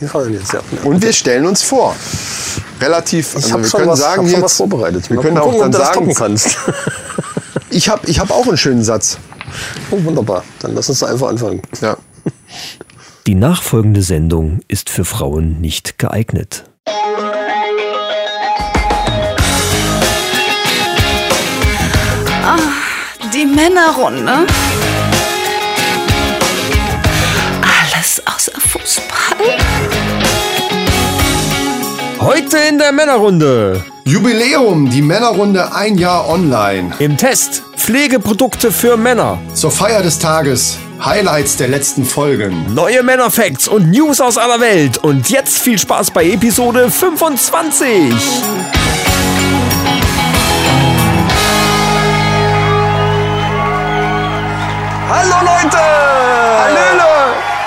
Die fahren jetzt, ja. ne? Und wir stellen uns vor. Relativ, Ich also hab wir schon können was- sagen hab schon jetzt, was vorbereitet. Wir Mal können gucken, auch ob dann du das toppen sagen, kannst. ich habe ich hab auch einen schönen Satz. oh, wunderbar. Dann lass uns doch einfach anfangen. Ja. Die nachfolgende Sendung ist für Frauen nicht geeignet. Die Männerrunde. Alles außer Fußball. Heute in der Männerrunde. Jubiläum, die Männerrunde ein Jahr online. Im Test Pflegeprodukte für Männer, Zur Feier des Tages, Highlights der letzten Folgen. neue Männerfacts und News aus aller Welt. Und jetzt viel Spaß bei Episode 25. Hallo Leute! Hallöle!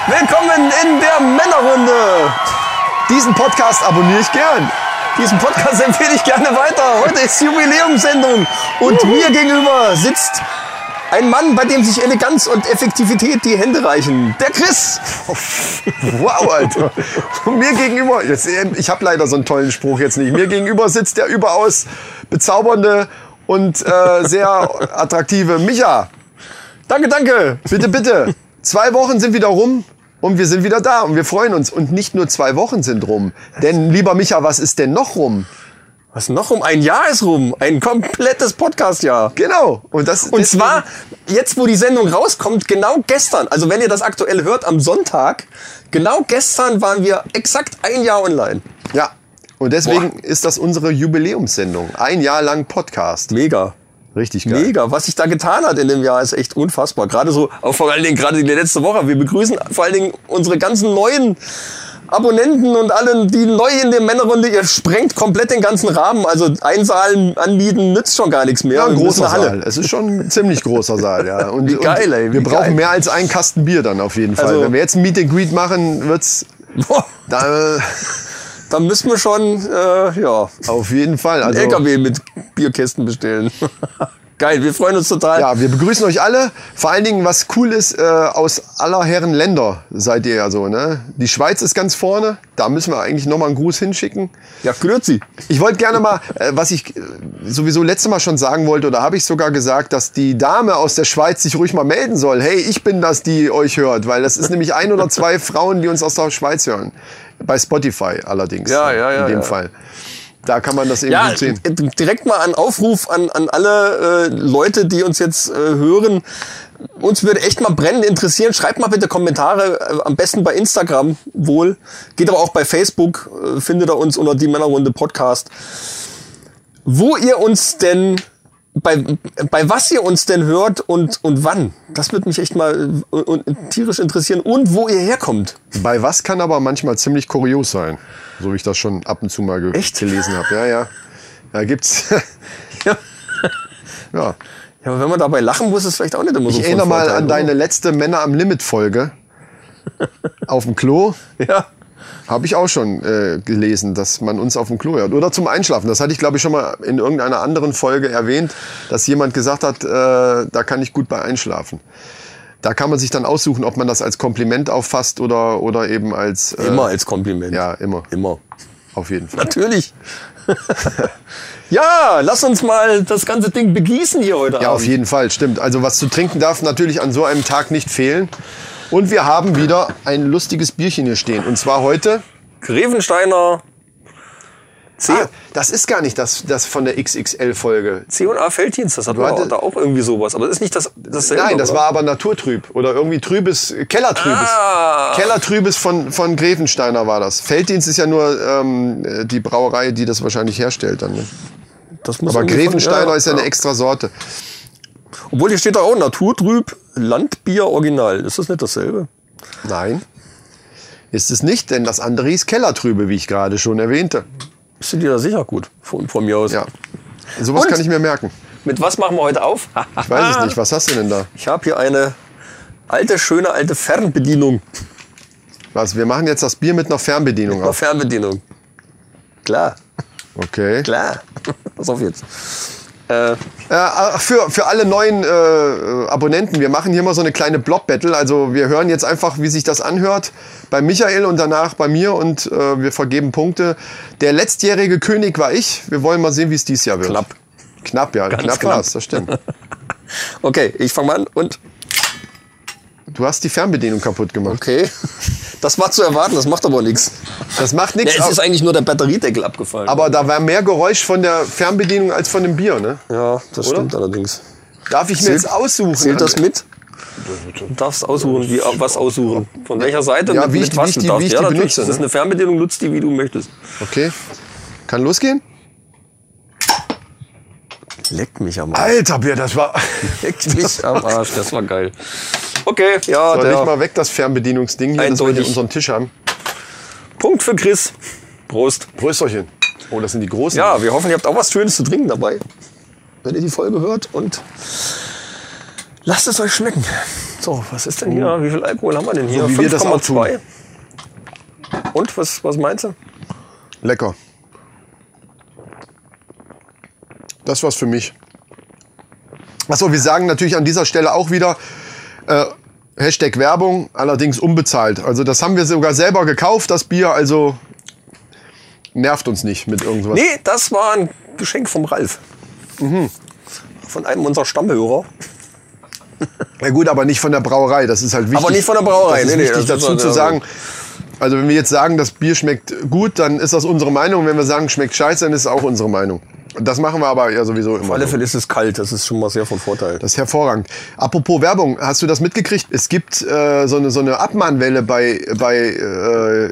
Willkommen in der Männerrunde! Diesen Podcast abonniere ich gern. Diesen Podcast empfehle ich gerne weiter. Heute ist Jubiläumssendung und mir gegenüber sitzt ein Mann, bei dem sich Eleganz und Effektivität die Hände reichen. Der Chris! Wow, Alter. Und mir gegenüber, jetzt, ähm, ich habe leider so einen tollen Spruch jetzt nicht. Mir gegenüber sitzt der überaus bezaubernde und äh, sehr attraktive Micha. Danke, danke! Bitte, bitte. Zwei Wochen sind wieder rum und wir sind wieder da und wir freuen uns. Und nicht nur zwei Wochen sind rum. Denn, lieber Micha, was ist denn noch rum? Was noch um ein Jahr ist rum? Ein komplettes Podcastjahr. Genau. Und das Und deswegen- zwar, jetzt wo die Sendung rauskommt, genau gestern, also wenn ihr das aktuell hört, am Sonntag, genau gestern waren wir exakt ein Jahr online. Ja. Und deswegen ist das unsere Jubiläumssendung. Ein Jahr lang Podcast. Mega. Richtig geil. Mega. Was sich da getan hat in dem Jahr, ist echt unfassbar. Gerade so, auch vor allen Dingen gerade die letzte Woche. Wir begrüßen vor allen Dingen unsere ganzen neuen Abonnenten und alle, die neu in der Männerrunde, ihr sprengt komplett den ganzen Rahmen. Also Einsaalen anmieten nützt schon gar nichts mehr. Ja, ein Wir müssen großer eine Saal. Es ist schon ein ziemlich großer Saal, ja. Und, Wie geil, ey, wie wir brauchen geil. mehr als einen Kasten Bier dann auf jeden Fall. Also- Wenn wir jetzt ein Meet and Greet machen, wird's Boah, da, da müssen wir schon, äh, ja, auf jeden Fall. Also, LKW mit Bierkästen bestellen. Geil, wir freuen uns total. Ja, wir begrüßen euch alle. Vor allen Dingen, was cool ist, äh, aus aller Herren Länder seid ihr ja so, ne? Die Schweiz ist ganz vorne. Da müssen wir eigentlich nochmal einen Gruß hinschicken. ja Grüezi. Ich wollte gerne mal, äh, was ich äh, sowieso letztes Mal schon sagen wollte, oder habe ich sogar gesagt, dass die Dame aus der Schweiz sich ruhig mal melden soll. Hey, ich bin das, die euch hört, weil das ist nämlich ein oder zwei Frauen, die uns aus der Schweiz hören. Bei Spotify allerdings. Ja, ja, ja, In dem ja. Fall. Da kann man das eben Ja, gut sehen. äh, d- direkt mal ein Aufruf an, an alle äh, Leute, die uns jetzt äh, hören. Uns würde echt mal brennend interessieren. Schreibt mal bitte Kommentare, äh, am besten bei Instagram wohl. Geht aber auch bei Facebook, äh, findet ihr uns unter die Männerrunde Podcast. Wo ihr uns denn, bei, bei was ihr uns denn hört und, und wann. Das würde mich echt mal äh, und, und, tierisch interessieren. Und wo ihr herkommt. Bei was kann aber manchmal ziemlich kurios sein. So wie ich das schon ab und zu mal ge Echt? gelesen habe. Ja, ja. Da gibt's. Ja. ja. Ja, aber wenn man dabei lachen muss, ist vielleicht auch nicht immer so Ich von erinnere mal Vorteil, an oder? deine letzte Männer am Limit Folge. Auf dem Klo. Ja. Habe ich auch schon äh, gelesen, dass man uns auf dem Klo hört. Oder zum Einschlafen. Das hatte ich, glaube ich, schon mal in irgendeiner anderen Folge erwähnt, dass jemand gesagt hat, äh, da kann ich gut bei einschlafen. Da kann man sich dann aussuchen, ob man das als Kompliment auffasst oder, oder eben als... Äh, Immer als Kompliment. Ja, immer. Immer. Auf jeden Fall. Natürlich. ja, lass uns mal das ganze Ding begießen hier heute Ja, auf Abend. jeden Fall, stimmt. Also was zu trinken darf natürlich an so einem Tag nicht fehlen. Und wir haben wieder ein lustiges Bierchen hier stehen. Und zwar heute... Grevensteiner C, Ah, das ist gar nicht das, das von der XXL-Folge. C und A Felddienst, das hatten Du wir auch, hattest- da auch irgendwie sowas. Aber das ist nicht das, dasselbe. Nein, das oder? war aber naturtrüb oder irgendwie trübes, äh, Kellertrübes. Ah. Kellertrübes von, von Grevensteiner war das. Felddienst ist ja nur ähm, äh, die Brauerei, die das wahrscheinlich herstellt dann. Ne? Das muss Aber irgendwie von- Grevensteiner ist ja eine extra Sorte. Obwohl hier steht da auch Naturtrüb, Landbier Original. Ist das nicht dasselbe? Nein. Ist es nicht, denn das andere hieß Kellertrübe, wie ich gerade schon erwähnte. Bist du dir da sicher gut? Von, von mir aus. Ja. Sowas Und? kann ich mir merken. Mit was machen wir heute auf? Ich weiß es nicht. Was hast du denn da? Ich habe hier eine alte, schöne alte Fernbedienung. Was? Wir machen jetzt das Bier mit einer Fernbedienung Eine auf. Fernbedienung. Klar, Okay. klar. Pass auf jetzt. Äh, Äh, ach, für, für alle neuen äh, Abonnenten, wir machen hier mal so eine kleine Blob-Battle. Also wir hören jetzt einfach, wie sich das anhört bei Michael und danach bei mir und äh, wir vergeben Punkte. Der letztjährige König war ich. Wir wollen mal sehen, wie es dieses Jahr wird. Knapp. Knapp, ja. Ganz knapp knapp. war's, das stimmt. okay, ich fange mal an und Du hast die Fernbedienung kaputt gemacht. okay. Das war zu erwarten, das macht aber nichts. Das macht Oh Ja, nichts es ist aus. eigentlich nur der Batteriedeckel abgefallen. Aber da war mehr Geräusch von der Fernbedienung als von dem Bier, ne? ja, das stimmt allerdings. Darf ich mir jetzt aussuchen? Zählt das mit? Du darfst aussuchen, wie, was aussuchen. Von welcher Seite? Ja, mit, wie mit ich- was wie ich du die- darfst. wie ich ja, die natürlich, benutze, Das ist ne? eine Fernbedienung, nutzt die, wie du möchtest. Okay. Kann losgehen? Leck mich am Arsch. Alter Bier, das war... Leck mich am Arsch, das war geil. Okay, ja, Soll der ich mal weg, das Fernbedienungsding hier, dass wir hier Eindeutig. unseren Tisch haben? Punkt für Chris. Prost. Prösterchen. Oh, das sind die großen. Ja, wir hoffen, ihr habt auch was Schönes zu trinken dabei. Wenn ihr die Folge hört und lasst es euch schmecken. So, was ist denn hier? Wie viel Alkohol haben wir denn hier? Mhm. So wie wir das auch 5,2. Und was, was meinst du? Lecker. Das war's für mich. Achso, wir sagen natürlich an dieser Stelle auch wieder äh, Hashtag Werbung, allerdings unbezahlt. Also das haben wir sogar selber gekauft, das Bier, also nervt uns nicht mit irgendwas. Nee, das war ein Geschenk vom Ralf. Mhm. Von einem unserer Stammhörer. Ja gut, aber nicht von der Brauerei, das ist halt wichtig. nicht von der Brauerei, das nee, ist nee, das wichtig ist dazu halt- zu sagen. Also wenn wir jetzt sagen, das Bier schmeckt gut, dann ist das unsere Meinung. Wenn wir sagen, schmeckt scheiße, dann ist es auch unsere Meinung. Das machen wir aber ja sowieso immer. Auf alle so. Fälle ist es kalt, das ist schon mal sehr von Vorteil. Das ist hervorragend. Apropos Werbung, hast du das mitgekriegt? Es gibt äh, so, eine, so eine Abmahnwelle bei, bei äh,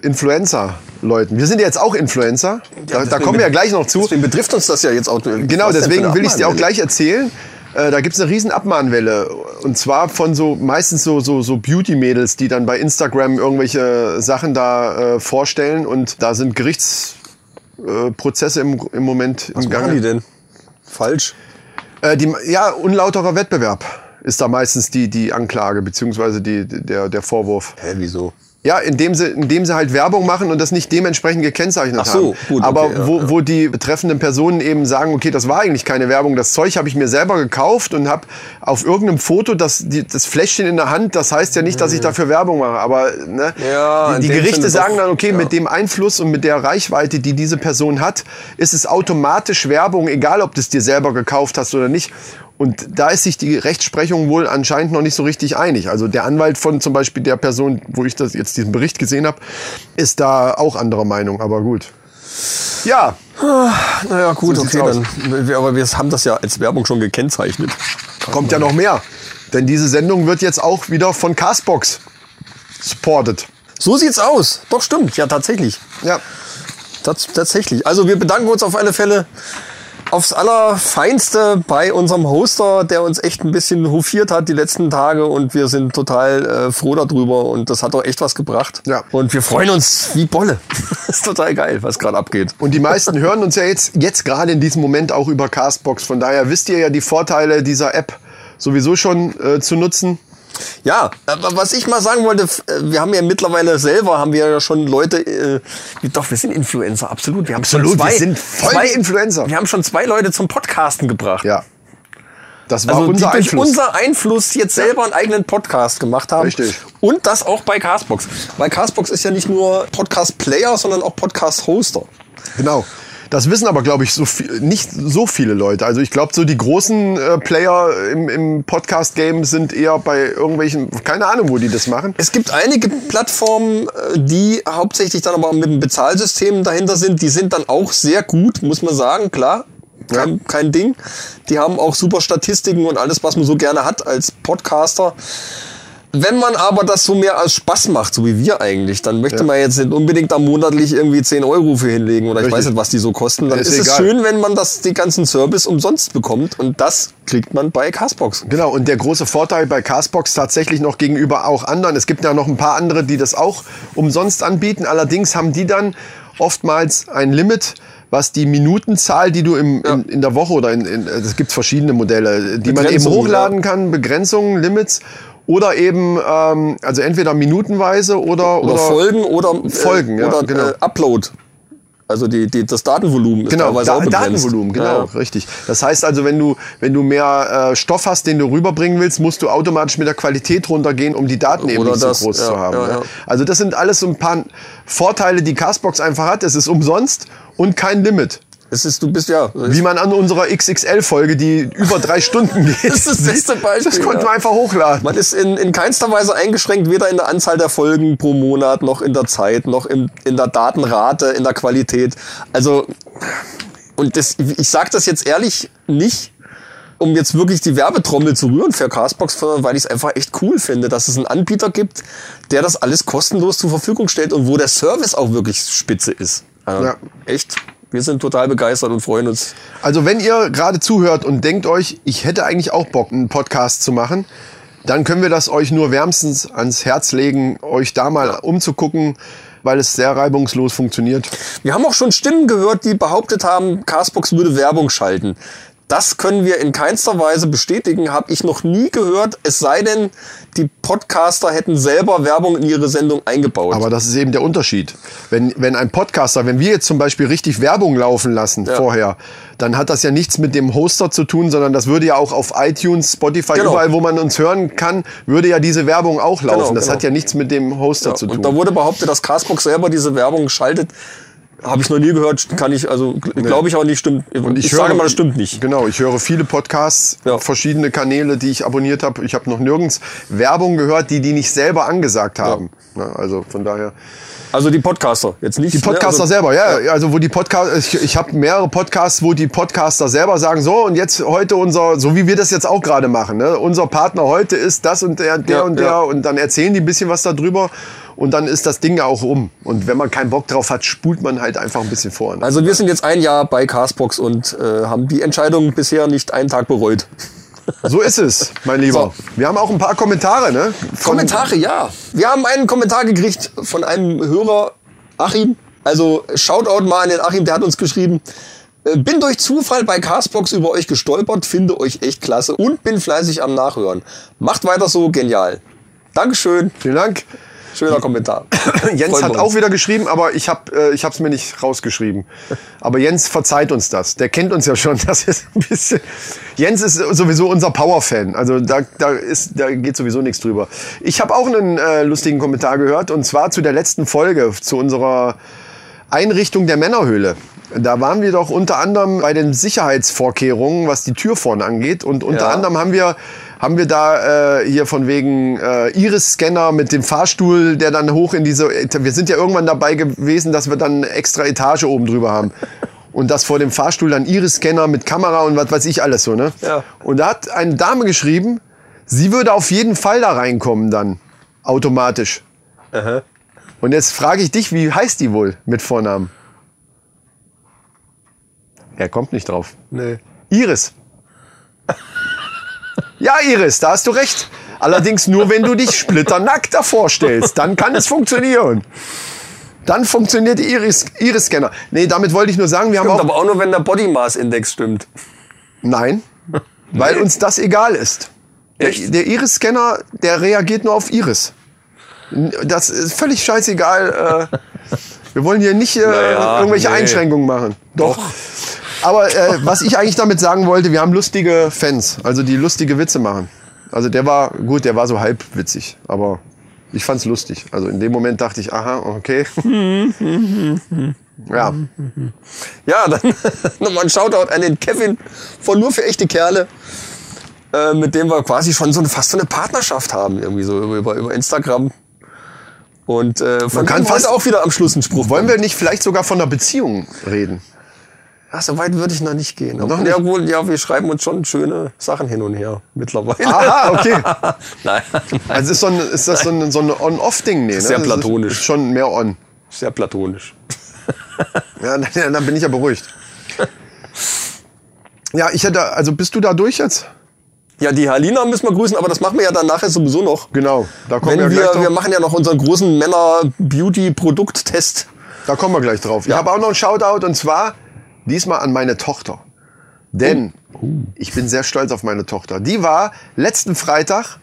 Influencer-Leuten. Wir sind ja jetzt auch Influencer. Da, da kommen wir ja gleich noch zu. Deswegen betrifft uns das ja jetzt auch. Genau, Was denn für deswegen eine will ich es dir auch Abmahnwelle? gleich erzählen. Äh, Da gibt's eine riesen Abmahnwelle. Und zwar von so meistens so, so, so Beauty-Mädels, die dann bei Instagram irgendwelche Sachen da äh, vorstellen. Und da sind Gerichtsprozesse äh, Prozesse im, im Moment im Was machen Gange. die denn? Falsch. Äh, die, ja, unlauterer Wettbewerb ist da meistens die, die Anklage, beziehungsweise die, der, der Vorwurf. Hä, wieso? Ja, indem sie, indem sie halt Werbung machen und das nicht dementsprechend gekennzeichnet Ach so, haben. gut, Aber okay, ja, wo, ja. wo die betreffenden Personen eben sagen, okay, das war eigentlich keine Werbung, das Zeug habe ich mir selber gekauft und habe auf irgendeinem Foto das, die, das Fläschchen in der Hand, das heißt ja nicht, Mhm. dass ich dafür Werbung mache. Aber ne, Ja, in die, die dem Gerichte Sinne sagen doch, dann, okay, ja. mit dem Einfluss und mit der Reichweite, die diese Person hat, ist es automatisch Werbung, egal ob du es dir selber gekauft hast oder nicht. Und da ist sich die Rechtsprechung wohl anscheinend noch nicht so richtig einig. Also der Anwalt von zum Beispiel der Person, wo ich das jetzt diesen Bericht gesehen habe, ist da auch anderer Meinung, aber gut. Ja, Naja, gut, So okay, sieht's dann. Wir, aber wir haben das ja als Werbung schon gekennzeichnet. kommt ja noch mehr. Denn diese Sendung wird jetzt auch wieder von Castbox supported. So sieht's aus. Doch, stimmt. Ja, tatsächlich. Ja, Tats tatsächlich. Also wir bedanken uns auf alle Fälle aufs Allerfeinste bei unserem Hoster, der uns echt ein bisschen hofiert hat die letzten Tage und wir sind total äh, froh darüber und das hat auch echt was gebracht. Ja. Und wir freuen uns wie Bolle. ist total geil, was gerade abgeht. Und die meisten hören uns ja jetzt, jetzt gerade in diesem Moment auch über Castbox. Von daher wisst ihr ja die Vorteile dieser App sowieso schon äh, zu nutzen. Ja, aber was ich mal sagen wollte, f- äh, wir haben ja mittlerweile selber, haben wir ja schon Leute, äh, wie- doch, wir sind Influencer, absolut. Wir haben schon Absolut, wir zwei, sind voll Influencer. Wir haben schon zwei Leute zum Podcasten gebracht. Ja. Das war Also unser die durch Einfluss. unser Einfluss jetzt selber einen eigenen Podcast gemacht haben. Richtig. Und das auch bei Castbox. Weil Castbox ist ja nicht nur Podcast-Player, sondern auch Podcast-Hoster. genau. Das wissen aber, glaube ich, so viel, nicht so viele Leute. Also ich glaube, so die großen äh, Player im, im Podcast-Game sind eher bei irgendwelchen, keine Ahnung, wo die das machen. Es gibt einige Plattformen, äh, die hauptsächlich dann aber mit einem Bezahlsystem dahinter sind. Die sind dann auch sehr gut, muss man sagen, klar. Kein, kein Ding. Die haben auch super Statistiken und alles, was man so gerne hat als Podcaster. Wenn man aber das so mehr als Spaß macht, so wie wir eigentlich, dann möchte man jetzt nicht unbedingt da monatlich irgendwie 10 Euro für hinlegen oder ich Richtig. weiß nicht, was die so kosten. Dann Ist ist, es egal. schön, wenn man das, die ganzen Service umsonst bekommt und das kriegt man bei Castbox. Genau, und der große Vorteil bei Castbox tatsächlich noch gegenüber auch anderen, es gibt ja noch ein paar andere, die das auch umsonst anbieten, allerdings haben die dann oftmals ein Limit, was die Minutenzahl, die du im, in, in der Woche oder in, in es gibt verschiedene Modelle, die man eben Begrenzungen, hochladen kann, Begrenzungen, Limits oder eben, ähm, also entweder minutenweise oder, Oder, Folgen oder äh, Folgen, ja, oder genau. äh, Upload. Also die, die, das Datenvolumen ist Genau, teilweise da, auch begrenzt. Datenvolumen, genau, Ja. richtig. Das heißt also, wenn du, wenn du mehr äh, Stoff hast, den du rüberbringen willst, musst du automatisch mit der Qualität runtergehen, um die Daten eben Oder nicht das, so groß ja, zu haben. ja, ne? ja. Also das sind alles so ein paar Vorteile, die Castbox einfach hat. Es ist umsonst und kein Limit. Es ist, du bist ja. Wie man an unserer XXL-Folge, die über drei Stunden geht. Das ist das beste Beispiel, Das konnten ja. wir einfach hochladen. man ist in, in keinster Weise eingeschränkt, weder in der Anzahl der Folgen pro Monat, noch in der Zeit, noch in, in der Datenrate, in der Qualität. Also, und das, ich sage das jetzt ehrlich nicht, um jetzt wirklich die Werbetrommel zu rühren für Castbox, sondern weil ich es einfach echt cool finde, dass es einen Anbieter gibt, der das alles kostenlos zur Verfügung stellt und wo der Service auch wirklich spitze ist. Also, Ja. Echt, wir sind total begeistert und freuen uns. Also wenn ihr gerade zuhört und denkt euch, ich hätte eigentlich auch Bock, einen Podcast zu machen, dann können wir das euch nur wärmstens ans Herz legen, euch da mal umzugucken, weil es sehr reibungslos funktioniert. Wir haben auch schon Stimmen gehört, die behauptet haben, Castbox würde Werbung schalten. Das können wir in keinster Weise bestätigen, habe ich noch nie gehört, es sei denn, die Podcaster hätten selber Werbung in ihre Sendung eingebaut. Aber das ist eben der Unterschied. Wenn, wenn ein Podcaster, wenn wir jetzt zum Beispiel richtig Werbung laufen lassen vorher, dann hat das ja nichts mit dem Hoster zu tun, sondern das würde ja auch auf iTunes, Spotify, Genau. überall, wo man uns hören kann, würde ja diese Werbung auch laufen. Genau, das genau. hat ja nichts mit dem Hoster zu tun. Und da wurde behauptet, dass Castbox selber diese Werbung schaltet. Habe ich noch nie gehört, kann ich, also gl- glaube ich auch nicht, stimmt. Und ich, höre, sage mal, das stimmt nicht. Genau, ich höre viele Podcasts, Ja. verschiedene Kanäle, die ich abonniert habe. Ich habe noch nirgends Werbung gehört, die die nicht selber angesagt haben. Na, also von daher. Also die Podcaster, jetzt nicht. Die Podcaster also, selber, ja, Also wo die Podcaster, ich, ich habe mehrere Podcasts, wo die Podcaster selber sagen, so und jetzt heute unser, so wie wir das jetzt auch gerade machen, ne? unser Partner heute ist das und der, der Ja, und der ja. und dann erzählen die ein bisschen was darüber und dann ist das Ding ja auch um. Und wenn man keinen Bock drauf hat, spult man halt einfach ein bisschen vor. Ne? Also wir sind jetzt ein Jahr bei Castbox und äh, haben die Entscheidung bisher nicht einen Tag bereut. So ist es, mein Lieber. So. Wir haben auch ein paar Kommentare, ne? Von- Kommentare, ja. Wir haben einen Kommentar gekriegt von einem Hörer, Achim. Also Shoutout mal an den Achim, der hat uns geschrieben. äh, Bin durch Zufall bei Castbox über euch gestolpert, finde euch echt klasse und bin fleißig am Nachhören. Macht weiter so, genial. Dankeschön, Vielen Dank. schöner Kommentar. Freuen Jens wir hat uns. auch wieder geschrieben, aber ich habe äh, ich hab's mir nicht rausgeschrieben. Aber Jens verzeiht uns das. Der kennt uns ja schon. Das ist ein bisschen. Jens ist sowieso unser Power-Fan. Also da, da, ist, da geht sowieso nichts drüber. Ich habe auch einen äh, lustigen Kommentar gehört und zwar zu der letzten Folge, zu unserer Einrichtung der Männerhöhle. Da waren wir doch unter anderem bei den Sicherheitsvorkehrungen, was die Tür vorne angeht. Und unter Ja. anderem haben wir, haben wir da äh, hier von wegen äh, Iris-Scanner mit dem Fahrstuhl, der dann hoch in diese. Eta- Wir sind ja irgendwann dabei gewesen, dass wir dann eine extra Etage oben drüber haben. Und das vor dem Fahrstuhl dann Iris-Scanner mit Kamera und was weiß ich alles so, ne? Ja. Und da hat eine Dame geschrieben, sie würde auf jeden Fall da reinkommen dann. Automatisch. Und jetzt frage ich dich, wie heißt die wohl mit Vornamen? Er kommt nicht drauf. Nee. Iris. Ja, Iris, da hast du recht. Allerdings nur, wenn du dich splitternackt davor stellst. Dann kann es funktionieren. Dann funktioniert die Iris- Iris-Scanner. nee, damit wollte ich nur sagen, wir haben Stimmt aber auch... auch nur, wenn der Body Mass Index stimmt. Nein, weil uns das egal ist. Der, Echt? der Iris-Scanner, der reagiert nur auf Iris. Das ist völlig scheißegal. Äh, wir wollen hier nicht äh, Naja, irgendwelche nee. Einschränkungen machen. Doch. Aber äh, was ich eigentlich damit sagen wollte, wir haben lustige Fans, also die lustige Witze machen. Also der war, gut, der war so halb witzig, aber ich fand's lustig. Also in dem Moment dachte ich, aha, okay. ja, Ja, dann nochmal ein Shoutout an den Kevin von Nur für echte Kerle, äh, mit dem wir quasi schon so eine, fast so eine Partnerschaft haben, irgendwie so über, über Instagram. Und äh, von kann dem fast- heute auch wieder am Schluss einen Spruch. wollen wir nicht vielleicht sogar von einer Beziehung reden? Ach, so weit würde ich noch nicht gehen. Aber- nicht? Ja, wohl, ja, wir schreiben uns schon schöne Sachen hin und her mittlerweile. Aha, okay. Nein, Also ist, so ein, ist das so ein, so ein On-Off-Ding? Nee, ne? Sehr Das ist- platonisch. Ist schon mehr On. sehr platonisch. Ja, dann, dann bin ich ja beruhigt. Ja, ich hätte, also bist du da durch jetzt? Ja, die Halina müssen wir grüßen, aber das machen wir ja dann nachher sowieso noch. Genau, da kommen Wenn wir, wir gleich wir, drauf. machen ja noch unseren großen Männer-Beauty-Produkttest. Da kommen wir gleich drauf. Ich habe auch noch einen Shoutout und zwar diesmal an meine Tochter. Denn Oh. Uh. ich bin sehr stolz auf meine Tochter. Die war letzten Freitag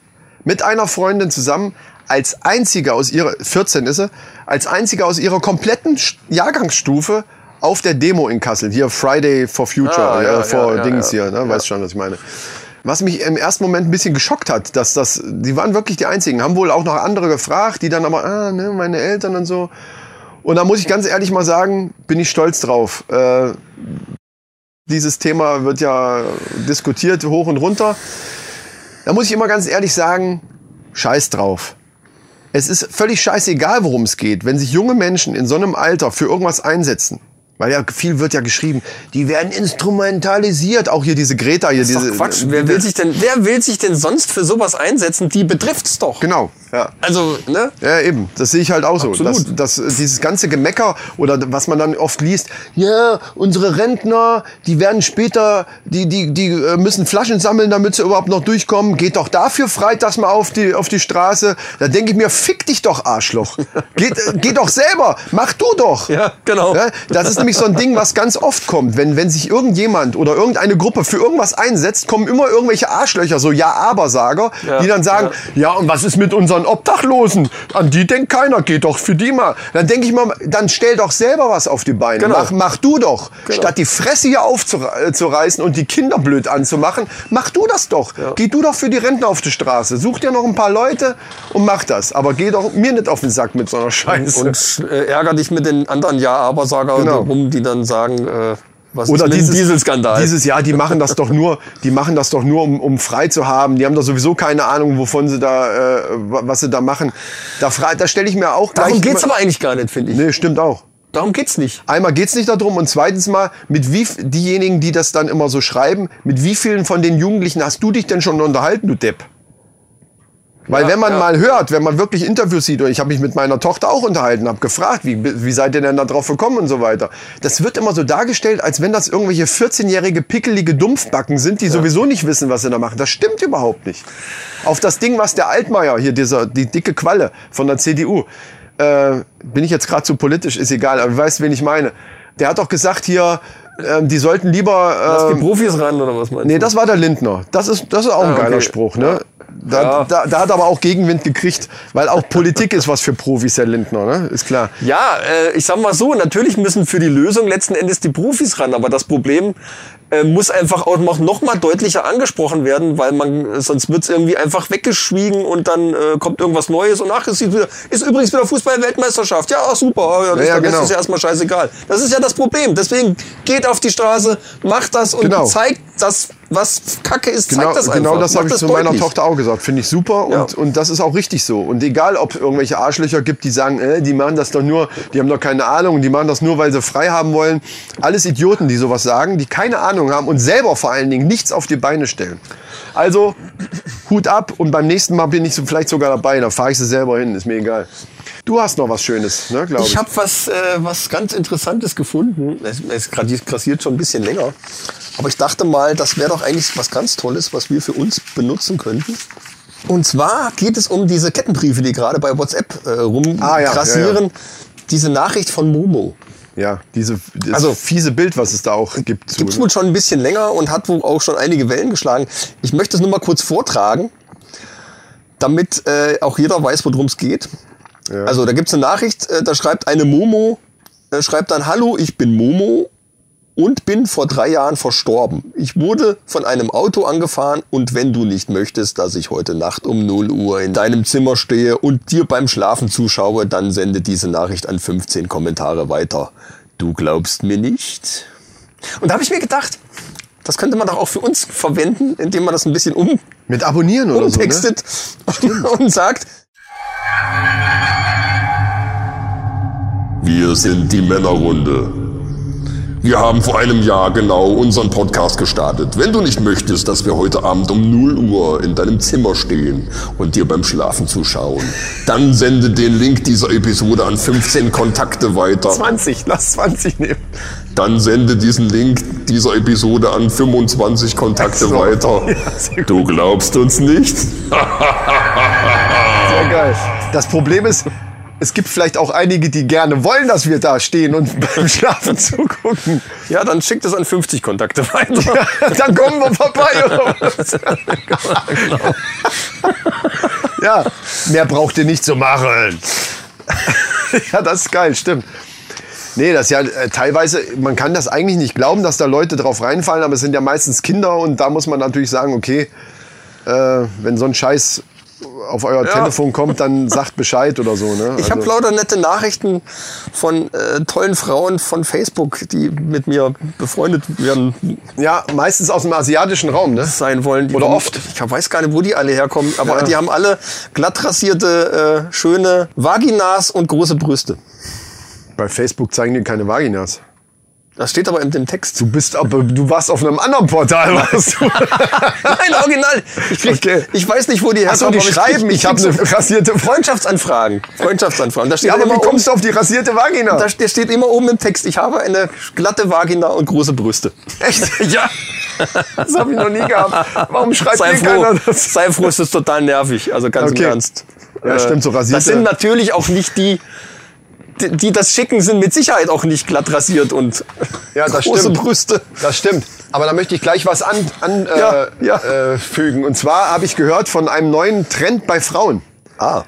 mit einer Freundin zusammen als einzige aus ihrer 14 ist sie, als einzige aus ihrer kompletten Sch- Jahrgangsstufe auf der Demo in Kassel, hier Friday for Future, Ah, äh, ja, for ja, ja, Dings ja. hier, ne? weißt schon, was ich meine. Was mich im ersten Moment ein bisschen geschockt hat, dass das, die waren wirklich die einzigen, haben wohl auch noch andere gefragt, die dann aber, ah, ne, meine Eltern und so. Und da muss ich ganz ehrlich mal sagen, bin ich stolz drauf. Äh, dieses Thema wird ja diskutiert hoch und runter. Da muss ich immer ganz ehrlich sagen, scheiß drauf. Es ist völlig scheißegal, worum es geht. Wenn sich junge Menschen in so einem Alter für irgendwas einsetzen, weil ja viel wird ja geschrieben, die werden instrumentalisiert. Auch hier diese Greta hier, Ist diese. doch Quatsch. Wer will, sich denn, wer will sich denn sonst für sowas einsetzen? Die betrifft's doch. Genau, ja. Also, ne? Ja, eben. Das sehe ich halt auch so. Absolut. Dass, dass dieses ganze Gemecker oder was man dann oft liest, ja, unsere Rentner, die werden später, die, die, die äh, müssen Flaschen sammeln, damit sie überhaupt noch durchkommen. Geht doch dafür freitags mal auf die, auf die Straße. Da denke ich mir, fick dich doch, Arschloch. Geht, äh, geh doch selber. Mach du doch. Ja, genau. Ja, ne? das ist nämlich so ein Ding, was ganz oft kommt. Wenn, wenn sich irgendjemand oder irgendeine Gruppe für irgendwas einsetzt, kommen immer irgendwelche Arschlöcher, so Ja-Aber-Sager, Ja, die dann sagen, ja. und was ist mit unseren Obdachlosen? An die denkt keiner, geht doch für die mal. Dann denke ich mal, dann stell doch selber was auf die Beine. Genau. Mach, mach du doch. Statt die Fresse hier aufzureißen und die Kinder blöd anzumachen, mach du das doch. Geh du doch für die Rentner auf die Straße. Such dir noch ein paar Leute und mach das. Aber geh doch mir nicht auf den Sack mit so einer Scheiße. Und äh, ärger dich mit den anderen Ja-Aber-Sager Genau. rum, die dann sagen, äh, was Oder ist mit dem dieses, Dieselskandal? Dieses Jahr, die machen das doch nur, die machen das doch nur, um, um frei zu haben. Die haben doch sowieso keine Ahnung, wovon sie da, äh, wa- was sie da machen. Da, fra- da stelle ich mir auch gleich. Darum geht's immer- aber eigentlich gar nicht, finde ich. Nee, stimmt auch. Darum geht's nicht. Einmal geht's nicht darum und zweitens mal, mit wie f- diejenigen, die das dann immer so schreiben, mit wie vielen von den Jugendlichen hast du dich denn schon unterhalten, du Depp? Weil Ja, wenn man ja. mal hört, wenn man wirklich Interviews sieht, und ich habe mich mit meiner Tochter auch unterhalten, habe gefragt, wie, wie seid ihr denn da drauf gekommen und so weiter. Das wird immer so dargestellt, als wenn das irgendwelche 14-jährige pickelige Dumpfbacken sind, die sowieso nicht wissen, was sie da machen. Das stimmt überhaupt nicht. Auf das Ding, was der Altmaier hier, dieser, die dicke Qualle von der CDU, äh, bin ich jetzt gerade zu politisch, ist egal, aber du weißt, wen ich meine. Der hat doch gesagt hier, ähm, die sollten lieber... Lass ähm, die Profis ran, oder was meinst Nee, du? das war der Lindner. Das ist, das ist auch ein Ah, okay. geiler Spruch, ne? Da, Ja. da, da hat er aber auch Gegenwind gekriegt, weil auch Politik ist was für Profis, der Lindner, ne? Ist klar. Ja, äh, ich sag mal so, natürlich müssen für die Lösung letzten Endes die Profis ran, aber das Problem äh, muss einfach auch noch, noch mal deutlicher angesprochen werden, weil man, äh, sonst wird's irgendwie einfach weggeschwiegen und dann äh, kommt irgendwas Neues und ach, es ist, wieder, ist übrigens wieder Fußball-Weltmeisterschaft. Ja, ach, super, ah, ja, das, Ja, ja, der Rest genau. ist ja erstmal scheißegal. Das ist ja das Problem. Deswegen geht auf die Straße, macht das und Genau. zeigt das, was Kacke ist, zeigt Genau das einfach. genau das Macht habe ich zu meiner deutlich. Tochter auch gesagt. Finde ich super und, Ja. und das ist auch richtig so. Und egal, ob es irgendwelche Arschlöcher gibt, die sagen, äh, die machen das doch nur, die haben doch keine Ahnung, die machen das nur, weil sie frei haben wollen. Alles Idioten, die sowas sagen, die keine Ahnung haben und selber vor allen Dingen nichts auf die Beine stellen. Also Hut ab und beim nächsten Mal bin ich so, vielleicht sogar dabei. Da fahre ich sie selber hin, ist mir egal. Du hast noch was Schönes, ne, glaube ich. Ich habe was, äh, was ganz Interessantes gefunden. Es, es grad- grassiert schon ein bisschen länger. Aber ich dachte mal, das wäre doch eigentlich was ganz Tolles, was wir für uns benutzen könnten. Und zwar geht es um diese Kettenbriefe, die gerade bei WhatsApp äh, rumgrassieren. Ah, ja, ja, Diese Nachricht von Momo. ja, diese das Also- fiese Bild, was es da auch gibt. Zu, Gibt's ne? wohl schon ein bisschen länger und hat wohl auch schon einige Wellen geschlagen. Ich möchte es nur mal kurz vortragen, damit äh, auch jeder weiß, worum es geht. Also da gibt's eine Nachricht, äh, da schreibt eine Momo, äh, schreibt dann, hallo, ich bin Momo und bin vor drei Jahren verstorben. Ich wurde von einem Auto angefahren und wenn du nicht möchtest, dass ich heute Nacht um 0 Uhr in deinem Zimmer stehe und dir beim Schlafen zuschaue, dann sende diese Nachricht an 15 Kommentare weiter. Du glaubst mir nicht? Und da habe ich mir gedacht, das könnte man doch auch für uns verwenden, indem man das ein bisschen um, Mit Abonnieren oder so. Ne? umtextet und sagt, Wir sind die Männerrunde. Wir haben vor einem Jahr genau unseren Podcast gestartet. Wenn du nicht möchtest, dass wir heute Abend um 0 Uhr in deinem Zimmer stehen und dir beim Schlafen zuschauen, dann sende den Link dieser Episode an 15 Kontakte weiter. 20, lass 20 nehmen. Dann sende diesen Link dieser Episode an 25 Kontakte weiter. du glaubst uns nicht? Sehr geil. Das Problem ist, es gibt vielleicht auch einige, die gerne wollen, dass wir da stehen und beim Schlafen zugucken. Ja, dann schickt es an 50 Kontakte weiter. Dann kommen wir vorbei oder was? Genau. Ja, mehr braucht ihr nicht zu machen. Ja, das ist geil, stimmt. Nee, das ist ja äh, teilweise, man kann das eigentlich nicht glauben, dass da Leute drauf reinfallen, aber es sind ja meistens Kinder und da muss man natürlich sagen, okay, äh, wenn so ein Scheiß auf euer Ja. Telefon kommt, dann sagt Bescheid oder so. Ne? Ich habe Also- lauter nette Nachrichten von äh, tollen Frauen von Facebook, die mit mir befreundet werden ja, meistens aus dem asiatischen Raum, ne? sein wollen. Die Oder waren- oft. Ich weiß gar nicht, wo die alle herkommen, aber Ja. die haben alle glatt rasierte, äh, schöne Vaginas und große Brüste. Bei Facebook zeigen dir keine Vaginas. Das steht aber in dem Text. Du bist aber, du warst auf einem anderen Portal, warst du? Nein, original. Ich, krieg, Okay. ich weiß nicht, wo die Achso, herkommen. die aber ich schreiben, krieg- ich habe eine krieg so rasierte Freundin. Freundschaftsanfragen. Freundschaftsanfragen. Da steht Ja, aber immer wie kommst du auf die rasierte Vagina? oben, da da steht immer oben im Text, ich habe eine glatte Vagina und große Brüste. Echt? Ja. Das habe ich noch nie gehabt. Warum schreibt Sei mir froh, keiner das? sei froh, es ist total nervig, also ganz Okay. im Ernst. Äh, Ja, stimmt, so rasierte- Das sind natürlich auch nicht die, die, die das schicken, sind mit Sicherheit auch nicht glatt rasiert und Ja, das große stimmt. Brüste. Das stimmt. Aber da möchte ich gleich was anfügen. An, Ja, äh, ja. äh, fügen. Und zwar habe ich gehört von einem neuen Trend bei Frauen. Ah.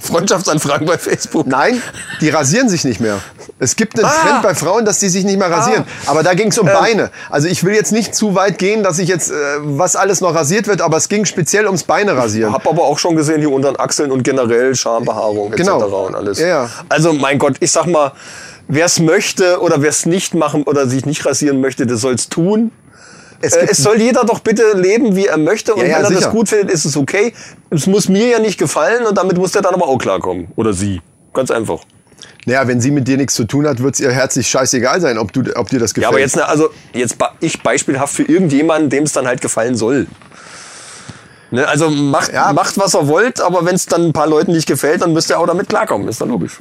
Freundschaftsanfragen bei Facebook. Nein, die rasieren sich nicht mehr. Es gibt einen Ah. Ähm. Trend bei Frauen, dass die sich nicht mehr rasieren. Aber da ging es um Beine. Also ich will jetzt nicht zu weit gehen, dass ich jetzt, äh, was alles noch rasiert wird, aber es ging speziell ums Beine rasieren. Hab aber auch schon gesehen, hier unter den Achseln und generell Schambehaarung etc. Genau. und alles. Ja, ja. Also mein Gott, ich sag mal, wer es möchte oder wer es nicht machen oder sich nicht rasieren möchte, der soll es tun. Es Äh, gibt- es soll jeder doch bitte leben, wie er möchte. Und Ja, ja, wenn er sicher. das gut findet, ist es okay. Es muss mir ja nicht gefallen und damit muss der dann aber auch klarkommen. Oder sie. Ganz einfach. Naja, wenn sie mit dir nichts zu tun hat, wird es ihr herzlich scheißegal sein, ob, du, ob dir das gefällt. Ja, aber jetzt, ne, also, jetzt ba- ich beispielhaft für irgendjemanden, dem es dann halt gefallen soll. Ne, also macht, Ja. macht, was er wollt, aber wenn es dann ein paar Leuten nicht gefällt, dann müsst ihr auch damit klarkommen. Ist dann logisch.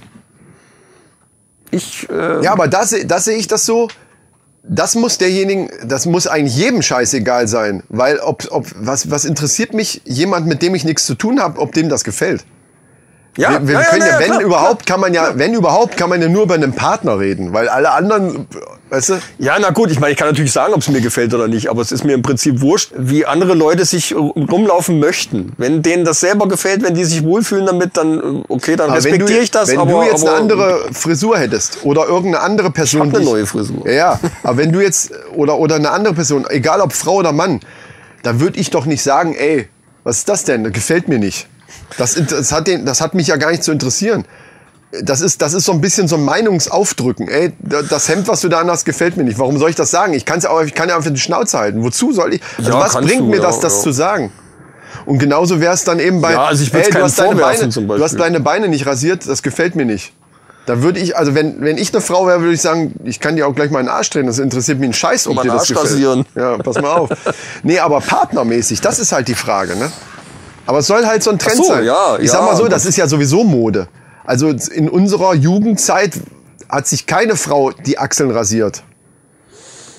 Ich, äh, Ja, aber das, das sehe ich das so. Das muss derjenigen, das muss eigentlich jedem scheißegal sein, weil ob, ob was, was interessiert mich jemand, mit dem ich nichts zu tun habe, ob dem das gefällt. ja, wir wir ja, ja, können ja, ja, wenn klar, überhaupt, klar. kann man ja, wenn überhaupt, kann man ja nur über einen Partner reden, weil alle anderen, äh, weißt du, Ja, na gut, ich meine, ich kann natürlich sagen, ob es mir gefällt oder nicht, aber es ist mir im Prinzip wurscht, wie andere Leute sich rumlaufen möchten. Wenn denen das selber gefällt, wenn die sich wohlfühlen damit, dann äh, okay, dann Aber wenn du, respektiere ich das. wenn aber, du jetzt aber, eine andere Frisur hättest oder irgendeine andere Person, hab eine die neue Frisur. Ja, ja, aber wenn du jetzt oder oder eine andere Person, egal ob Frau oder Mann, da würde ich doch nicht sagen, ey, was ist das denn? Das gefällt mir nicht. Das, int- das hat den, das hat mich ja gar nicht zu interessieren. Das ist, das ist so ein bisschen so ein Meinungsaufdrücken. Ey, da- das Hemd, was du da anhast, gefällt mir nicht. Warum soll ich das sagen? Ich, kann's ja auch, ich kann ja einfach die Schnauze halten. Wozu soll ich? Also Ja, was kannst bringt du, mir ja, das, das ja. zu sagen? Und genauso wäre es dann eben bei, Ja, also ich würd's ey, du keinem hast deine vorwerfen Beine, zum du hast Beispiel. deine Beine nicht rasiert, das gefällt mir nicht. Da würde ich, also wenn, wenn ich eine Frau wäre, würde ich sagen, ich kann dir auch gleich meinen Arsch drehen, das interessiert mich einen Scheiß, ob Mal dir das Arsch gefällt. rasieren. Ja, pass mal auf. Nee, aber partnermäßig, das ist halt die Frage, ne? Aber es soll halt so ein Trend Ach so, sein. ja, ich sag mal ja, so, das ist ja sowieso Mode. Also in unserer Jugendzeit hat sich keine Frau die Achseln rasiert.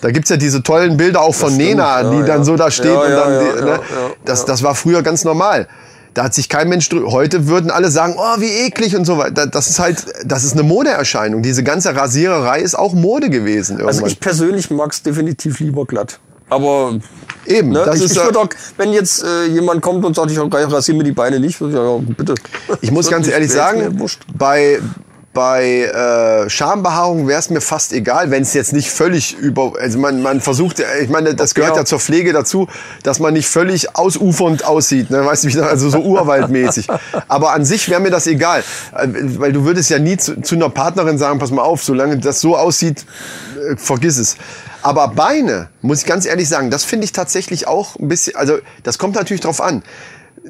Da gibt's ja diese tollen Bilder auch von stimmt, Nena, ja, die dann ja. so da steht Ja, und ja, dann. ja, die, ja, ne? ja, das, das war früher ganz normal. Da hat sich kein Mensch drü- Heute würden alle sagen, oh, wie eklig und so weiter. Da- Das ist halt, das ist eine Modeerscheinung. Diese ganze Rasiererei ist auch Mode gewesen irgendwann. Also ich persönlich mag es definitiv lieber glatt. Aber Eben, ne, das ich, ist ich ja- würd auch, wenn jetzt äh, jemand kommt und sagt, ich rasiere mir die Beine nicht, würd ich sagen, ja, bitte. Ich muss Wird ganz nicht- ehrlich ist mir sagen, wurscht. bei, bei äh, Schambehaarung wäre es mir fast egal, wenn es jetzt nicht völlig über. Also man, man versucht, ja- ich meine, das gehört ja. Ja. zur Pflege dazu, dass man nicht völlig ausufernd aussieht. Ne? Weißt du, wie ich sag, also so urwaldmäßig. Aber an sich wäre mir das egal. Äh, Weil du würdest ja nie zu, zu einer Partnerin sagen, pass mal auf, solange das so aussieht, äh, vergiss es. Aber Beine, muss ich ganz ehrlich sagen, das finde ich tatsächlich auch ein bisschen, also das kommt natürlich drauf an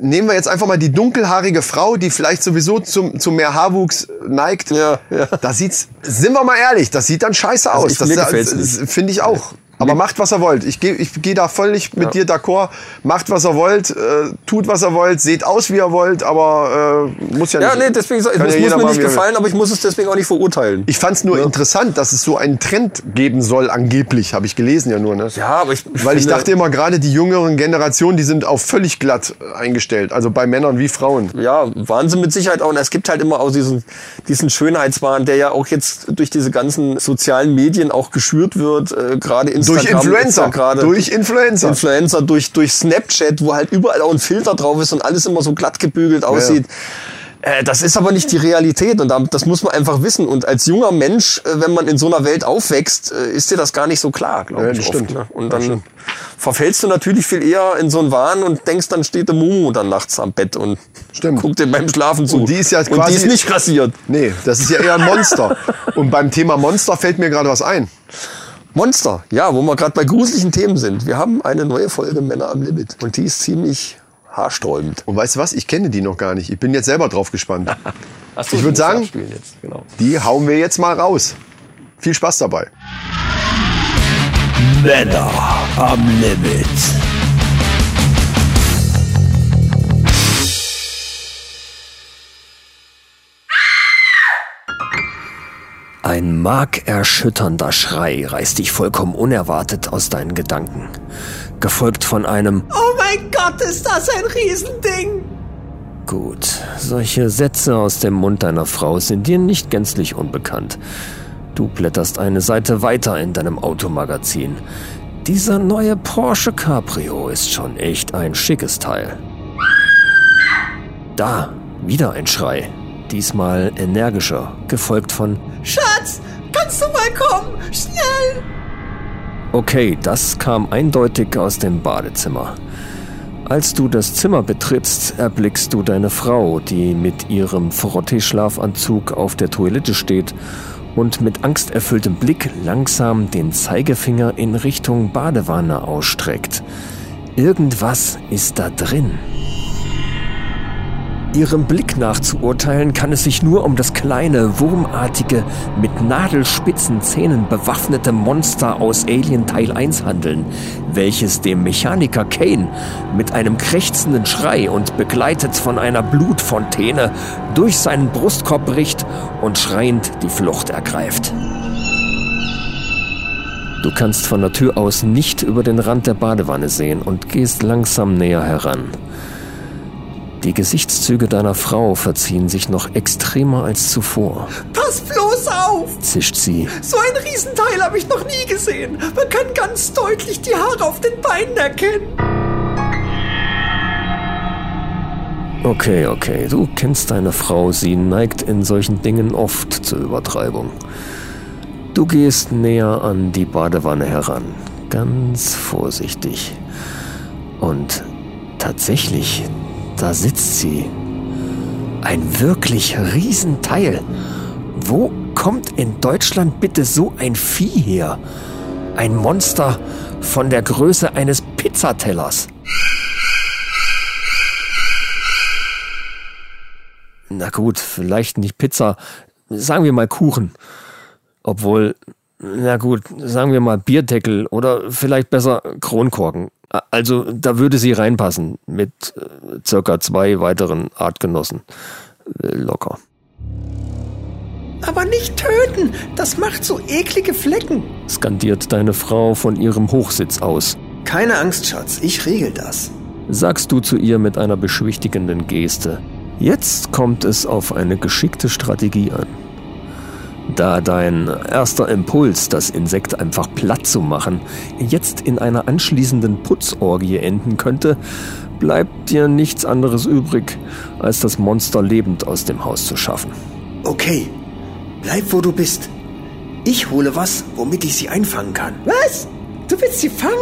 nehmen wir jetzt einfach mal die dunkelhaarige Frau, die vielleicht sowieso zum, zu mehr Haarwuchs neigt. Ja, ja. Da sieht's, sind wir mal ehrlich, das sieht dann scheiße aus. ich- das mir das- gefällt's das finde ich auch. Aber macht, was ihr wollt. Ich gehe ich geh da völlig mit dir d'accord. Macht, was ihr wollt, äh, tut, was ihr wollt, seht aus, wie ihr wollt, aber äh, muss ja, Ja, nicht. nee, deswegen, sag ich, kann es ja muss jeder mir machen, nicht wie er will. gefallen, aber ich muss es deswegen auch nicht verurteilen. Ich fand's nur interessant, dass es so einen Trend geben soll, angeblich. Habe ich gelesen ja nur, ne? ja, aber ich, Weil ich finde- dachte immer, gerade die jüngeren Generationen, die sind auf völlig glatt eingestellt. Also bei Männern wie Frauen. ja, waren sie mit Sicherheit auch. Und es gibt halt immer auch diesen, diesen Schönheitswahn, der ja auch jetzt durch diese ganzen sozialen Medien auch geschürt wird, äh, gerade Instagram. Durch Influencer. ist ja gerade- durch Influencer. Influencer, durch, durch Snapchat, wo halt überall auch ein Filter drauf ist und alles immer so glatt gebügelt aussieht. Äh, Das ist aber nicht die Realität und da- das muss man einfach wissen. Und als junger Mensch, äh, wenn man in so einer Welt aufwächst, äh, ist dir das gar nicht so klar, glaube Ja, ich. das oft, stimmt. ne? Und dann verfällst du natürlich viel eher in so einen Wahn und denkst, dann steht der Mumu dann nachts am Bett und Stimmt. guckt dir beim Schlafen zu. Und die ist ja und die quasi- ist nicht rasiert. Nee, das ist ja eher ein Monster. Und beim Thema Monster fällt mir gerade was ein. Monster, ja, wo wir gerade bei gruseligen Themen sind. Wir haben eine neue Folge Männer am Limit und die ist ziemlich haarsträubend. Und weißt du was? Ich kenne die noch gar nicht. Ich bin jetzt selber drauf gespannt. Achso, Ich würd muss sagen- abspielen jetzt, genau. Die hauen wir jetzt mal raus. Viel Spaß dabei. Männer am Limit. Ein markerschütternder Schrei reißt dich vollkommen unerwartet aus deinen Gedanken, gefolgt von einem Oh mein Gott, ist das ein Riesending! Gut, solche Sätze aus dem Mund deiner Frau sind dir nicht gänzlich unbekannt. Du blätterst eine Seite weiter in deinem Automagazin. Dieser neue Porsche Cabrio ist schon echt ein schickes Teil. Da, wieder ein Schrei. Diesmal energischer, gefolgt von Schatz, kannst du mal kommen? Schnell! Okay, das kam eindeutig aus dem Badezimmer. Als du das Zimmer betrittst, erblickst du deine Frau, die mit ihrem Frotteeschlafanzug auf der Toilette steht und mit angsterfülltem Blick langsam den Zeigefinger in Richtung Badewanne ausstreckt. Irgendwas ist da drin. Ihrem Blick nach zu urteilen, kann es sich nur um das kleine, wurmartige, mit nadelspitzen Zähnen bewaffnete Monster aus Alien Teil 1 handeln, welches dem Mechaniker Kane mit einem krächzenden Schrei und begleitet von einer Blutfontäne durch seinen Brustkorb bricht und schreiend die Flucht ergreift. Du kannst von der Tür aus nicht über den Rand der Badewanne sehen und gehst langsam näher heran. Die Gesichtszüge deiner Frau verziehen sich noch extremer als zuvor, Pass bloß auf! zischt sie. So ein Riesenteil habe ich noch nie gesehen. Man kann ganz deutlich die Haare auf den Beinen erkennen. Okay, okay, du kennst deine Frau, sie neigt in solchen Dingen oft zur Übertreibung. Du gehst näher an die Badewanne heran, ganz vorsichtig. Und tatsächlich, da sitzt sie. Ein wirklich Riesenteil. Wo kommt in Deutschland bitte so ein Vieh her? Ein Monster von der Größe eines Pizzatellers. Na gut, vielleicht nicht Pizza. Sagen wir mal Kuchen. Obwohl, na gut, sagen wir mal Bierdeckel oder vielleicht besser Kronkorken. A- Also da würde sie reinpassen mit äh, circa zwei weiteren Artgenossen. Äh, Locker. Aber nicht töten, das macht so eklige Flecken. Skandiert deine Frau von ihrem Hochsitz aus. Keine Angst, Schatz, ich regel das. sagst du zu ihr mit einer beschwichtigenden Geste. Jetzt kommt es auf eine geschickte Strategie an. Da dein erster Impuls, das Insekt einfach platt zu machen, jetzt in einer anschließenden Putzorgie enden könnte, bleibt dir nichts anderes übrig, als das Monster lebend aus dem Haus zu schaffen. Okay, bleib wo du bist. Ich hole was, womit ich sie einfangen kann. Was? Du willst sie fangen?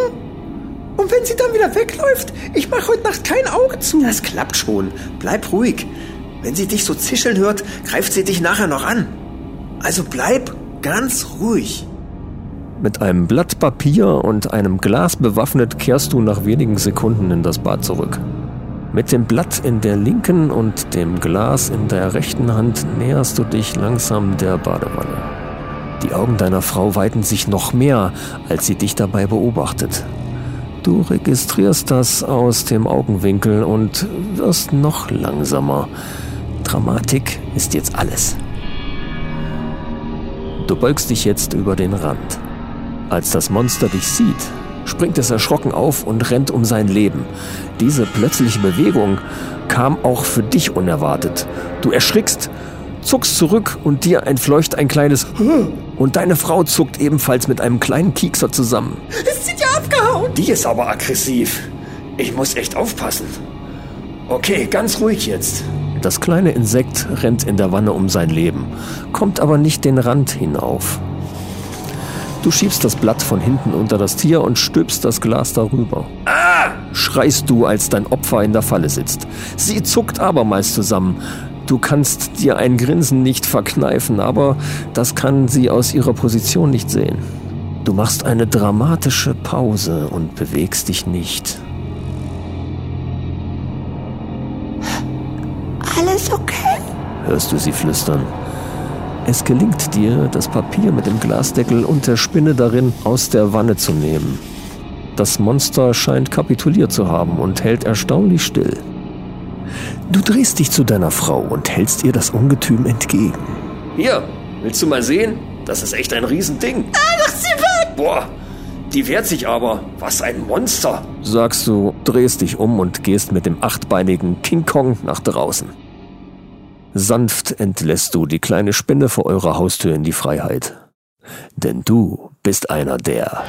Und wenn sie dann wieder wegläuft? Ich mache heute Nacht kein Auge zu. Das klappt schon. Bleib ruhig. Wenn sie dich so zischeln hört, greift sie dich nachher noch an. Also bleib ganz ruhig. Mit einem Blatt Papier und einem Glas bewaffnet kehrst du nach wenigen Sekunden in das Bad zurück. Mit dem Blatt in der linken und dem Glas in der rechten Hand näherst du dich langsam der Badewanne. Die Augen deiner Frau weiten sich noch mehr, als sie dich dabei beobachtet. Du registrierst das aus dem Augenwinkel und wirst noch langsamer. Dramatik ist jetzt alles. Du beugst dich jetzt über den Rand. Als das Monster dich sieht, springt es erschrocken auf und rennt um sein Leben. Diese plötzliche Bewegung kam auch für dich unerwartet. Du erschrickst, zuckst zurück und dir entfleucht ein kleines und deine Frau zuckt ebenfalls mit einem kleinen Kiekser zusammen. Ist sie dir abgehauen? Die ist aber aggressiv. Ich muss echt aufpassen. Okay, ganz ruhig jetzt. Das kleine Insekt rennt in der Wanne um sein Leben, kommt aber nicht den Rand hinauf. Du schiebst das Blatt von hinten unter das Tier und stülpst das Glas darüber. Schreist du, als dein Opfer in der Falle sitzt. Sie zuckt abermals zusammen. Du kannst dir ein Grinsen nicht verkneifen, aber das kann sie aus ihrer Position nicht sehen. Du machst eine dramatische Pause und bewegst dich nicht. Alles okay? hörst du sie flüstern. Es gelingt dir, das Papier mit dem Glasdeckel und der Spinne darin aus der Wanne zu nehmen. Das Monster scheint kapituliert zu haben und hält erstaunlich still. Du drehst dich zu deiner Frau und hältst ihr das Ungetüm entgegen. Hier, willst du mal sehen? Das ist echt ein Riesending. Ah, mach sie weg! Boah, die wehrt sich aber. Was ein Monster! Sagst du, drehst dich um und gehst mit dem achtbeinigen King Kong nach draußen. Sanft entlässt du die kleine Spinne vor eurer Haustür in die Freiheit. Denn du bist einer der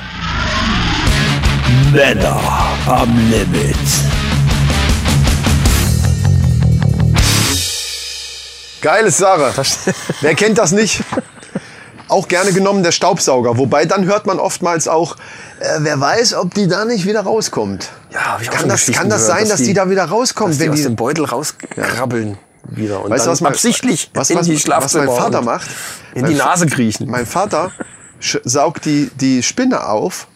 Männer am Limit. Geile Sache. Wer kennt das nicht? Auch gerne genommen der Staubsauger. Wobei dann hört man oftmals auch, äh, wer weiß, ob die da nicht wieder rauskommt. Ja, hab ich auch Kann schon das, Geschichten kann das gehört, sein, dass, dass die, die- da wieder rauskommt, dass die wenn aus die dem Beutel rauskrabbeln wieder und Weißt du, dann was mein- absichtlich was- in was- die was Schlafzimmer mein Vater und macht? in die Mein- Nase kriechen. Mein Vater sch- saugt die, die Spinne auf.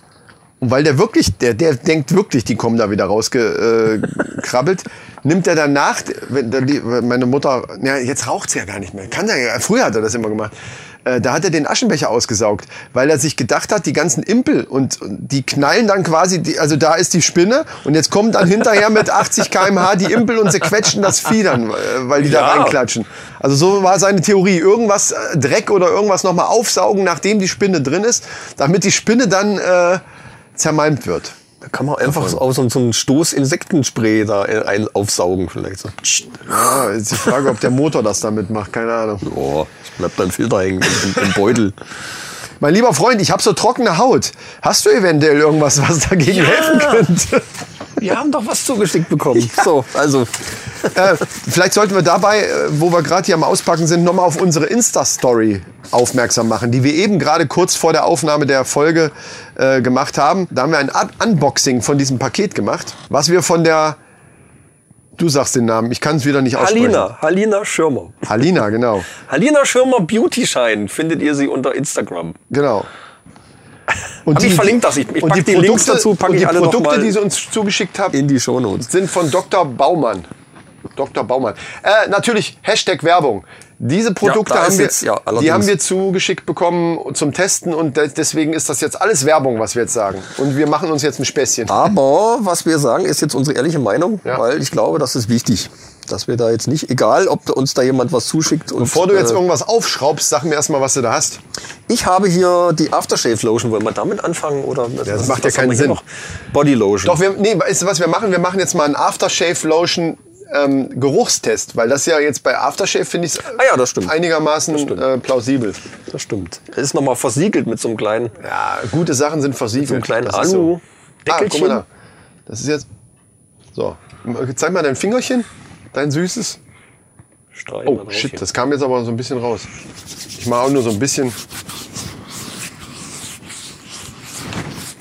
Und weil der wirklich, der, der denkt wirklich, die kommen da wieder rausgekrabbelt, äh, krabbelt, nimmt er danach, wenn, der, die- wenn meine Mutter, ja, jetzt raucht's ja gar nicht mehr. Kann er ja, früher hat er das immer gemacht. Äh, da hat er den Aschenbecher ausgesaugt, weil er sich gedacht hat, die ganzen Impel und und die knallen dann quasi, die, also da ist die Spinne und jetzt kommen dann hinterher mit 80 km/h die Impel und sie quetschen das Vieh dann, äh, weil die da Ja. reinklatschen klatschen. Also so war seine Theorie. Irgendwas äh, Dreck oder irgendwas nochmal aufsaugen, nachdem die Spinne drin ist, damit die Spinne dann äh, zermalmt wird. Da kann man einfach so, aus so so einen Stoß Insektenspray da äh, ein, aufsaugen vielleicht. So. Ja, jetzt die Frage, ob der Motor das damit macht, keine Ahnung. Boah, es Oh, bleibt dann Filter hängen im, im, im Beutel. Mein lieber Freund, ich habe so trockene Haut. Hast du eventuell irgendwas, was dagegen helfen könnte? Wir haben doch was zugeschickt bekommen. So, also äh, vielleicht sollten wir dabei, äh, wo wir gerade hier am Auspacken sind, nochmal auf unsere Insta-Story aufmerksam machen, die wir eben gerade kurz vor der Aufnahme der Folge äh, gemacht haben. Da haben wir ein Un Unboxing von diesem Paket gemacht, was wir von der, du sagst den Namen, ich kann es wieder nicht aussprechen. Halina, Halina Schirmer. Halina, genau. Halina Schirmer Beautyschein findet ihr sie unter Instagram. Genau. Und Hab ich verlinkt das. Ich- ich und pack die Links dazu, pack und ich die alle noch Produkte, mal die sie uns zugeschickt haben, die Shownotes. sind von Dr. Baumann. Dr. Baumann. Äh, natürlich, Hashtag Werbung. Diese Produkte da ist haben, wir, jetzt- ja, allerdings. die haben wir zugeschickt bekommen zum Testen und de- deswegen ist das jetzt alles Werbung, was wir jetzt sagen. Und wir machen uns jetzt ein Späßchen. Aber was wir sagen, ist jetzt unsere ehrliche Meinung, Ja. weil ich glaube, das ist wichtig. Dass wir da jetzt nicht, egal ob uns da jemand was zuschickt. Und, Bevor du jetzt um- äh, irgendwas aufschraubst, sag mir erstmal, was du da hast. Ich habe hier die Aftershave Lotion. Wollen wir damit anfangen? Oder das macht ja haben keinen wir hier Sinn. Body Lotion. Doch, wir, nee, weißt du, was wir machen? Wir machen jetzt mal einen Aftershave Lotion ähm, Geruchstest, weil das ja jetzt bei Aftershave finde ich Ah ja, das stimmt. einigermaßen Äh, plausibel. Das stimmt. Ist nochmal versiegelt mit so einem kleinen, Ja, gute Sachen sind versiegelt. so einem kleinen Das ist so. Ah, guck Alu-Deckelchen. mal da. Das ist jetzt. So, zeig mal dein Fingerchen, dein süßes. Streuen Oh, wir drauf shit, hier. das kam jetzt aber so ein bisschen raus. Ich mache auch nur so ein bisschen.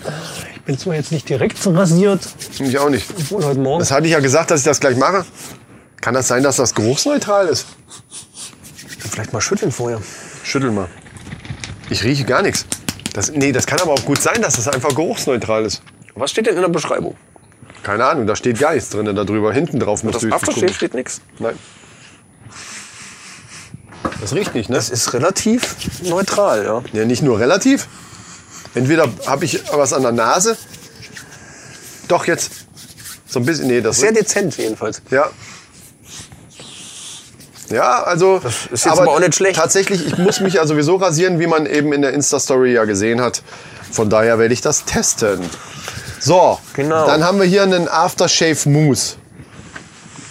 Ah, Ich bin zwar jetzt nicht direkt rasiert, Ich auch nicht. obwohl heute Morgen. Das hatte ich ja gesagt, dass ich das gleich mache. Kann das sein, dass das geruchsneutral ist? Vielleicht mal schütteln vorher. Schüttel mal. Ich rieche gar nichts. Das, nee, das kann aber auch gut sein, dass das einfach geruchsneutral ist. Was steht denn in der Beschreibung? Keine Ahnung, da steht gar nichts drin da drüber. Hinten drauf musst Das du jetzt Aftershave gucken. steht nichts. Nein. Das riecht nicht, ne? Das ist relativ neutral, ja. Ja, nicht nur relativ. Entweder habe ich was an der Nase. Doch, jetzt. So ein bisschen. Nee, das Sehr dezent jedenfalls. Ja. Ja, also. ist jetzt aber auch nicht schlecht. Tatsächlich, ich muss mich ja sowieso rasieren, wie man eben in der Insta-Story ja gesehen hat. Von daher werde ich das testen. So, Genau. dann haben wir hier einen Aftershave Mousse.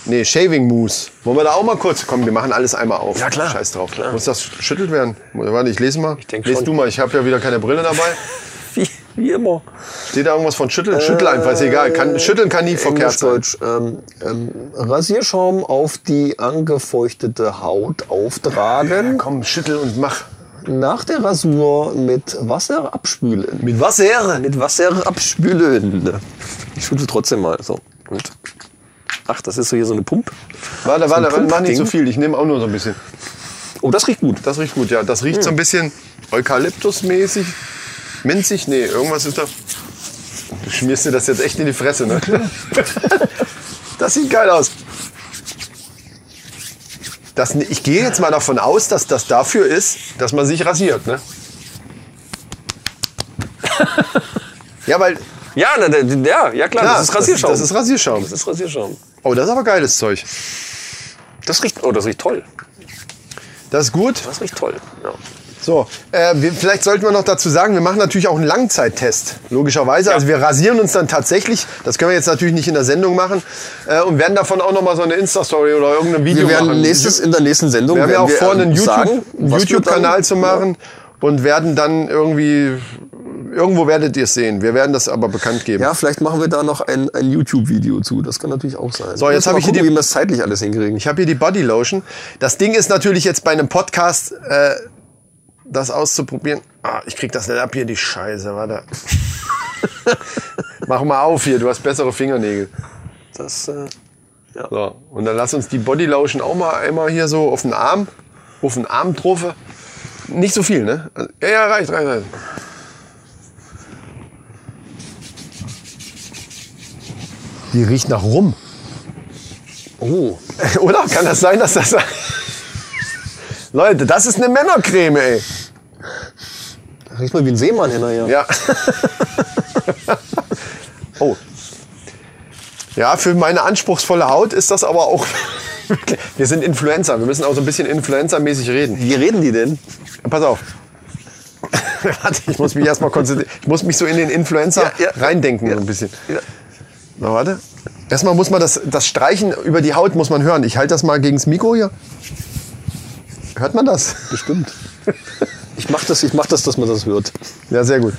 Nee, Shaving Mousse. Wollen wir da auch mal kurz? Komm, wir machen alles einmal auf. Ja, klar. Scheiß drauf. Klar. Muss das schüttelt werden? Warte, ich lese mal. Ich denk Lest schon. du mal, ich habe ja wieder keine Brille dabei. Wie, wie immer. Steht da irgendwas von Schütteln? Schüttel einfach, ist egal. Kann, Äh, schütteln kann nie verkehrt sein. Englisch-Deutsch. Ähm, ähm, Rasierschaum auf die angefeuchtete Haut auftragen. Komm, schüttel und mach. Nach der Rasur mit Wasser abspülen. Mit Wasser? Mit Wasser abspülen. Ich schüttel trotzdem mal. So. Und Ach, das ist so hier so eine Pump. Warte, warte, warte, mach nicht Pumpding. so viel. Ich nehme auch nur so ein bisschen. Oh, das riecht gut. Das riecht gut, ja. Das riecht Hm. so ein bisschen Eukalyptusmäßig. Minzig? Nee, irgendwas ist da. Du schmierst dir das jetzt echt in die Fresse, ne? das sieht geil aus. Das, ich gehe jetzt mal davon aus, dass das dafür ist, dass man sich rasiert, ne? ja, weil. Ja, na, da- ja, ja klar, klar, Ah, das ist Rasierschaum. Das, ist Rasierschaum. Das ist Rasierschaum. Oh, das ist aber geiles Zeug. Das riecht, oh, das riecht toll. Das ist gut. Das riecht toll. Ja. So, äh, wir, vielleicht sollten wir noch dazu sagen, wir machen natürlich auch einen Langzeittest, logischerweise. Also wir rasieren uns dann tatsächlich, das können wir jetzt natürlich nicht in der Sendung machen, äh, und werden davon auch nochmal so eine Insta-Story oder irgendein Video Wir werden machen. nächstes, in der nächsten Sendung wir haben ja auch werden vor, ähm, einen sagen, YouTube- was wir dann- YouTube-Kanal zu machen und werden dann irgendwie, irgendwo werdet ihr es sehen. Wir werden das aber bekannt geben. Ja, vielleicht machen wir da noch ein, ein YouTube-Video zu. Das kann natürlich auch sein. So, jetzt Müssen hab wir ich gucken, hier die- wie wir das zeitlich alles hinkriegen. Ich habe hier die Body Lotion. Das Ding ist natürlich jetzt bei einem Podcast, äh, das auszuprobieren. Ah, ich krieg das nicht ab hier, die Scheiße, warte. Mach mal auf hier, du hast bessere Fingernägel. Das, äh, So, und dann lass uns die Body Lotion auch mal einmal hier so auf den Arm, auf den Arm drauf. Nicht so viel, ne? Also, Ja, ja, reicht, reicht, reicht. Die riecht nach Rum. oh, Oder? Kann das sein, dass das. Leute, das ist eine Männercreme, ey. das riecht mal wie ein Seemann hinterher. Ja. oh. Ja, für meine anspruchsvolle Haut ist das aber auch. wir sind Influencer, wir müssen auch so ein bisschen Influencer-mäßig reden. Wie reden die denn? Pass auf. Warte, ich muss mich erstmal konzentrieren. Ich muss mich so in den Influencer Ja, ja. reindenken, so ein bisschen. Ja. Na, warte. Erstmal muss man das, das Streichen über die Haut muss man hören. Ich halte das mal gegens Mikro hier. Hört man das? Bestimmt. Ich mach das, ich mach das, dass man das hört. Ja, sehr gut.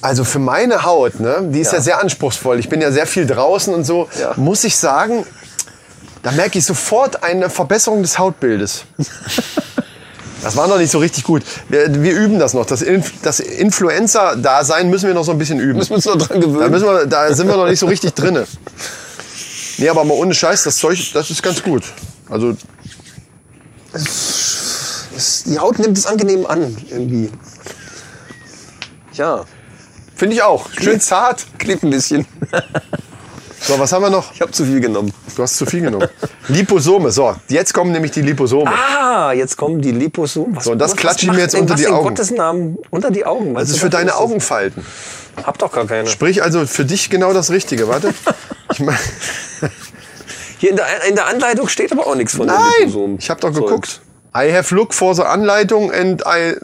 Also für meine Haut, ne, die ist ja. Ja. sehr anspruchsvoll. Ich bin ja sehr viel draußen und so, Ja. muss ich sagen, da merke ich sofort eine Verbesserung des Hautbildes. Das war noch nicht so richtig gut. Wir, wir üben das noch. Das, Inf das Influencer-Dasein müssen wir noch so ein bisschen üben. Müssen wir uns noch dran gewöhnen. Da, müssen wir, da sind wir noch nicht so richtig drinne. Nee, aber mal ohne Scheiß, das Zeug, das ist ganz gut. Also Das- Die Haut nimmt es angenehm an, irgendwie. Ja, finde ich auch. Schön zart. klebt ein bisschen. So, was haben wir noch? Ich habe zu viel genommen. Du hast zu viel genommen. Liposome. So, jetzt kommen nämlich die Liposome. Ah, jetzt kommen die Liposomen. Was, So, und das was klatsche ich macht mir jetzt denn unter was die in Augen. Gottes Namen unter die Augen. Das ist für deine Augenfalten. Hab doch gar keine. Sprich also für dich genau das Richtige. Warte. Ich mein, Hier in der, in der Anleitung steht aber auch nichts von den Liposomen. ich habe doch Zeugs. geguckt. I have looked for the Anleitung and I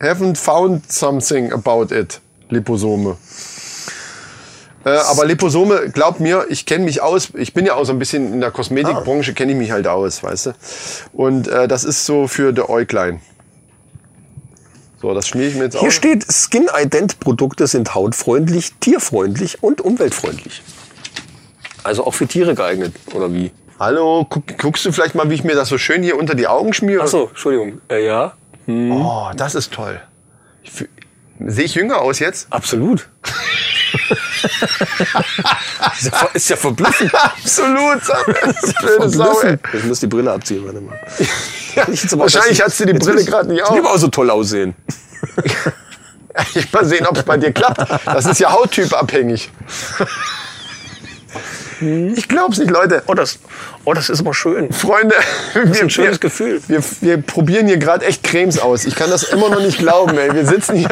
haven't found something about it. Liposome. Äh, aber Liposome, glaub mir, ich kenne mich aus. Ich bin ja auch so ein bisschen in der Kosmetikbranche, kenne ich mich halt aus, weißt du. Und äh, das ist so für der Äuglein. So, das schmier ich mir jetzt Hier auf. steht, Skin-Ident-Produkte sind hautfreundlich, tierfreundlich und umweltfreundlich. Also auch für Tiere geeignet, oder wie? Hallo, guck, guckst du vielleicht mal, wie ich mir das so schön hier unter die Augen schmiere? Ach so, Entschuldigung. Äh, ja, Oh, das ist toll. Ich fühl- Sehe ich jünger aus jetzt? absolut. ist, ja, ver- ist ja verblüffend. Absolut. Blöde Sau, ey. Verblüffend. Ich muss die Brille abziehen, warte mal. Ich jetzt aber- Wahrscheinlich hat's dir die jetzt Brille muss ich- gerade nicht jetzt muss Ich auf. aber auch so toll aussehen. Ich mal sehen, ob es bei dir klappt. Das ist ja hauttypabhängig. Ich glaub's nicht, Leute. Hm. Oh, das, oh, das ist immer schön. Freunde, das ein schönes Gefühl. Wir, wir probieren hier gerade echt Cremes aus. Ich kann das immer noch nicht glauben, ey. Wir sitzen hier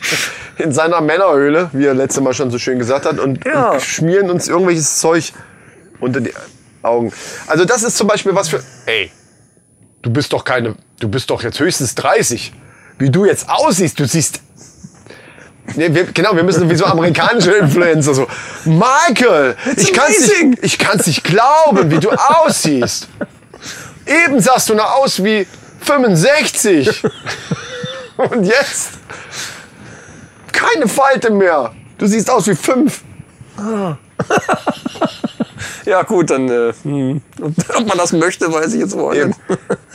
in seiner Männerhöhle, wie er letztes Mal schon so schön gesagt hat, und, Ja. und schmieren uns irgendwelches Zeug unter die Augen. Also das ist zum Beispiel was für... Ey, du bist doch keine... Du bist doch jetzt höchstens 30. Wie du jetzt aussiehst, du siehst... Nee, wir, genau, wir müssen wie so amerikanische Influencer so. Michael, ich kann's, amazing. nicht, ich kann's nicht glauben, wie du aussiehst. Eben sahst du noch aus wie 65. Und jetzt keine Falte mehr. Du siehst aus wie fünf. Ja, gut, dann, äh, hm. ob man das möchte, weiß ich jetzt auch Eben. nicht.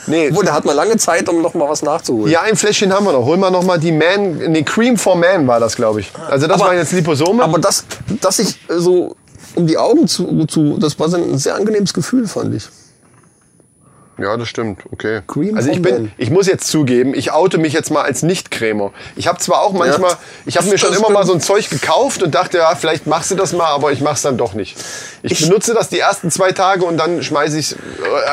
Nee. Obwohl, da hat man lange Zeit, um noch mal was nachzuholen. Ja, ein Fläschchen haben wir noch. Hol mal noch mal die Man, nee, Cream for Man war das, glaube ich. Also das Aber- waren jetzt Liposome. Aber das, dass ich äh, so um die Augen zu, zu, das war so ein sehr angenehmes Gefühl, fand ich. Ja, das stimmt. Okay. Cream also ich von bin, Ben. ich muss jetzt zugeben, ich oute mich jetzt mal als Nicht-Cremer. Ich habe zwar auch manchmal, Ja. ich habe mir schon Das immer mal stimmt. so ein Zeug gekauft und dachte, ja, vielleicht machst du das mal, aber ich mach's dann doch nicht. Ich, benutze das die ersten zwei Tage und dann schmeiße ich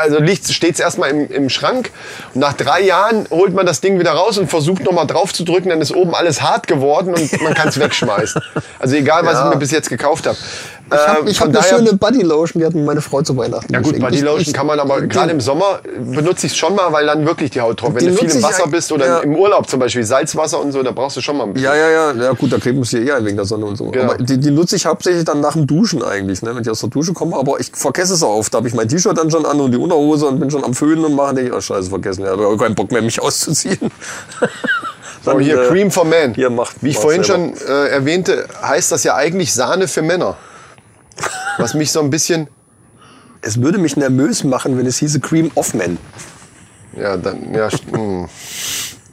also liegt steht's erstmal im, im Schrank. Und nach drei Jahren holt man das Ding wieder raus und versucht nochmal drauf zu drücken, dann ist oben alles hart geworden und man kann's wegschmeißen. Also egal, was Ja. ich mir bis jetzt gekauft Äh, habe. Ich habe ich hab eine schöne Bodylotion, die hat mir meine Frau zu Weihnachten Ja gut, geschenkt. Ich- Bodylotion ich- kann man aber die- gerade im Sommer äh, benutze ich es schon mal, weil dann wirklich die Haut trocken. Wenn Die du viel nutze im ich Wasser eig- bist oder ja. im Urlaub zum Beispiel Salzwasser und so, da brauchst du schon mal ein bisschen. Ja, ja, ja, ja gut, da kriegen wir es ja eher wegen der Sonne und so. Genau. Aber die, die nutze ich hauptsächlich dann nach dem Duschen eigentlich, ne, wenn ich aus der Dusche komme. Aber ich vergesse es auch oft. Da habe ich mein T-Shirt dann schon an und die Unterhose und bin schon am Föhnen und mache denke ich, oh scheiße, vergessen. Ich habe auch keinen Bock mehr, mich auszuziehen. So, Oh, hier äh, Cream for Men. Oh, hier, mach- Wie ich mach vorhin selber. schon äh, erwähnte, heißt das ja eigentlich Sahne für Männer. Was mich so ein bisschen Es würde mich nervös machen, wenn es hieße Cream of Men. ja, dann ja st- hm.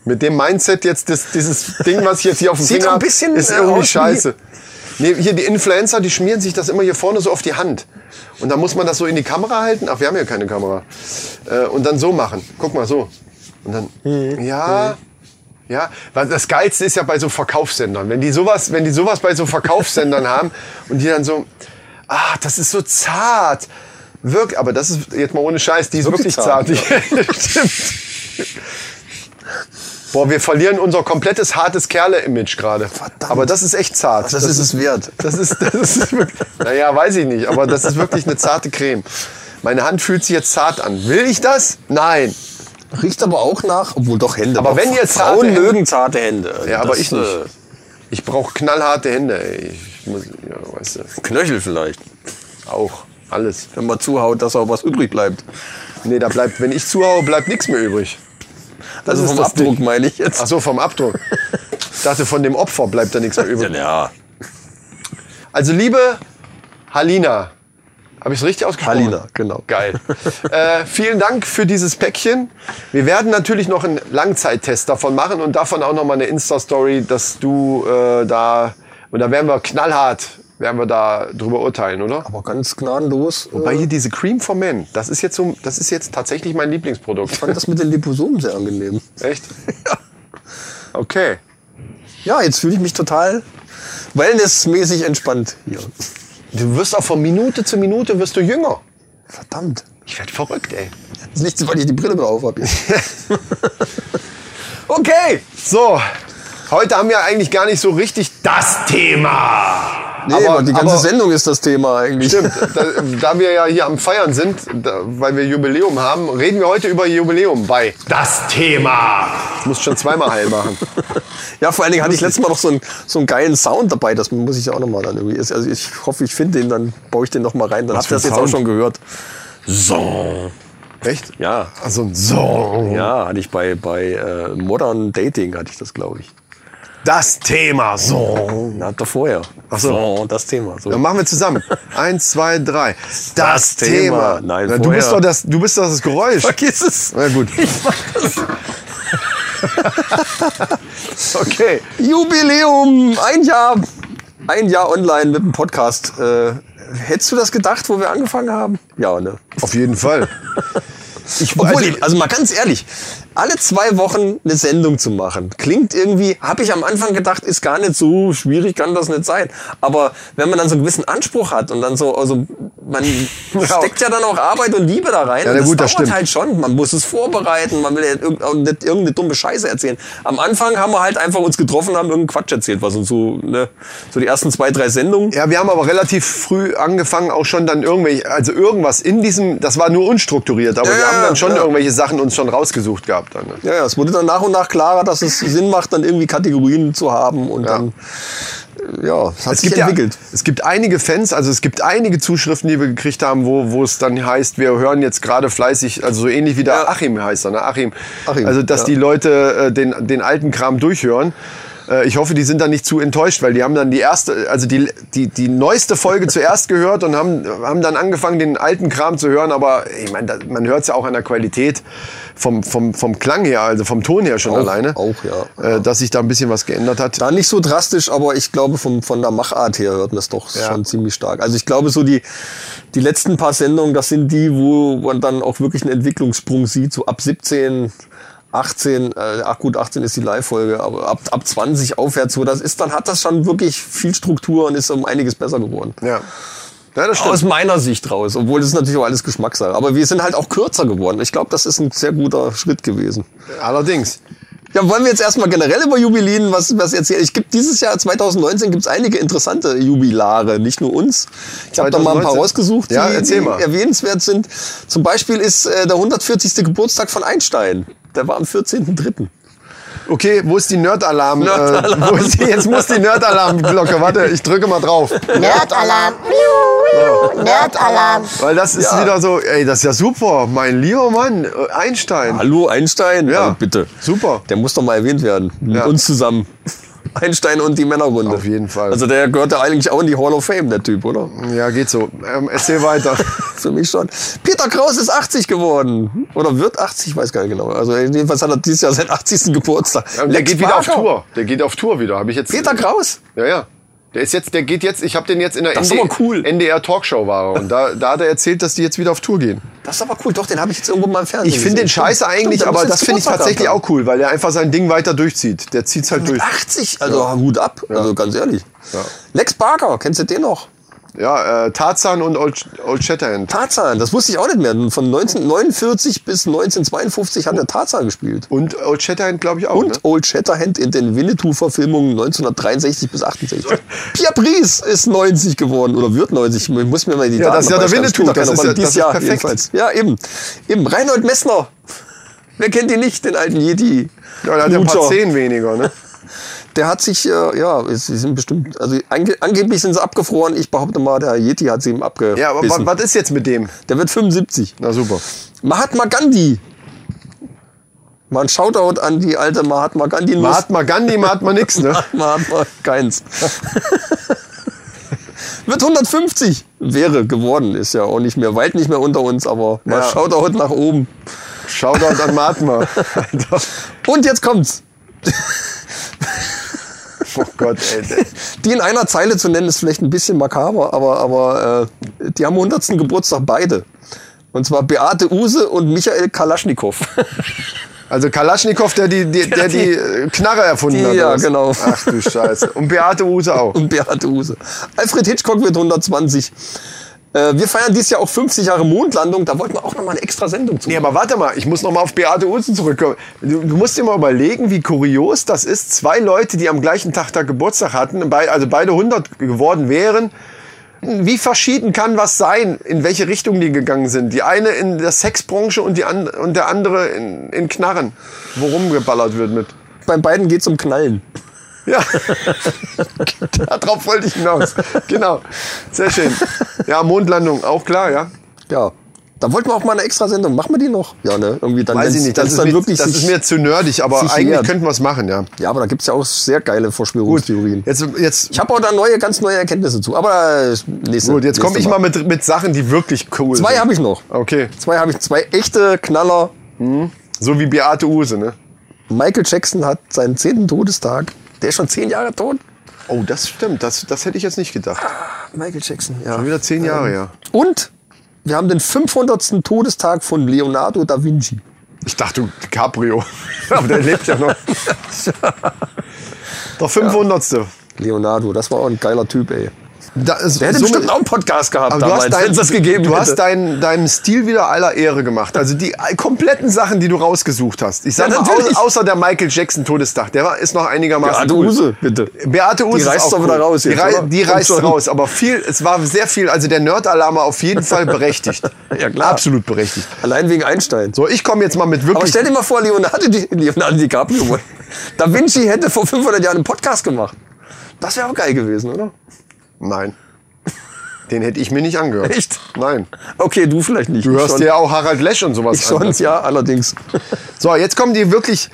mit dem Mindset jetzt das, dieses Ding, was ich jetzt hier auf dem Sieht Finger ein hab, bisschen, ist äh, irgendwie aus wie- scheiße. Nee, hier die Influencer, die schmieren sich das immer hier vorne so auf die Hand. Und dann muss man das so in die Kamera halten. Ach, wir haben ja keine Kamera. Äh, und dann so machen. Guck mal so. Und dann Mhm. ja. Ja, weil das geilste ist ja bei so Verkaufssendern, wenn die sowas, wenn die sowas bei so Verkaufssendern haben und die dann so ah, das ist so zart. Wirklich, aber das ist jetzt mal ohne Scheiß, die ist wirklich, Wirklich zart. zart, Stimmt. Boah, wir verlieren unser komplettes hartes Kerle-Image gerade. Aber das ist echt zart. Das ist es wert. Das ist, das ist wirklich, naja, weiß ich nicht, aber das ist wirklich eine zarte Creme. Meine Hand fühlt sich jetzt zart an. Will ich das? Nein. Riecht aber auch nach, obwohl doch Hände. Aber wenn ihr zarte Frauen Hände- mögen zarte Hände. Also Ja, aber das, ich nicht. äh, Ich brauche knallharte Hände. Ey. Ich muss, ja, weißt du, Knöchel vielleicht, auch alles. wenn man zuhaut, dass auch was übrig bleibt. Nee, da bleibt, wenn ich zuhaue, bleibt nichts mehr übrig. Das also ist vom das Abdruck Ding. meine ich jetzt. Ach so, vom Abdruck. Ich dachte, von dem Opfer bleibt da nichts mehr übrig. ja. Also, liebe Halina, habe ich es richtig ausgesprochen? Halina, genau. Geil. Äh, vielen Dank für dieses Päckchen. Wir werden natürlich noch einen Langzeittest davon machen und davon auch noch mal eine Insta-Story, dass du äh, da, und da werden wir knallhart, werden wir da drüber urteilen, oder? Aber ganz gnadenlos. Wobei äh, hier diese Cream for Men, das ist jetzt so, das ist jetzt tatsächlich mein Lieblingsprodukt. fand das mit den Liposomen sehr angenehm. Echt? Okay. Ja, jetzt fühle ich mich total wellnessmäßig entspannt hier. Du wirst auch von Minute zu Minute wirst du jünger. Verdammt. Ich werde verrückt, ey. Das ist nichts, weil ich die Brille drauf habe. Okay, so. Heute haben wir eigentlich gar nicht so richtig das Thema. Nee, aber, die ganze Sendung ist das Thema eigentlich. Stimmt, da, da wir ja hier am Feiern sind, da, weil wir Jubiläum haben, reden wir heute über Jubiläum bei Das Thema. Ich muss schon zweimal heil machen. Ja, vor allen Dingen hatte ich letztes Mal noch so einen, so einen geilen Sound dabei. Das muss ich ja auch nochmal dann irgendwie. Also ich hoffe, ich finde den, dann baue ich den nochmal rein. Dann habt ihr das für ein jetzt auch Sound? schon gehört. So. Echt? Ja. Also ein So. Ja, hatte ich bei, bei äh, Modern Dating, hatte ich das, glaube ich. Das Thema. So. Na, doch vorher. Ach so. das Thema. So. Dann machen wir zusammen. Eins, zwei, drei. Das, Das Thema. Thema. Nein, Na, du vorher. bist doch das, du bist doch das Geräusch. Vergiss es. Na gut. Ich mach das. Okay. Jubiläum, ein Jahr, ein Jahr online mit dem Podcast. Äh, hättest du das gedacht, wo wir angefangen haben? Ja, ne? Auf jeden Fall. Ich Obwohl, also, mal ganz ehrlich, alle zwei Wochen eine Sendung zu machen, klingt irgendwie, habe ich am Anfang gedacht, ist gar nicht so schwierig, kann das nicht sein. Aber wenn man dann so einen gewissen Anspruch hat und dann so, also man steckt ja dann auch Arbeit und Liebe da rein. Ja, und na gut, dauert das stimmt. halt schon. Man muss es vorbereiten, man will ja irgend- auch nicht irgendeine dumme Scheiße erzählen. Am Anfang haben wir halt einfach uns getroffen, haben irgendeinen Quatsch erzählt, was uns so, ne, so die ersten zwei, drei Sendungen. Ja, wir haben aber relativ früh angefangen, auch schon dann irgendwelche, also irgendwas in diesem, das war nur unstrukturiert, aber Ja, wir haben dann schon ja. irgendwelche Sachen uns schon rausgesucht gehabt. Dann. ne? Ja, ja, es wurde dann nach und nach klarer, dass es Sinn macht, dann irgendwie Kategorien zu haben und dann, äh, ja, es hat Es sich gibt, ja, entwickelt. es gibt einige Fans, also es gibt einige Zuschriften, die wir gekriegt haben, wo, wo es dann heißt, wir hören jetzt gerade fleißig, also so ähnlich wie der Ja. Achim heißt er, ne? Achim. Achim, Also, dass ja. die Leute äh, den, den alten Kram durchhören. Äh, ich hoffe, die sind dann nicht zu enttäuscht, weil die haben dann die erste, also die, die, die neueste Folge zuerst gehört und haben, haben dann angefangen, den alten Kram zu hören. Aber ich meine, da- man hört es ja auch an der Qualität vom, vom, vom Klang her, also vom Ton her schon Auch- alleine. auch, ja. Äh, dass sich da ein bisschen was geändert hat. Da nicht so drastisch, aber ich glaube, vom, von der Machart her hört man es doch Ja. schon ziemlich stark. Also ich glaube, so die, die letzten paar Sendungen, das sind die, wo man dann auch wirklich einen Entwicklungssprung sieht, so ab 17, 18, äh, ach gut, 18 ist die Live-Folge, aber ab, ab 20 aufwärts, so das ist, dann hat das schon wirklich viel Struktur und ist um einiges besser geworden. Ja. Ja, das stimmt. Aus meiner Sicht raus, obwohl das ist natürlich auch alles Geschmackssache. Aber wir sind halt auch kürzer geworden. Ich glaube, das ist ein sehr guter Schritt gewesen. Allerdings. Ja, wollen wir jetzt erstmal generell über Jubiläen was, was erzählen? Ich gibt dieses Jahr 2019 gibt's einige interessante Jubilare, nicht nur uns. Ich habe da mal ein paar 2019? rausgesucht, Ja, die, erzähl die mal. erwähnenswert sind. Zum Beispiel ist äh, der 140. Geburtstag von Einstein. Der war am 14.03. Okay, wo ist die Nerd-Alarm? Nerd-Alarm. Äh, wo ist die, jetzt muss die Nerd-Alarm-Glocke. Warte, ich drücke mal drauf. Nerdalarm. Miu, miu, Nerdalarm. Weil das ist Ja. wieder so, ey, das ist ja super, mein lieber Mann, äh, Einstein. Hallo Einstein, Ja. Also bitte. Super. Der muss doch mal erwähnt werden. Mit Ja. uns zusammen. Einstein und die Männerrunde. Auf jeden Fall. Also der gehört ja eigentlich auch in die Hall of Fame, der Typ, oder? Ja, geht so. Ähm, erzähl weiter. Für mich schon. Peter Kraus ist 80 geworden. Oder wird 80, ich weiß gar nicht genau. Also jedenfalls hat er dieses Jahr seinen 80. Geburtstag. der Lex geht wieder auf Barker. Tour. Der geht auf Tour wieder, habe ich jetzt. Peter Kraus? Ja, ja. Der ist jetzt, der geht jetzt, ich habe den jetzt in der Das ist ND aber cool. NDR Talkshow war er. und da, da hat er erzählt, dass die jetzt wieder auf Tour gehen. Das ist aber cool. Doch, den habe ich jetzt irgendwo mal im Fernsehen Ich finde den gesehen. scheiße Stimmt, eigentlich, der muss aber jetzt das finde ich Geburtstag tatsächlich gehabt auch cool, weil der einfach sein Ding weiter durchzieht. Der zieht's halt durch. haben. 80, also Hut ab. Also ganz ehrlich. Ja. Lex Barker, kennst du den noch? Ja, äh, Tarzan und Old, Old Shatterhand. Tarzan, das wusste ich auch nicht mehr. Von 1949 bis 1952 hat er Tarzan gespielt. Und Old Shatterhand, glaube ich, auch. Und ne? Old Shatterhand in den Winnetou-Verfilmungen 1963 bis 68. Pierre Brice ist 90 geworden oder wird 90. Ich muss mir mal die Ja, Daten das ist ja noch der beischreiben. Winnetou. Spielt doch Das keine ist Rolle. ja- das Dieses ist Jahr perfekt. jedenfalls. Ja, eben. Eben. Reinhold Messner. Wer kennt ihn nicht, den alten Yeti? Ja, der hat ja ein paar Lutscher. Zehen weniger, ne? Der hat sich, äh, ja, es- sie sind bestimmt, also ange angeblich sind sie abgefroren. Ich behaupte mal, der Yeti hat sie ihm abgebissen. Ja, aber wa- was ist jetzt mit dem? der wird 75. Na super. Mahatma Gandhi. Mal ein Shoutout an die alte Mahatma Gandhi. Mahatma Gandhi, Mahatma nix, ne? Man hat mal keins. Wird 150 wäre geworden, ist ja auch nicht mehr weit nicht mehr unter uns, aber mal Ja. schaut auch nach oben. Shoutout an Mahatma. Alter. Und jetzt kommt's. Oh Gott, ey. Die in einer Zeile zu nennen, ist vielleicht ein bisschen makaber, aber, aber äh, die haben 100. Geburtstag beide. Und zwar Beate Use und Michael Kalaschnikow. Also Kalaschnikow, der die, die, der die äh, Knarre erfunden Die, hat. ja, oder was? genau. Ach du Scheiße. Und Beate Use auch. und Beate Use. Alfred Hitchcock wird 120. Äh, wir feiern dieses Jahr auch 50 Jahre Mondlandung. Da wollten wir auch nochmal eine extra Sendung zu. Nee, aber warte mal, ich muss noch mal auf Beate Use zurückkommen. Du, du musst dir mal überlegen, wie kurios das ist. Zwei Leute, die am gleichen Tag da Geburtstag hatten, bei, also beide 100 geworden wären. Wie verschieden kann was sein, in welche Richtung die gegangen sind? Die eine in der Sexbranche und, die and, und der andere in, in Knarren, worum geballert wird mit. Bei beiden geht's um Knallen. Ja, darauf wollte ich hinaus. Genau, sehr schön. Ja, Mondlandung, auch klar, ja. Ja. Da wollten wir auch mal eine extra Sendung. Machen wir die noch? Ja, ne? Irgendwie dann. Weiß wenn's- ich nicht, wenn's das, ist dann mir, wirklich das sich- ist mir zu nerdig, aber sich eigentlich nähert. könnten wir es machen, ja. Ja, aber da gibt's ja auch sehr geile Verschwörungstheorien. Jetzt, jetzt, Ich habe auch da neue, ganz neue Erkenntnisse zu. Aber äh, nächste, gut, jetzt komme nächste ich mal mit, Oh. mit Sachen, die wirklich cool Zwei sind. habe ich noch. Okay, Zwei habe ich. Zwei echte Knaller. so wie Beate Use, ne? Michael Jackson hat seinen zehnten Todestag. Der ist schon zehn Jahre tot. Oh, das stimmt, das, das hätte ich jetzt nicht gedacht. Michael Jackson, ja. Schon wieder zehn Jahre, ja. Und wir haben den 500. Todestag von Leonardo da Vinci. Ich dachte, Caprio. aber der lebt ja noch. Der 500. Leonardo, das war auch ein geiler Typ, ey. Da ist, Der hätte so- bestimmt auch einen Podcast gehabt Aber du hast, wenn's das gegeben dein, du hast hätte. dein, deinem Stil wieder aller Ehre gemacht. Also die kompletten Sachen, die du rausgesucht hast. Ich sag Ja, mal, natürlich. au- außer der Michael Jackson Todestag, der war, ist noch einigermaßen Beate cool. Use, bitte. Beate Use Die ist reißt auch doch cool. wieder raus Die, jetzt, rei oder? Oh, die Kommt reißt schon. raus, aber viel, es war sehr viel. Also der Nerd-Alarm war auf jeden Fall berechtigt. Ja, klar. Absolut berechtigt. Allein wegen Einstein. So, ich komme jetzt mal mit Aber wirklich. stell dir mal vor, Leonardo, Di Leonardo DiCaprio. da Vinci hätte vor 500 Jahren einen Podcast gemacht. Das wäre auch geil gewesen, oder? Nein. Den hätte ich mir nicht angehört. Echt? Nein. Okay, du vielleicht nicht. Du Ich hörst schon. dir ja auch Harald Lesch und sowas Ich schon, an. ja, allerdings. So, jetzt kommen die wirklich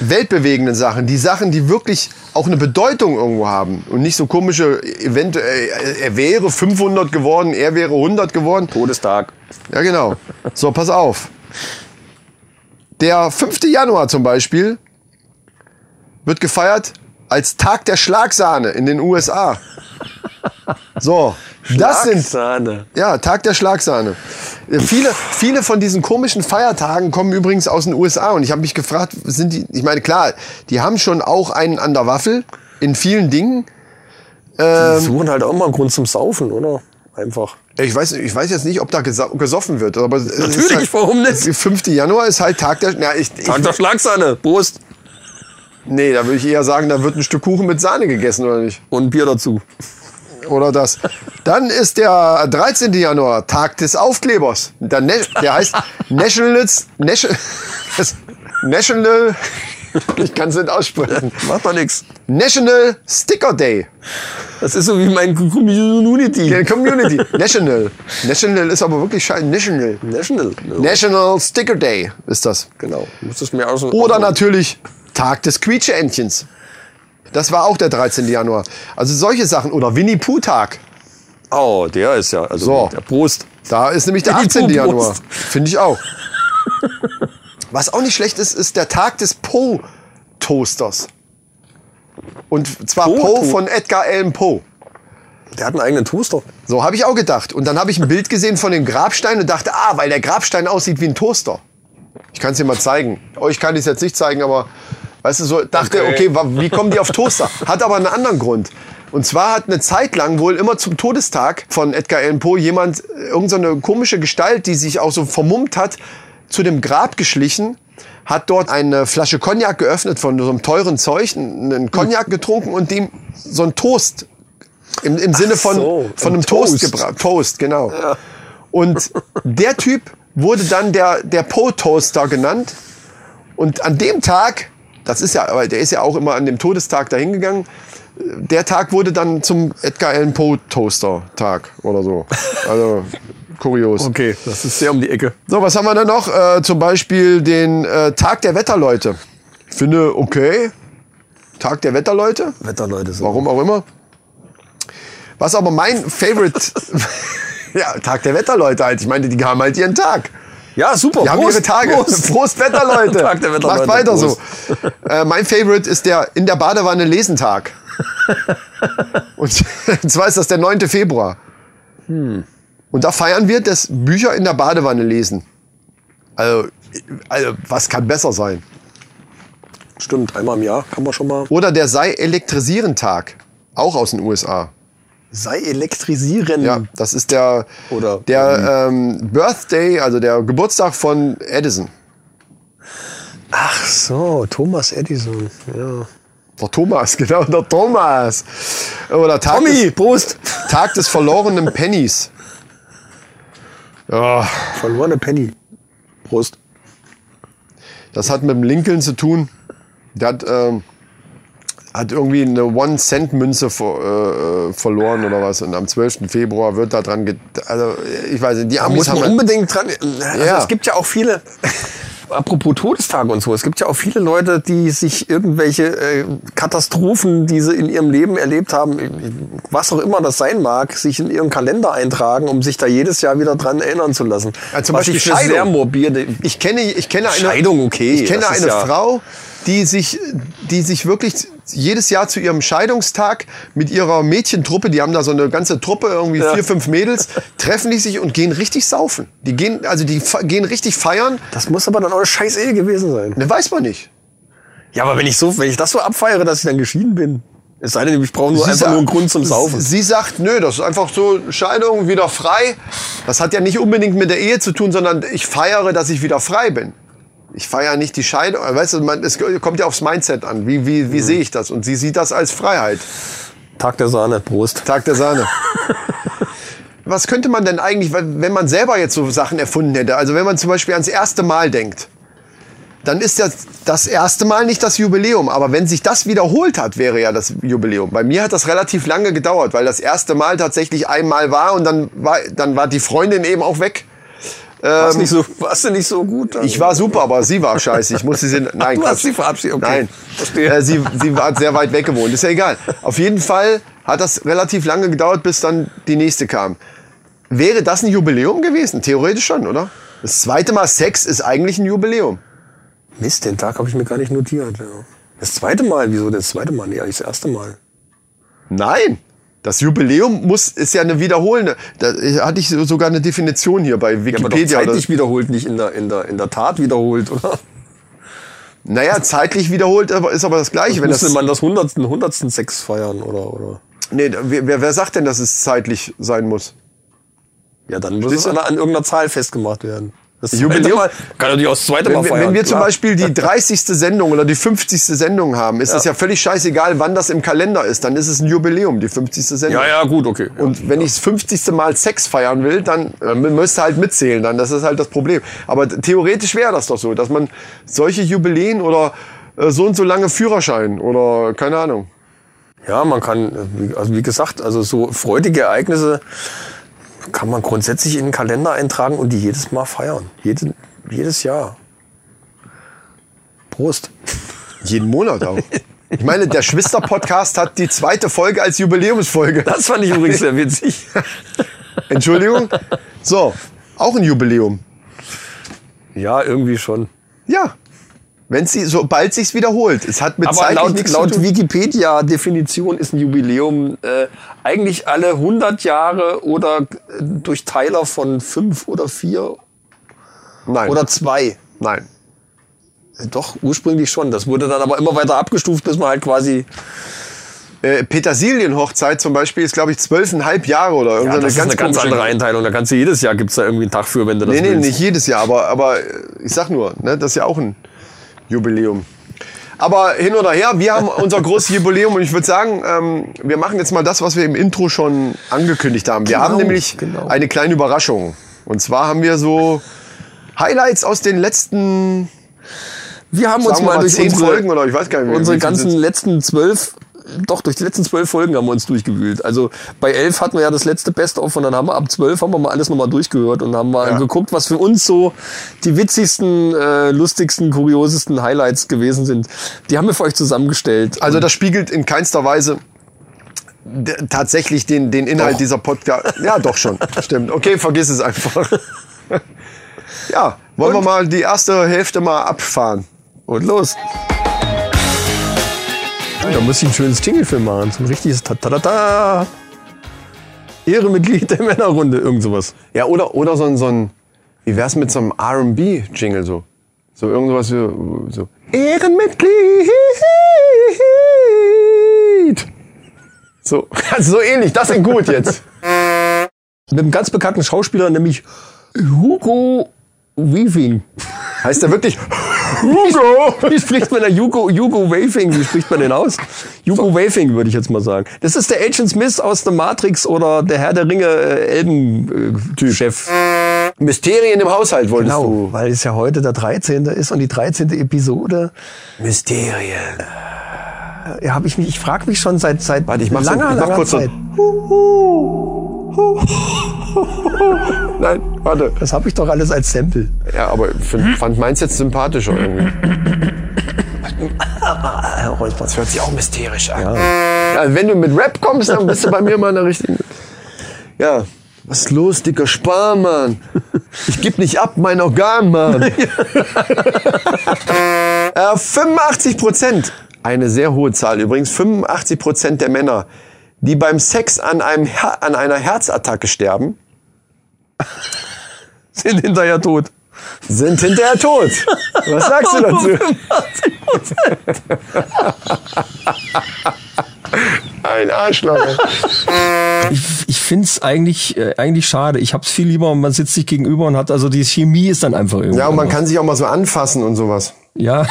weltbewegenden Sachen, die Sachen, die wirklich auch eine Bedeutung irgendwo haben und nicht so komische, eventuell, er wäre 500 geworden, er wäre 100 geworden. Todestag. Ja, genau. So, pass auf. Der 5. Januar zum Beispiel wird gefeiert als Tag der Schlagsahne in den USA. So, das sind Sahne. ja, Tag der Schlagsahne. Äh, Viele, viele von diesen komischen Feiertagen kommen übrigens aus den USA und ich habe mich gefragt, sind die, ich meine, klar, die haben schon auch einen an der Waffel in vielen Dingen. Die suchen halt auch mal einen Grund zum Saufen, oder? Einfach. Ich weiß, ich weiß jetzt nicht, ob da gesa- gesoffen wird, aber halt- Natürlich, warum nicht? Der 5. Januar ist halt Tag der, na, ich, ich, Tag der Schlagsahne, Prost nee, da würde ich eher sagen, da wird ein Stück Kuchen mit Sahne gegessen oder nicht? und ein Bier dazu. oder das. Dann ist der 13. Januar Tag des Aufklebers. Der, Na- der heißt Nationals, Nation, National, ich kann es nicht aussprechen. Macht doch nichts. National Sticker Day. Das ist so wie mein Community. Der Community. National. National ist aber wirklich scheiße. National. National. National Sticker Day ist das. Genau. Muss das mir auch so Also, Oder natürlich Tag des Quietscheentchens. Das war auch der 13. Januar. Also solche Sachen. Oder Winnie-Pooh-Tag. Oh, der ist ja. Also So. Der Prost. Da ist nämlich der Die 18. Januar. Pobrust. Finde ich auch. Was auch nicht schlecht ist, ist der Tag des Poe-Toasters. Und zwar Poe- Poe To- von Edgar Allan Poe. Der hat einen eigenen Toaster. So habe ich auch gedacht. Und dann habe ich ein Bild gesehen von dem Grabstein und dachte, ah, weil der Grabstein aussieht wie ein Toaster. Ich kann es dir mal zeigen. Euch kann ich es jetzt nicht zeigen, aber weißt du, so dachte, okay. wa- wie kommen die auf Toaster? Hat aber einen anderen Grund. Und zwar hat eine Zeit lang wohl immer zum Todestag von Edgar Allan Poe jemand, äh, irgend so eine komische Gestalt, die sich auch so vermummt hat, zu dem Grab geschlichen, hat dort eine Flasche Cognac geöffnet von so einem teuren Zeug, n- einen Cognac getrunken und dem so einen Toast im, im Sinne von, so, von ein einem Toast, Toast. gebracht. Toast, genau. Und der Typ wurde dann der, der Po-Toaster genannt. Und an dem Tag, das ist ja, aber der ist ja auch immer an dem Todestag dahingegangen, der Tag wurde dann zum Edgar Allan Poe-Toaster-Tag oder so. Also kurios. Okay, das ist sehr um die Ecke. So, was haben wir denn noch? Äh, zum Beispiel den äh, Tag der Wetterleute. Ich finde, okay. Tag der Wetterleute. Wetterleute sind. Warum auch immer. Was aber mein Favorite. ja, Tag der Wetterleute halt. Ich meine, die haben halt ihren Tag. Ja, super. Die haben ihre Tage. Prost, Prost. Wetterleute. Tag der Wetterleute. Macht weiter Prost. so. Äh, mein Favorite ist der in der Badewanne Lesentag. Und, und zwar ist das der 9. Februar. Hm. Und da feiern wir das Bücher in der Badewanne lesen. Also, also was kann besser sein? Stimmt, einmal im Jahr kann man schon mal. Oder der sei elektrisieren Tag, auch aus den USA. Sei elektrisieren. Ja, das ist der, Hm. Oder- Hm. der ähm, Birthday, also der Geburtstag von Edison. Ach so, Thomas Edison. Ja. Der Thomas, genau, der Thomas. Oder Tag, Tommy, des, Prost. Tag des verlorenen Pennies. Ja, Verlorene Penny. Prost. das hat mit dem Lincoln zu tun. Der hat, ähm, hat irgendwie eine One-Cent-Münze ver, äh, verloren oder was. Und am 12. Februar wird da dran, ge also ich weiß nicht, die Da Amis muss haben man halt- unbedingt dran. Also Ja. Es gibt ja auch viele. Apropos Todestage und so, es gibt ja auch viele Leute, die sich irgendwelche äh, Katastrophen, die sie in ihrem Leben erlebt haben, was auch immer das sein mag, sich in ihren Kalender eintragen, um sich da jedes Jahr wieder dran erinnern zu lassen. Ja, zum was Beispiel ich für Scheidung. sehr morbide. Ich kenne, ich kenne eine Scheidung, okay, Ich kenne das ist eine ja- Frau, die sich, die sich wirklich jedes Jahr zu ihrem Scheidungstag mit ihrer Mädchentruppe, die haben da so eine ganze Truppe, irgendwie Ja. vier, fünf Mädels, treffen die sich und gehen richtig saufen. Die gehen, also die fe- gehen richtig feiern. Das muss aber dann auch eine scheiß Ehe gewesen sein. Ne, weiß man nicht. Ja, aber wenn ich so, wenn ich das so abfeiere, dass ich dann geschieden bin, es sei denn, ich brauche nur einfach sa- nur einen Grund zum Saufen. Sie sagt, nö, das ist einfach so Scheidung wieder frei. Das hat ja nicht unbedingt mit der Ehe zu tun, sondern ich feiere, dass ich wieder frei bin. Ich feiere nicht die Scheidung. Weißt du, man, es kommt ja aufs Mindset an. Wie, wie, wie sehe ich das? Und sie sieht das als Freiheit. Mhm. Tag der Sahne, Prost. Tag der Sahne. Was könnte man denn eigentlich, wenn wenn man selber jetzt so Sachen erfunden hätte? Also wenn man zum Beispiel ans erste Mal denkt, dann ist das das erste Mal nicht das Jubiläum. Aber wenn sich das wiederholt hat, wäre ja das Jubiläum. Bei mir hat das relativ lange gedauert, weil das erste Mal tatsächlich einmal war und dann war, dann war die Freundin eben auch weg. Ähm, warst, nicht so, warst du nicht so gut? Ich war super, aber sie war scheiße. Ich musste sie. Nein, Du hast Quatsch. sie verabschiedet, okay. Nein. Verstehe. Äh, sie, sie war sehr weit weg gewohnt. Ist ja egal. Auf jeden Fall hat das relativ lange gedauert, bis dann die nächste kam. Wäre das ein Jubiläum gewesen? Theoretisch schon, oder? Das zweite Mal Sex ist eigentlich ein Jubiläum. Mist, den Tag habe ich mir gar nicht notiert. Ja. Das zweite Mal, wieso das zweite Mal? Nee, eigentlich das erste Mal. Nein. Das Jubiläum muss, ist ja eine wiederholende. Da äh, hatte ich so- sogar eine Definition hier bei Ja, aber doch Wikipedia. oder- zeitlich wiederholt, nicht in der, in, der, in der Tat wiederholt, oder? naja, zeitlich wiederholt aber- ist aber das Gleiche. Wenn das, Müsste man das hundertsten, hundertsten Sex feiern, oder? oder? nee, wer, wer- wer sagt denn, dass es zeitlich sein muss? Ja, dann muss es du? an, an irgendeiner Zahl festgemacht werden. Das zweite Jubiläum- Mal, kann natürlich auch das zweite Mal Wenn, feiern. wenn wir zum klar. Beispiel die 30. Sendung oder die 50. Sendung haben, ist das ja völlig scheißegal, wann das im Kalender ist. Dann ist es ein Jubiläum, die 50. Sendung. Ja, ja, gut, okay. Ja. Und wenn ich das 50. Mal Sex feiern will, dann äh, müsste halt mitzählen. Dann das ist halt das Problem. Aber theoretisch wäre das doch so, dass man solche Jubiläen oder äh, so und so lange Führerschein oder keine Ahnung. Ja, man kann, äh, wie- also wie gesagt, also so freudige Ereignisse kann man grundsätzlich in den Kalender eintragen und die jedes Mal feiern. Jede, jedes Jahr. Prost. Jeden Monat auch. Ich meine, der Schwister-Podcast hat die zweite Folge als Jubiläumsfolge. Das fand ich übrigens sehr witzig. Entschuldigung. So, auch ein Jubiläum. Ja, irgendwie schon. Ja. Wenn sie, sobald sich's wiederholt. Es hat mit Aber Zeit laut, nichts laut zu tun. Wikipedia-Definition ist ein Jubiläum äh, eigentlich alle 100 Jahre oder äh, durch Teiler von fünf oder vier Nein. oder zwei. nein. Äh, Doch, ursprünglich schon. Das wurde dann aber immer weiter abgestuft, bis man halt quasi Äh, Petersilienhochzeit zum Beispiel ist, glaube ich, zwölfeinhalb Jahre oder Ja, irgendeine das ist eine ganz komische- andere Einteilung. Da kannst du jedes Jahr gibt's da irgendwie einen Tag für, Also wenn du das Nee, nee, willst. nicht jedes Jahr, aber, aber äh, ich sag nur, ne, das ist ja auch ein Jubiläum. Aber hin oder her, wir haben unser großes Jubiläum und ich würde sagen, ähm, wir machen jetzt mal das, was wir im Intro schon angekündigt haben. Wir haben nämlich genau. eine kleine Überraschung. Und zwar haben wir so Highlights aus den letzten, Wir haben uns sagen wir mal, mal, durch zehn unsere, Folgen oder ich weiß gar nicht, wie- unsere wie viel ganzen sind's? letzten zwölf, doch, durch die letzten zwölf Folgen haben wir uns durchgewühlt. Also bei elf hatten wir ja das letzte Best-of und dann haben wir ab zwölf haben wir mal alles nochmal durchgehört und haben mal Ja. geguckt, was für uns so die witzigsten, äh, lustigsten, kuriosesten Highlights gewesen sind. Die haben wir für euch zusammengestellt. also das spiegelt in keinster Weise d- tatsächlich den, den Inhalt dieser Podcast. Ja, doch schon. Stimmt. Okay, vergiss es einfach. ja, wollen wir mal die erste Hälfte mal abfahren. Und los. Da muss ich ein schönes Jingle für machen. So ein richtiges Ta-Ta-Ta-Ta. Ehrenmitglied der Männerrunde. Irgend sowas. Ja, oder, oder so ein, so ein, wie wär's mit so einem R&B-Jingle so? So irgendwas wie, so, Ehrenmitglied! So, also so ähnlich, das ist gut jetzt. Mit einem ganz bekannten Schauspieler, nämlich Hugo Weaving. Heißt der wirklich Hugo? Wie spricht man da Hugo, Hugo Weaving? Wie spricht man den aus? Hugo Weaving würde ich jetzt mal sagen. Das ist der Agent Smith aus The Matrix oder der Herr der Ringe äh, Elben-Chef. Mysterien im Haushalt wolltest genau, weil es ja heute der 13. ist und die 13. Episode du. Mysterien. Äh, Ja, hab ich mich, ich frage mich schon seit seit Warte, ich mach's so- langer, ich mach langer kurz so- Zeit. Nein, warte. Das habe ich doch alles als Sample. Ja, aber ich find, fand meins jetzt sympathischer irgendwie. äh, Das hört sich auch mysterisch an. Ja. wenn du mit Rap kommst, dann bist du bei mir mal in der richtigen. Ja. Was ist los, dicker Sparmann? Ich geb nicht ab, mein Organ, Mann. äh, 85 Prozent, eine sehr hohe Zahl übrigens, 85 Prozent der Männer, die beim Sex an, einem Her an einer Herzattacke sterben, Sind hinterher tot. sind hinterher tot. Was sagst du dazu? Ein Arschloch. ich finde es eigentlich, äh, eigentlich schade. Ich hab's viel lieber, man sitzt sich gegenüber und hat, also die Chemie ist dann einfach irgendwie. Ja, und man kann sich auch mal so anfassen und sowas. Ja,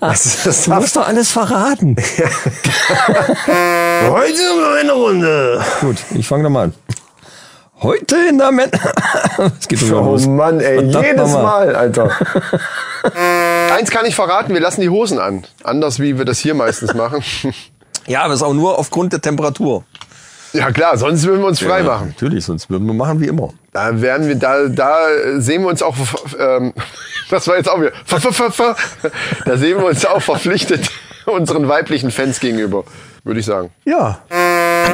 Das, das du musst doch alles verraten. Heute eine Runde. Gut, ich fange da mal an. Heute in der Men... Es geht sogar Oh los. Mann, ey, Verdammt jedes nochmal. Mal, Alter. Eins kann ich verraten, wir lassen die Hosen an. Anders wie wir das hier meistens machen. Ja, aber ist auch nur aufgrund der Temperatur. Ja klar, sonst würden wir uns frei Ja, machen. Natürlich, sonst würden wir machen wie immer. Da werden wir, da, da sehen wir uns auch, ähm, das war jetzt auch wieder, ver- ver- ver- ver- da sehen wir uns auch verpflichtet unseren weiblichen Fans gegenüber, würde ich sagen. Ja.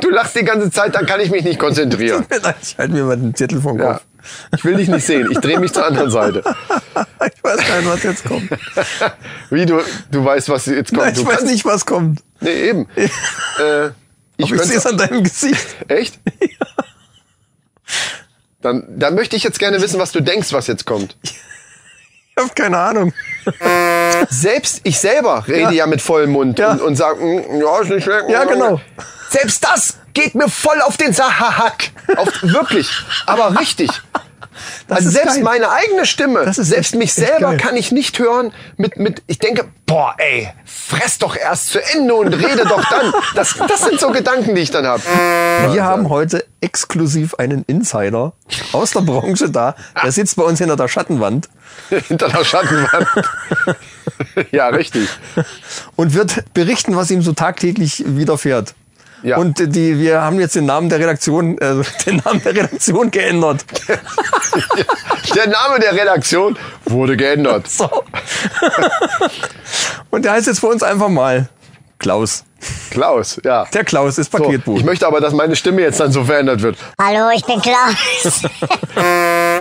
Du lachst die ganze Zeit, dann kann ich mich nicht konzentrieren. Ich halte mir mal den Titel vom Ja. Kopf. Ich will dich nicht sehen, ich drehe mich zur anderen Seite. ich weiß gar nicht, was jetzt kommt. Wie du, du weißt, was jetzt kommt. Nein, du ich weiß kannst- nicht, was kommt. Nee, eben. äh, ich Ich, ich sehe es könnte, an deinem Gesicht. echt? Dann, dann möchte ich jetzt gerne wissen, was du denkst, was jetzt kommt. Ich habe keine Ahnung. Selbst ich selber rede ja, mit vollem Mund Ja. und, und sage, ja, ist nicht schlecht. Ja, genau. Selbst das geht mir voll auf den Sahahack. Auf, wirklich, aber richtig. also ist selbst geil. meine eigene Stimme, Das ist selbst echt- mich echt selber geil. kann ich nicht hören mit, mit, ich denke, boah, ey, fress doch erst zu Ende und rede doch dann. Das, das sind so Gedanken, die ich dann habe. Wir haben heute exklusiv einen Insider aus der Branche da. Der sitzt bei uns hinter der Schattenwand Hinter der Schattenwand. ja, richtig. und wird berichten, was ihm so tagtäglich widerfährt. Ja. Und die, wir haben jetzt den Namen der Redaktion, äh, den Namen der Redaktion geändert. Der Name der Redaktion wurde geändert. So. Und der heißt jetzt für uns einfach mal Klaus. Klaus, ja. Der Klaus ist So, Paketbuch. ich möchte aber, dass meine Stimme jetzt dann so verändert wird. Hallo, ich bin Klaus.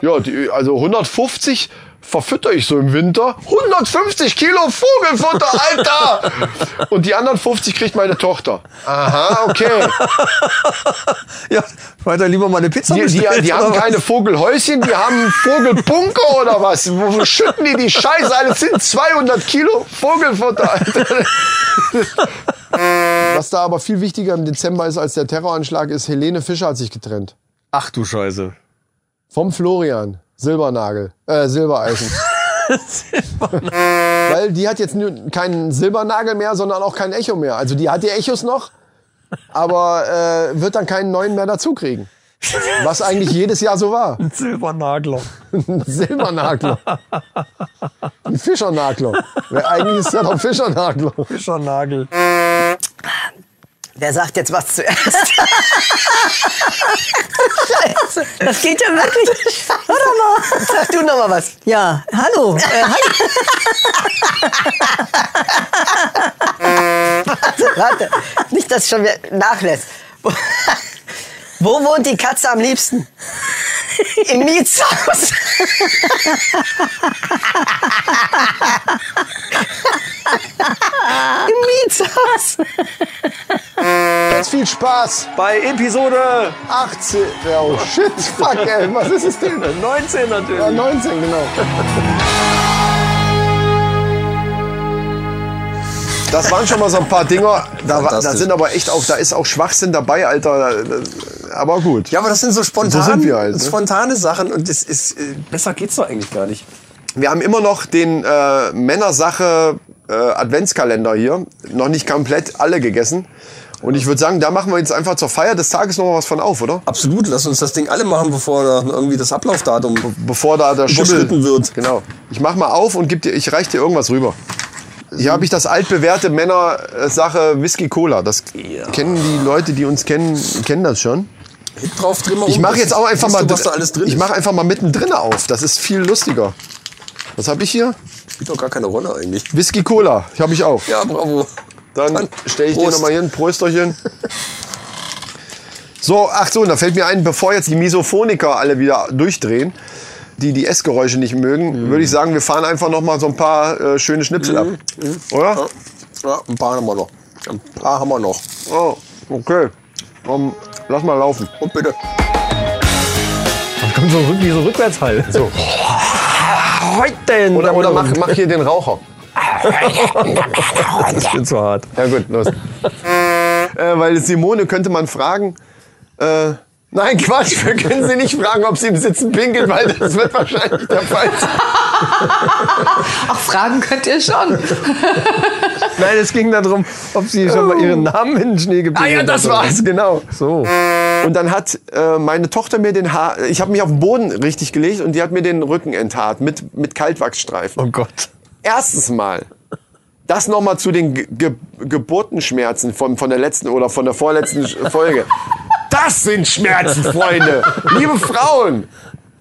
Ja, die, also 150 verfütter ich so im Winter. 150 Kilo Vogelfutter, Alter! Und die anderen 50 kriegt meine Tochter. Aha, okay. ja, weiter lieber mal eine Pizza Die, die, bestellt, die haben oder was? keine Vogelhäuschen, die haben Vogelbunker oder was? Wo schütten die die Scheiße ein? Das sind 200 Kilo Vogelfutter, Alter. Was da aber viel wichtiger im Dezember ist als der Terroranschlag, ist, Helene Fischer hat sich getrennt. Ach du Scheiße. Vom Florian. Silbernagel. Äh, Silbereisen. Weil die hat jetzt nun keinen Silbernagel mehr, sondern auch kein Echo mehr. Also die hat die Echos noch, aber äh, wird dann keinen neuen mehr dazukriegen. Was eigentlich jedes Jahr so war. Ein Silbernagler. Ein Silbernagler. Ein Fischernagler. Weil eigentlich ist ja doch ein Fischernagler. Fischernagel. Wer sagt jetzt was zuerst? Das geht ja wirklich. Warte mal. Sag du noch mal was. Ja, hallo. Äh, hallo. Warte, nicht, dass schon wieder nachlässt. Wo, wo wohnt die Katze am liebsten? Im Mietshaus. Im Mietshaus. Jetzt viel Spaß. Bei Episode 18. Oh shit, fuck ey, was ist es denn? 19 natürlich. Ja, 19, genau. Das waren schon mal so ein paar Dinger. Da, war- da Fantastisch. sind aber echt auch, da ist auch Schwachsinn dabei, Alter. Aber gut. Ja, aber das sind so spontane, So sind wir halt, ne? spontane Sachen und das ist, äh, besser geht's doch eigentlich gar nicht. Wir haben immer noch den äh, Männersache äh, Adventskalender hier. Noch nicht komplett alle gegessen. Und ich würde sagen, da machen wir jetzt einfach zur Feier des Tages noch mal was von auf, oder? Absolut, lass uns das Ding alle machen, bevor da irgendwie das Ablaufdatum. Bevor da der Schimmel Überschritten wird. Genau. Ich mach mal auf und gib dir, ich reich dir irgendwas rüber. Hier habe ich das altbewährte Männersache Whisky Cola. Das kennen die Leute, die uns kennen, kennen das schon. Hit drauf, dreh mal Ich um, mache dass- jetzt auch einfach siehst mal du, was da alles drin Ich ist. mache einfach mal mittendrin auf. Das ist viel lustiger. Was habe ich hier? Spielt doch gar keine Rolle eigentlich. Whisky Cola. Habe ich auch. Ja, bravo. Dann stelle ich dir Prost. nochmal hier ein Prösterchen. So, ach so, und da fällt mir ein, bevor jetzt die Misophoniker alle wieder durchdrehen, die die Essgeräusche nicht mögen, Mhm. würde ich sagen, wir fahren einfach nochmal so ein paar äh, schöne Schnipsel ab. Oder? Mhm. Ja, ein paar haben wir noch. Ein paar haben wir noch. Oh, okay. Um, lass mal laufen. Und bitte. Kommt so rück, wie so Rückwärtshall. So. Heute denn? Oder, oder mach, mach hier den Raucher. Ich bin zu hart. Ja gut, los. äh, weil Simone könnte man fragen. Äh, nein, Quatsch, wir können sie nicht fragen, ob sie im Sitzen pinkelt, weil das wird wahrscheinlich der Fall sein. Ach, fragen könnt ihr schon. Nein, es ging darum, ob sie schon mal ihren Namen in den Schnee gebildet Oh. Ah ja, das hat oder war's, genau. was. So. Und dann hat äh, meine Tochter mir den Haar, ich habe mich auf den Boden richtig gelegt und die hat mir den Rücken enthaart mit, mit Kaltwachsstreifen. Oh Gott. Erstes Mal, das nochmal zu den Ge Ge Geburtenschmerzen von, von der letzten oder von der vorletzten Sch- Folge. Das sind Schmerzen, Freunde. Liebe Frauen,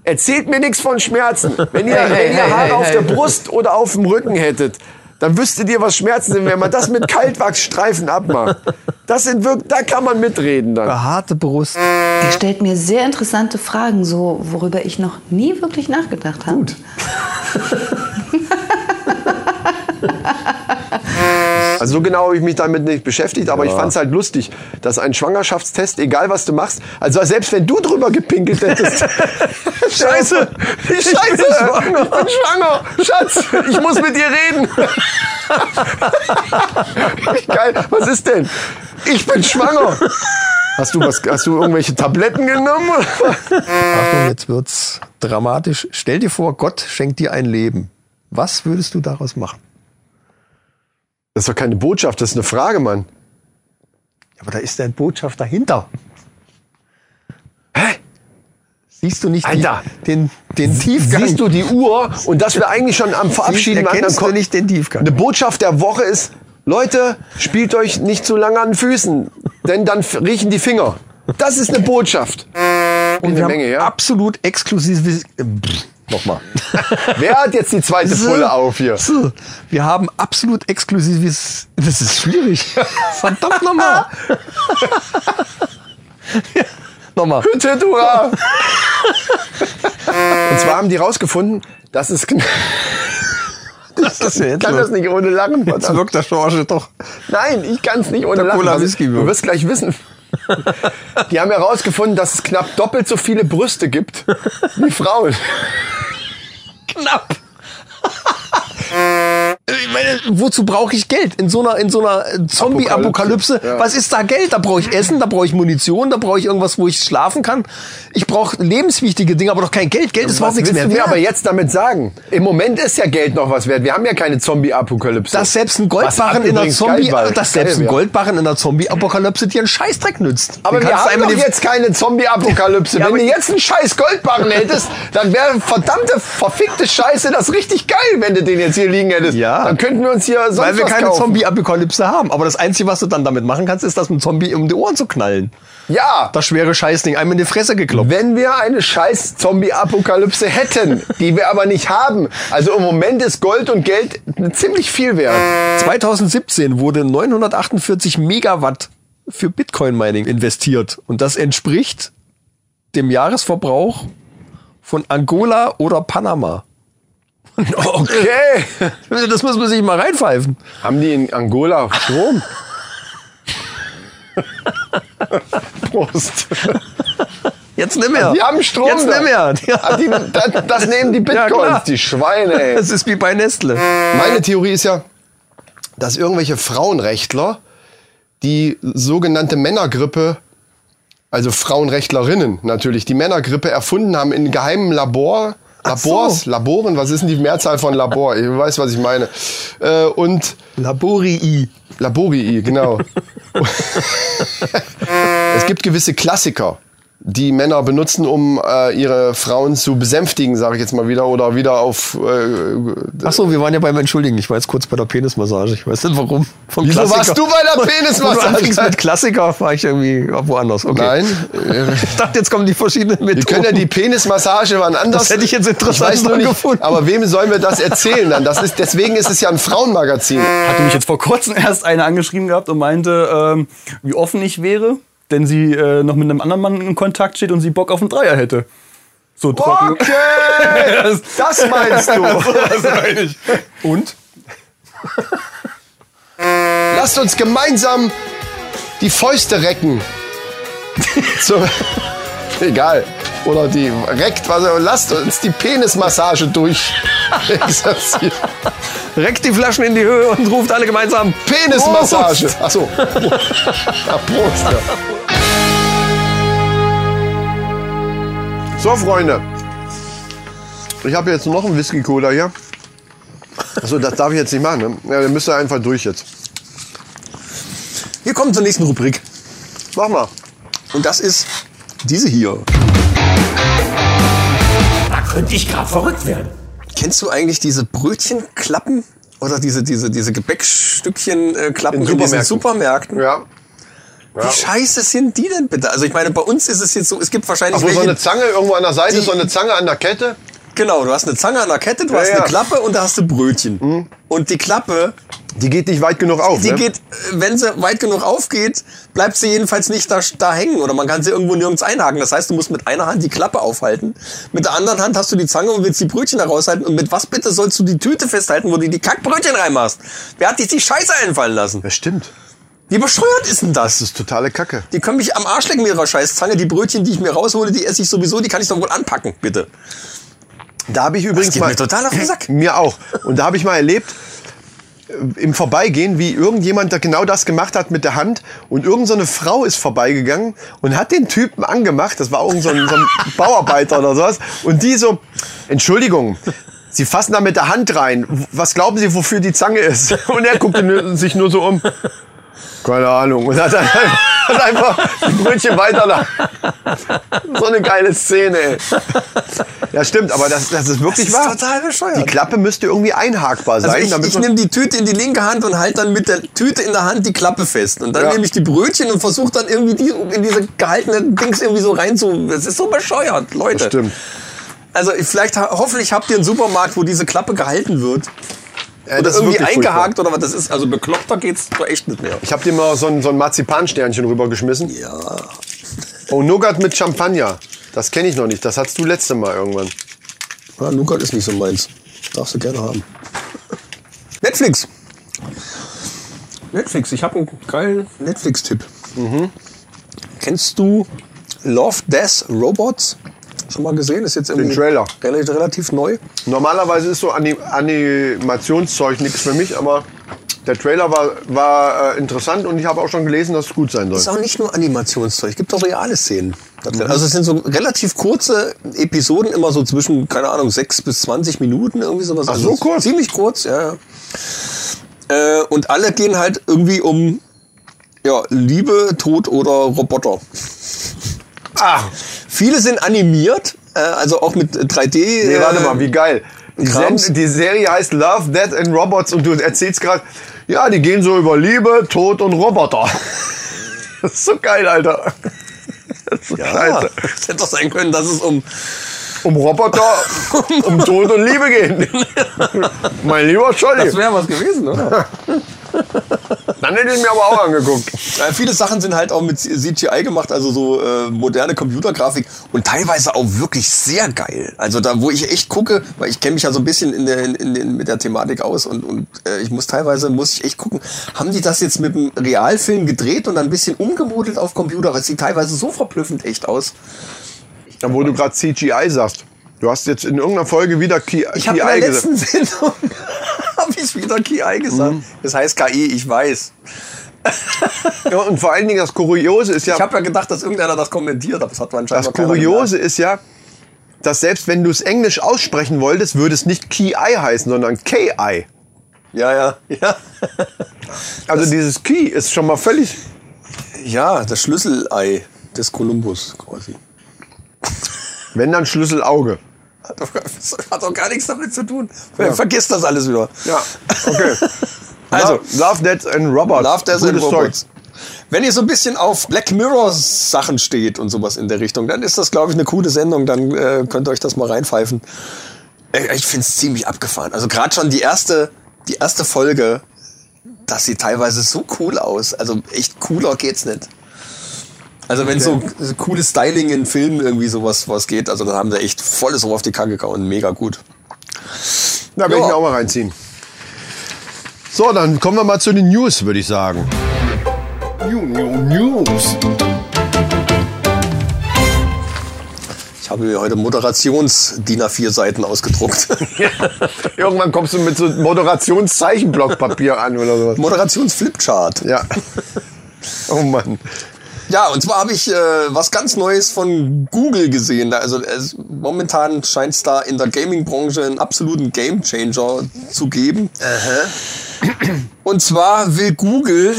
erzählt mir nichts von Schmerzen. Wenn ihr, Hey, hey, wenn ihr hey, Haare hey, auf hey. der Brust oder auf dem Rücken hättet, dann wüsstet ihr, was Schmerzen sind, wenn man das mit Kaltwachsstreifen abmacht. Das sind wirklich, da kann man mitreden dann. Behaarte Brust. Er stellt mir sehr interessante Fragen, so worüber ich noch nie wirklich nachgedacht habe. Gut. Also so genau habe ich mich damit nicht beschäftigt, aber ich fand es halt lustig, dass ein Schwangerschaftstest, egal was du machst, also selbst wenn du drüber gepinkelt hättest. Scheiße, ich Scheiße, bin schwanger. ich bin schwanger. Schatz, ich muss mit dir reden. Geil, was ist denn? Ich bin schwanger. Hast du, was, hast du irgendwelche Tabletten genommen? Äh. Achtung, jetzt wird's dramatisch. Stell dir vor, Gott schenkt dir ein Leben. Was würdest du daraus machen? Das ist doch keine Botschaft, das ist eine Frage, Mann. Aber da ist eine Botschaft dahinter. Hä? Siehst du nicht Alter. Die, den, den Tiefgang? Siehst du die Uhr und dass wir eigentlich schon am Verabschieden waren, erkennst dann kommt- du nicht den Tiefgang. Eine Botschaft der Woche ist, Leute, spielt euch nicht zu lange an den Füßen, denn dann f- riechen die Finger. Das ist eine Botschaft. Und eine wir Menge, haben ja? absolut exklusives... äh, pff, Nochmal. Wer hat jetzt die zweite So, Pulle auf hier? So, wir haben absolut exklusives... Das ist schwierig. Verdammt nochmal. nochmal. Hütte, Dura. Und zwar haben die rausgefunden, dass es... kn- Das ist ja Ich jetzt kann das los. nicht ohne Lachen. Jetzt verdammt. wirkt der Schorche doch. Nein, ich kann es nicht ohne Der Lachen. Cola Also, Whisky du wirkt. wirst gleich wissen. Die haben herausgefunden, dass es knapp doppelt so viele Brüste gibt wie Frauen. Knapp. Ich meine, wozu brauche ich Geld? In so einer, in so einer äh, Zombie-Apokalypse. Apokalypse, ja. Was ist da Geld? Da brauche ich Essen, da brauche ich Munition, da brauche ich irgendwas, wo ich schlafen kann. Ich brauche lebenswichtige Dinge, aber doch kein Geld. Geld ist überhaupt Was nichts willst du mehr mir wert. aber jetzt damit sagen? Im Moment ist ja Geld noch was wert. Wir haben ja keine Zombie-Apokalypse. dass selbst ein Goldbarren in einer übrigens Zombie, geil war. dass selbst Geil wär. ein Goldbarren in einer Zombie-Apokalypse dir einen Scheißdreck nützt. Aber Den wir kannst du haben doch den- jetzt keine Zombie-Apokalypse. Ja, Wenn aber du ich- jetzt einen scheiß Goldbarren hättest, dann wäre verdammte, verfickte Scheiße das richtig geil, wenn du den jetzt hier liegen hättest. Ja. Dann könnten wir uns hier sonst weil wir was keine kaufen. Zombie-Apokalypse haben. Aber das Einzige, was du dann damit machen kannst, ist, das einem Zombie um die Ohren zu knallen. Ja, Das schwere Scheißding, einem in die Fresse gekloppt. wenn wir eine scheiß Zombie-Apokalypse hätten, die wir aber nicht haben. Also im Moment ist Gold und Geld ziemlich viel wert. 2017 wurde 948 Megawatt für Bitcoin-Mining investiert. Und das entspricht dem Jahresverbrauch von Angola oder Panama. Okay. Das muss man sich mal reinpfeifen. Haben die in Angola Strom? Prost. Jetzt nimm her. Die haben Strom. Jetzt nimm her. Ah, die, das, das nehmen die Ja, Bitcoins, klar. die Schweine, ey. Das ist wie bei Nestle. Meine Theorie ist ja, dass irgendwelche Frauenrechtler die sogenannte Männergrippe, also Frauenrechtlerinnen natürlich, die Männergrippe erfunden haben in geheimen Labor, Labors, Laboren, was ist denn die Mehrzahl von Labor? Ich weiß, was ich meine. Äh, und Laborii. Laborii, genau. es gibt gewisse Klassiker, die Männer benutzen, um äh, ihre Frauen zu besänftigen, sage ich jetzt mal wieder, oder wieder auf äh, Ach so, wir waren ja beim Entschuldigen. Ich war jetzt kurz bei der Penismassage. Ich weiß nicht warum. Vom Wieso warst du bei der Von- Penismassage? Von anfängst mit Klassiker war ich irgendwie woanders. Okay. Nein, äh, Ich dachte, jetzt kommen die verschiedenen Methoden. Wir können ja die Penismassage wann anders. Das hätte ich jetzt interessant weiß nur nicht, gefunden. Aber wem sollen wir das erzählen dann? Das ist, deswegen ist es ja ein Frauenmagazin. Hatte mich jetzt vor kurzem erst eine angeschrieben gehabt und meinte, ähm, wie offen ich wäre, denn sie äh, noch mit einem anderen Mann in Kontakt steht und sie Bock auf einen Dreier hätte. So trocken. Okay! Das meinst du. das meine ich. Und? Lasst uns gemeinsam die Fäuste recken. So, egal. Oder die reckt, was, lasst uns die Penismassage durch. Reckt die Flaschen in die Höhe und ruft alle gemeinsam Penismassage. Achso. Ja, Prost. Ja. So, Freunde. Ich habe jetzt noch einen Whisky-Cola hier. Achso, das darf ich jetzt nicht machen. Ne? Ja, dann müsst ihr einfach durch jetzt. Wir kommen zur nächsten Rubrik. Mach mal. Und das ist diese hier. Da könnte ich gerade verrückt werden. Kennst du eigentlich diese Brötchenklappen? Oder diese, diese, diese Gebäckstückchen äh, Klappen In in diesen Supermärkten. Supermärkten? Ja. Wie scheiße sind die denn bitte? Also ich meine, bei uns ist es jetzt so, es gibt wahrscheinlich Ach, wo so welche- eine Zange irgendwo an der Seite die- ist, so eine Zange an der Kette. Genau, du hast eine Zange an der Kette, du Ja, hast eine ja. Mhm. Klappe und da hast du Brötchen. Und die Klappe, die geht nicht weit genug auf. die ne? geht, äh, wenn sie weit genug aufgeht, bleibt sie jedenfalls nicht da, da hängen oder man kann sie irgendwo nirgends einhaken. Das heißt, du musst mit einer Hand die Klappe aufhalten, mit der anderen Hand hast du die Zange und willst die Brötchen da raushalten und mit was bitte sollst du die Tüte festhalten, wo du die Kackbrötchen reinmachst? Wer hat dich die Scheiße einfallen lassen? Das stimmt. Wie bescheuert ist denn das? Das ist totale Kacke. Die können mich am Arsch lecken mit ihrer Scheißzange. Die Brötchen, die ich mir raushole, die esse ich sowieso, die kann ich doch wohl anpacken, bitte. Da habe ich übrigens geht mal mir total auf den Sack. Mir auch. Und da habe ich mal erlebt äh, im Vorbeigehen, wie irgendjemand da genau das gemacht hat mit der Hand und irgendeine so eine Frau ist vorbeigegangen und hat den Typen angemacht, das war irgend so ein, so ein Bauarbeiter oder sowas und die so Entschuldigung, Sie fassen da mit der Hand rein. Was glauben Sie, wofür die Zange ist? Und er guckt ihn- sich nur so um. Keine Ahnung. Und hat dann einfach, hat einfach ein Brötchen weiter da. So eine geile Szene, ey. Ja, stimmt, aber das, das ist wirklich Das ist wahr. total bescheuert. Die Klappe müsste irgendwie einhakbar sein. Also ich, damit ich man- nehme die Tüte in die linke Hand und halte dann mit der Tüte in der Hand die Klappe fest. Und dann Ja. nehme ich die Brötchen und versuche dann irgendwie die in diese gehaltenen Dings irgendwie so rein zu. Das ist so bescheuert, Leute. das stimmt. Also vielleicht, hoffentlich habt ihr einen Supermarkt, wo diese Klappe gehalten wird. Ja, oder das ist irgendwie wirklich eingehakt oder was das ist. Also bekloppter geht's doch echt nicht mehr. Ich habe dir mal so ein, so ein Marzipansternchen rübergeschmissen. Ja. Oh, Nougat mit Champagner. Das kenne ich noch nicht. Das hattest du letzte Mal irgendwann. Ja, Nougat ist nicht so meins. Darfst du gerne haben. Netflix. Netflix, ich habe einen geilen Mhm. Netflix-Tipp. Kennst du Love, Death, Robots? Schon mal gesehen? Ist jetzt irgendwie Trailer. Relativ, relativ neu. Normalerweise ist so Ani- Animationszeug nichts für mich, aber der Trailer war, war äh, interessant und ich habe auch schon gelesen, dass es gut sein soll. Ist auch nicht nur Animationszeug, es gibt auch reale Szenen. da drin. Also es sind so relativ kurze Episoden, immer so zwischen, keine Ahnung, 6 bis 20 Minuten, irgendwie sowas. Also Ach, so kurz? Ziemlich kurz, ja. ja. Äh, und alle gehen halt irgendwie um ja, Liebe, Tod oder Roboter. Ah, Viele sind animiert, äh, also auch mit 3D. nee, äh, warte mal, wie geil. Die, Krams. Send- die Serie heißt Love, Death and Robots und du erzählst gerade, ja, die gehen so über Liebe, Tod und Roboter. Das ist so geil, Alter. Das ist so ja, scheiße. es hätte doch sein können, dass es um Um Roboter, um Tod und Liebe gehen. mein lieber Scholli. das wäre was gewesen, oder? Dann hätte ich mir aber auch angeguckt. Ja, viele Sachen sind halt auch mit CGI gemacht, also so äh, moderne Computergrafik und teilweise auch wirklich sehr geil. Also da, wo ich echt gucke, weil ich kenne mich ja so ein bisschen in der, in, in, mit der Thematik aus und, und äh, ich muss teilweise, muss ich echt gucken, haben die das jetzt mit einem Realfilm gedreht und dann ein bisschen umgemodelt auf Computer? Das sieht teilweise so verblüffend echt aus. Ja, wo du gerade CGI sagst. Du hast jetzt in irgendeiner Folge wieder Ki Ich habe in der letzten Sendung habe ich wieder Mhm. KI gesagt. Das heißt KI, ich weiß. Ja, und vor allen Dingen das Kuriose ist ja, Ich habe ja gedacht, dass irgendeiner das kommentiert, aber das hat man anscheinend das noch keiner gemerkt. Kuriose ist ja, dass selbst wenn du es Englisch aussprechen wolltest, würde es nicht Ki heißen, sondern Ki. Ja, ja, ja. Also dieses Ki ist schon mal völlig. Ja, das Schlüsselei des Kolumbus quasi. Wenn dann Schlüsselauge. Hat doch, hat doch gar nichts damit zu tun. Ja. Vergiss das alles wieder. Ja, okay. Also, Love- Love Death and Robots. Love Death and Gutes Zeug. Robots. Wenn ihr so ein bisschen auf Black Mirror Sachen steht und sowas in der Richtung, dann ist das, glaube ich, eine coole Sendung. Dann äh, könnt ihr euch das mal reinpfeifen. Äh, Ich finde es ziemlich abgefahren. Also gerade schon die erste, die erste Folge, das sieht teilweise so cool aus. Also echt cooler geht's nicht. Also wenn so so cooles Styling in Filmen irgendwie sowas was geht, also da haben sie echt volles Rohr auf die Kacke gehauen. Mega gut. Da werde ich Ja. mir auch mal reinziehen. So, dann kommen wir mal zu den News, würde ich sagen. New, new, news. Ich habe mir heute Moderations-DIN A4 Seiten ausgedruckt. Irgendwann kommst du mit so Moderationszeichenblockpapier an oder sowas. Moderationsflipchart. Ja. Oh Mann. Ja, und zwar habe ich äh, was ganz Neues von Google gesehen. Also es, momentan scheint es da in der Gaming-Branche einen absoluten Gamechanger zu geben. Und zwar will Google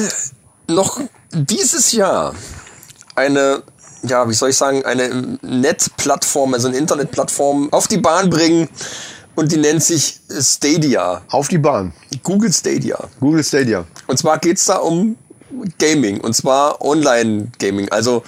noch dieses Jahr eine, ja, wie soll ich sagen, eine Net-Plattform, also eine Internetplattform auf die Bahn bringen. Und die nennt sich Stadia. Auf die Bahn. Google Stadia. Google Stadia. Und zwar geht's da um Gaming und zwar Online-Gaming. Also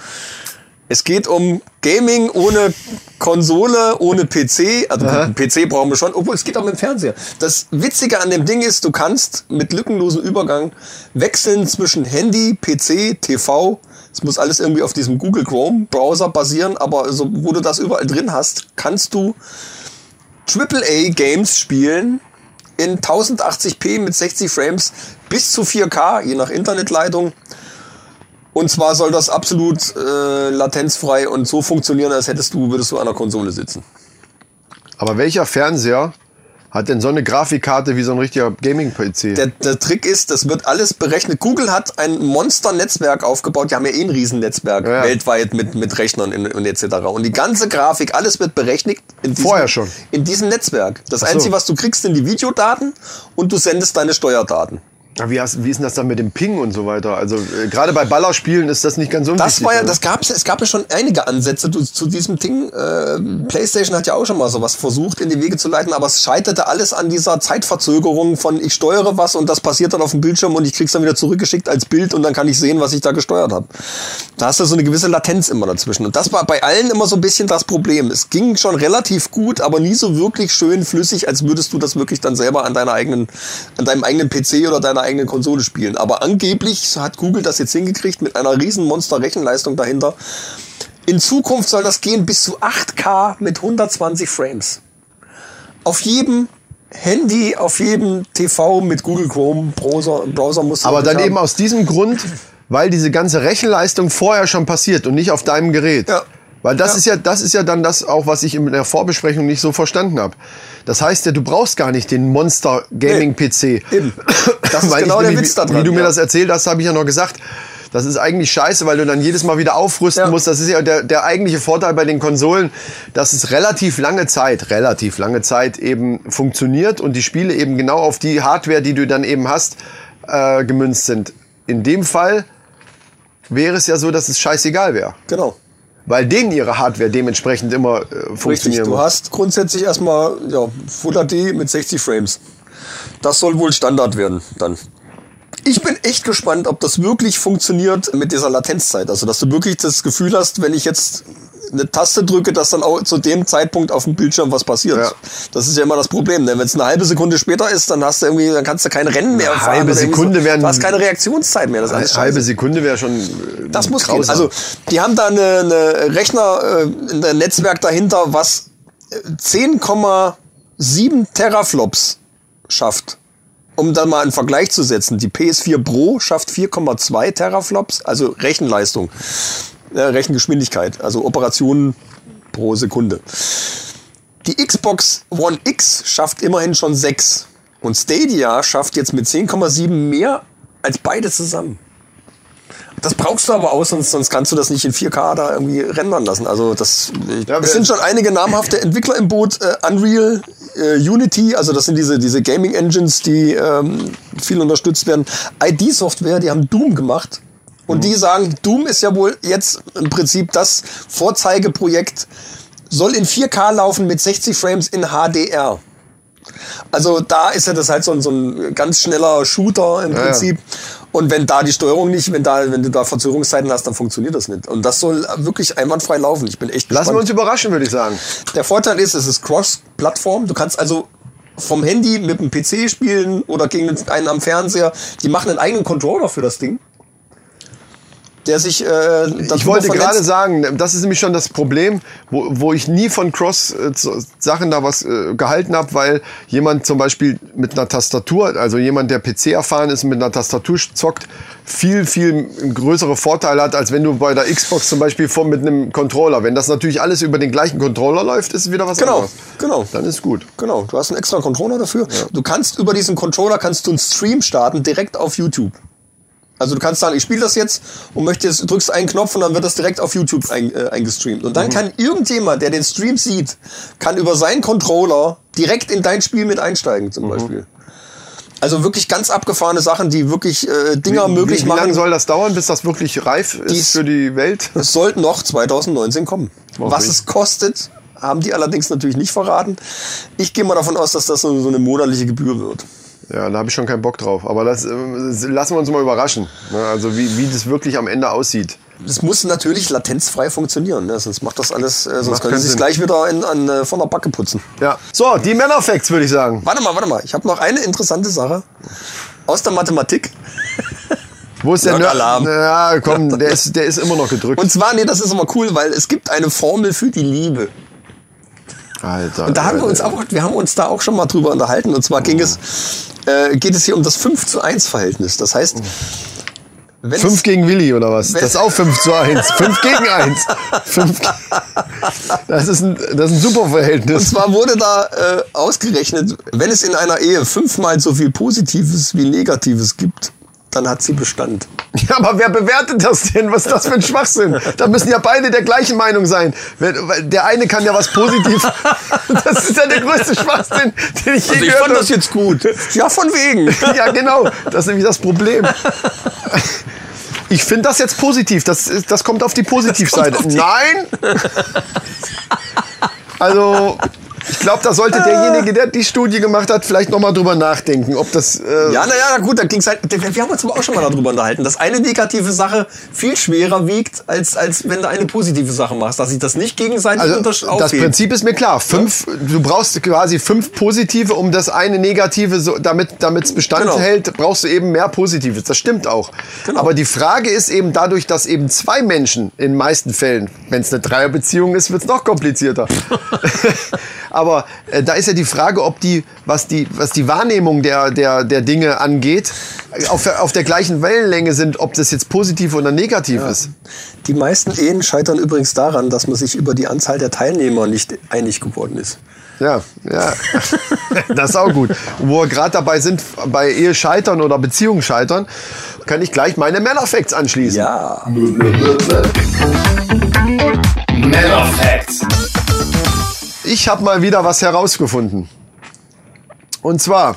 es geht um Gaming ohne Konsole, ohne PC. Also gut, einen PC brauchen wir schon, obwohl es geht auch mit dem Fernseher. Das Witzige an dem Ding ist, du kannst mit lückenlosem Übergang wechseln zwischen Handy, PC, TV. Es muss alles irgendwie auf diesem Google Chrome Browser basieren, aber so, wo du das überall drin hast, kannst du AAA Games spielen in 1080p mit 60 Frames bis zu 4K, je nach Internetleitung. Und zwar soll das absolut äh, latenzfrei und so funktionieren, als hättest du, würdest du an einer Konsole sitzen. Aber welcher Fernseher hat denn so eine Grafikkarte wie so ein richtiger Gaming-PC? Der, der Trick ist, das wird alles berechnet. Google hat ein Monster-Netzwerk aufgebaut. Die haben ja eh ein Riesennetzwerk Ja, ja. weltweit mit, mit Rechnern in, und etc. Und die ganze Grafik, alles wird berechnet in diesem, Vorher schon. In diesem Netzwerk. Das Ach so. Einzige, was du kriegst, sind die Videodaten und du sendest deine Steuerdaten. Aber Wie, hast, wie ist denn das dann mit dem Ping und so weiter? Also äh, gerade bei Ballerspielen ist das nicht ganz unwichtig. Das war ja, oder? das gab's, es gab ja schon einige Ansätze zu, zu diesem Ding. Äh, PlayStation hat ja auch schon mal sowas versucht in die Wege zu leiten, aber es scheiterte alles an dieser Zeitverzögerung von ich steuere was und das passiert dann auf dem Bildschirm und ich krieg's dann wieder zurückgeschickt als Bild und dann kann ich sehen, was ich da gesteuert habe. Da hast du so eine gewisse Latenz immer dazwischen und das war bei allen immer so ein bisschen das Problem. Es ging schon relativ gut, aber nie so wirklich schön flüssig, als würdest du das wirklich dann selber an deiner eigenen, an deinem eigenen PC oder deiner eigenen Konsole spielen. Aber angeblich hat Google das jetzt hingekriegt mit einer riesen Monster-Rechenleistung dahinter. In Zukunft soll das gehen bis zu 8K mit 120 Frames. Auf jedem Handy, auf jedem TV mit Google Chrome Browser, Browser muss Aber dann eben aus diesem Grund, weil diese ganze Rechenleistung vorher schon passiert und nicht auf deinem Gerät. Weil das ist ja, das ist ja dann das auch, was ich in der Vorbesprechung nicht so verstanden habe. Das heißt ja, du brauchst gar nicht den Monster Gaming PC. eben. Das ist Weil ich genau der nämlich, Witz da dran, Wie du mir ja. das erzählt hast, habe ich ja noch gesagt. Das ist eigentlich scheiße, weil du dann jedes Mal wieder aufrüsten musst. Das ist ja der, der eigentliche Vorteil bei den Konsolen, dass es relativ lange Zeit, relativ lange Zeit eben funktioniert und die Spiele eben genau auf die Hardware, die du dann eben hast, äh, gemünzt sind. In dem Fall wäre es ja so, dass es scheißegal wäre. Genau. Weil denen ihre Hardware dementsprechend immer äh, Richtig, funktionieren du muss. hast grundsätzlich erstmal ja, Full HD mit 60 Frames. Das soll wohl Standard werden dann. Ich bin echt gespannt, ob das wirklich funktioniert mit dieser Latenzzeit. Also, dass du wirklich das Gefühl hast, wenn ich jetzt eine Taste drücke, dass dann auch zu dem Zeitpunkt auf dem Bildschirm was passiert. Das ist ja immer das Problem. Denn wenn es eine halbe Sekunde später ist, dann hast du irgendwie, dann kannst du kein Rennen mehr Eine fahren. halbe oder irgendwie Sekunde so. wären- Du hast keine Reaktionszeit mehr. Das ist alles halbe scheiße. Sekunde wäre schon. äh, Das muss gehen. grausam. Also die haben da eine, eine Rechner, äh, ein Netzwerk dahinter, was äh, 10,7 Teraflops schafft. Um dann mal einen Vergleich zu setzen, die PS4 Pro schafft 4,2 Teraflops, also Rechenleistung, äh, Rechengeschwindigkeit, also Operationen pro Sekunde. Die Xbox One X schafft immerhin schon 6 und Stadia schafft jetzt mit 10,7 mehr als beide zusammen. Das brauchst du aber aus, sonst, sonst kannst du das nicht in 4K da irgendwie rendern lassen. Also das, wer- es sind schon einige namhafte Entwickler im Boot. Äh, Unreal, äh, Unity, also das sind diese, diese Gaming-Engines, die ähm, viel unterstützt werden. ID-Software, die haben Doom gemacht. Und Mhm. die sagen, Doom ist ja wohl jetzt im Prinzip das Vorzeigeprojekt, soll in 4K laufen mit 60 Frames in HDR. Also da ist ja das halt so ein, so ein ganz schneller Shooter im Ja, ja. Prinzip. Und wenn da die Steuerung nicht, wenn da, wenn du da Verzögerungszeiten hast, dann funktioniert das nicht. Und das soll wirklich einwandfrei laufen. Ich bin echt Lassen wir uns gespannt. überraschen, würde ich sagen. Der Vorteil ist, es ist Cross-Plattform. Du kannst also vom Handy mit dem PC spielen oder gegen einen am Fernseher. Die machen einen eigenen Controller für das Ding. Der sich, äh, Ich dazu wollte vernetzt. gerade sagen, das ist nämlich schon das Problem, wo, wo ich nie von Cross-Sachen da was äh, gehalten habe, weil jemand zum Beispiel mit einer Tastatur, also jemand, der PC erfahren ist, und mit einer Tastatur zockt, viel, viel größere Vorteile hat, als wenn du bei der Xbox zum Beispiel vor, mit einem Controller. Wenn das natürlich alles über den gleichen Controller läuft, ist es wieder was Genau, anderes. genau. Dann ist gut. Genau, du hast einen extra Controller dafür. Du kannst über diesen Controller kannst du einen Stream starten direkt auf YouTube. Also du kannst sagen, ich spiele das jetzt und möchte jetzt drückst einen Knopf und dann wird das direkt auf YouTube ein, äh, eingestreamt. Und dann Mhm. kann irgendjemand, der den Stream sieht, kann über seinen Controller direkt in dein Spiel mit einsteigen Mhm. zum Beispiel. Also wirklich ganz abgefahrene Sachen, die wirklich äh, Dinger Wie- möglich wie, wie machen. lange soll das dauern, bis das wirklich reif ist Dies- für die Welt? Es sollte noch 2019 kommen. Hoffe Was ich. es kostet, haben die allerdings natürlich nicht verraten. Ich gehe mal davon aus, dass das so so eine monatliche Gebühr wird. Ja, da habe ich schon keinen Bock drauf. Aber das, äh, lassen wir uns mal überraschen. ne? Also wie, wie das wirklich am Ende aussieht. Es muss natürlich latenzfrei funktionieren, ne? sonst macht das alles, äh, sonst Macht können keinen sie es Sinn. gleich wieder in, an, äh, von der Backe putzen. Ja. So, die Männerfacts würde ich sagen. Warte mal, warte mal. Ich habe noch eine interessante Sache aus der Mathematik. Wo ist der Nerd? Nerdalarm. Ja, komm, der ist, der ist immer noch gedrückt. Und zwar, nee, das ist immer cool, weil es gibt eine Formel für die Liebe. Alter. Und da haben wir Äh. uns auch, wir haben uns da auch schon mal drüber unterhalten. Und zwar ging Oh. es, äh, geht es hier um das 5 zu 1 Verhältnis. Das heißt, Oh. wenn es- 5 gegen Willi oder was? Das ist auch 5 zu 1. 5 gegen 1. 5 das, ist ein, das ist ein super Und Verhältnis. zwar wurde da äh, ausgerechnet, wenn es in einer Ehe fünfmal so viel Positives wie Negatives gibt, dann hat sie Bestand. Ja, aber wer bewertet das denn? Was ist das für ein Schwachsinn? Da müssen ja beide der gleichen Meinung sein. Wer- weil Der eine kann ja was positiv. Das ist ja der größte Schwachsinn, den ich je Also ich gehört fand habe. das jetzt gut. Ja, von wegen. ja, genau. Das ist nämlich das Problem. Ich finde das jetzt positiv. Das, ist- das kommt auf die Positivseite. Nein! Also, ich glaube, da sollte derjenige, der die Studie gemacht hat, vielleicht nochmal drüber nachdenken, ob das. Äh, Ja, naja, gut, da ging's halt. Wir haben uns aber auch schon mal darüber unterhalten, dass eine negative Sache viel schwerer wiegt, als, als wenn du eine positive Sache machst. Dass sich das nicht gegenseitig also, untersch- das aufhebt. Prinzip ist mir klar. Fünf, Du brauchst quasi fünf positive, um das eine negative, so, damit es Bestand Genau. hält, brauchst du eben mehr Positives. Das stimmt auch. Aber die Frage ist eben dadurch, dass eben zwei Menschen in den meisten Fällen, wenn es eine Dreierbeziehung ist, wird es noch komplizierter. Aber äh, da ist ja die Frage, ob die, was die, was die Wahrnehmung der, der, der Dinge angeht, äh, auf, der- auf der gleichen Wellenlänge sind, ob das jetzt positiv oder negativ ist. Die meisten Ehen scheitern übrigens daran, dass man sich über die Anzahl der Teilnehmer nicht einig geworden ist. Ja, ja. Das ist auch gut. Wo wir gerade dabei sind, bei Ehe scheitern oder Beziehung scheitern, kann ich gleich meine Männerfacts anschließen. Ja. Männerfacts. Ich habe mal wieder was herausgefunden. Und zwar,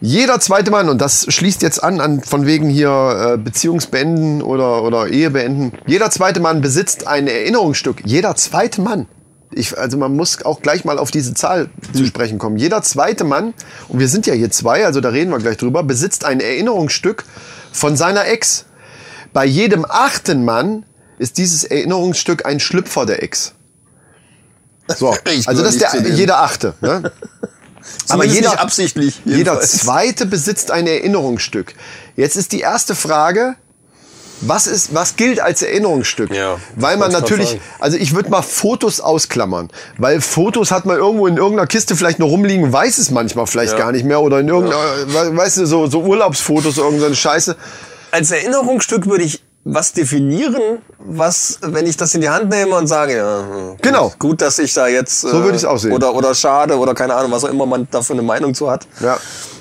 jeder zweite Mann, und das schließt jetzt an, an von wegen hier äh, Beziehungsbeenden oder, oder Ehebeenden, jeder zweite Mann besitzt ein Erinnerungsstück. Jeder zweite Mann. Ich, also man muss auch gleich mal auf diese Zahl zu sprechen kommen. Jeder zweite Mann, und wir sind ja hier zwei, also da reden wir gleich drüber, besitzt ein Erinnerungsstück von seiner Ex. Bei jedem achten Mann ist dieses Erinnerungsstück ein Schlüpfer der Ex. So, Ich also gehöre das ist nicht zu der, denen. jeder achte. Ne? Aber Zumindest jeder, nicht absichtlich, jeder jedenfalls. zweite besitzt ein Erinnerungsstück. Jetzt ist die erste Frage, was, ist, was gilt als Erinnerungsstück? weil wollte ich man grad natürlich, sagen. also ich würde mal Fotos ausklammern, weil Fotos hat man irgendwo in irgendeiner Kiste vielleicht noch rumliegen, weiß es manchmal vielleicht Ja. gar nicht mehr oder in irgendeiner, we- weißt du, so, so Urlaubsfotos, irgendeine Scheiße. Als Erinnerungsstück würde ich was definieren, was, wenn ich das in die Hand nehme und sage, ja, hm, Genau. gut, dass ich da jetzt. äh, So würde ich's auch sehen. Oder, oder schade oder keine Ahnung, was auch immer man da für eine Meinung zu hat. Ja.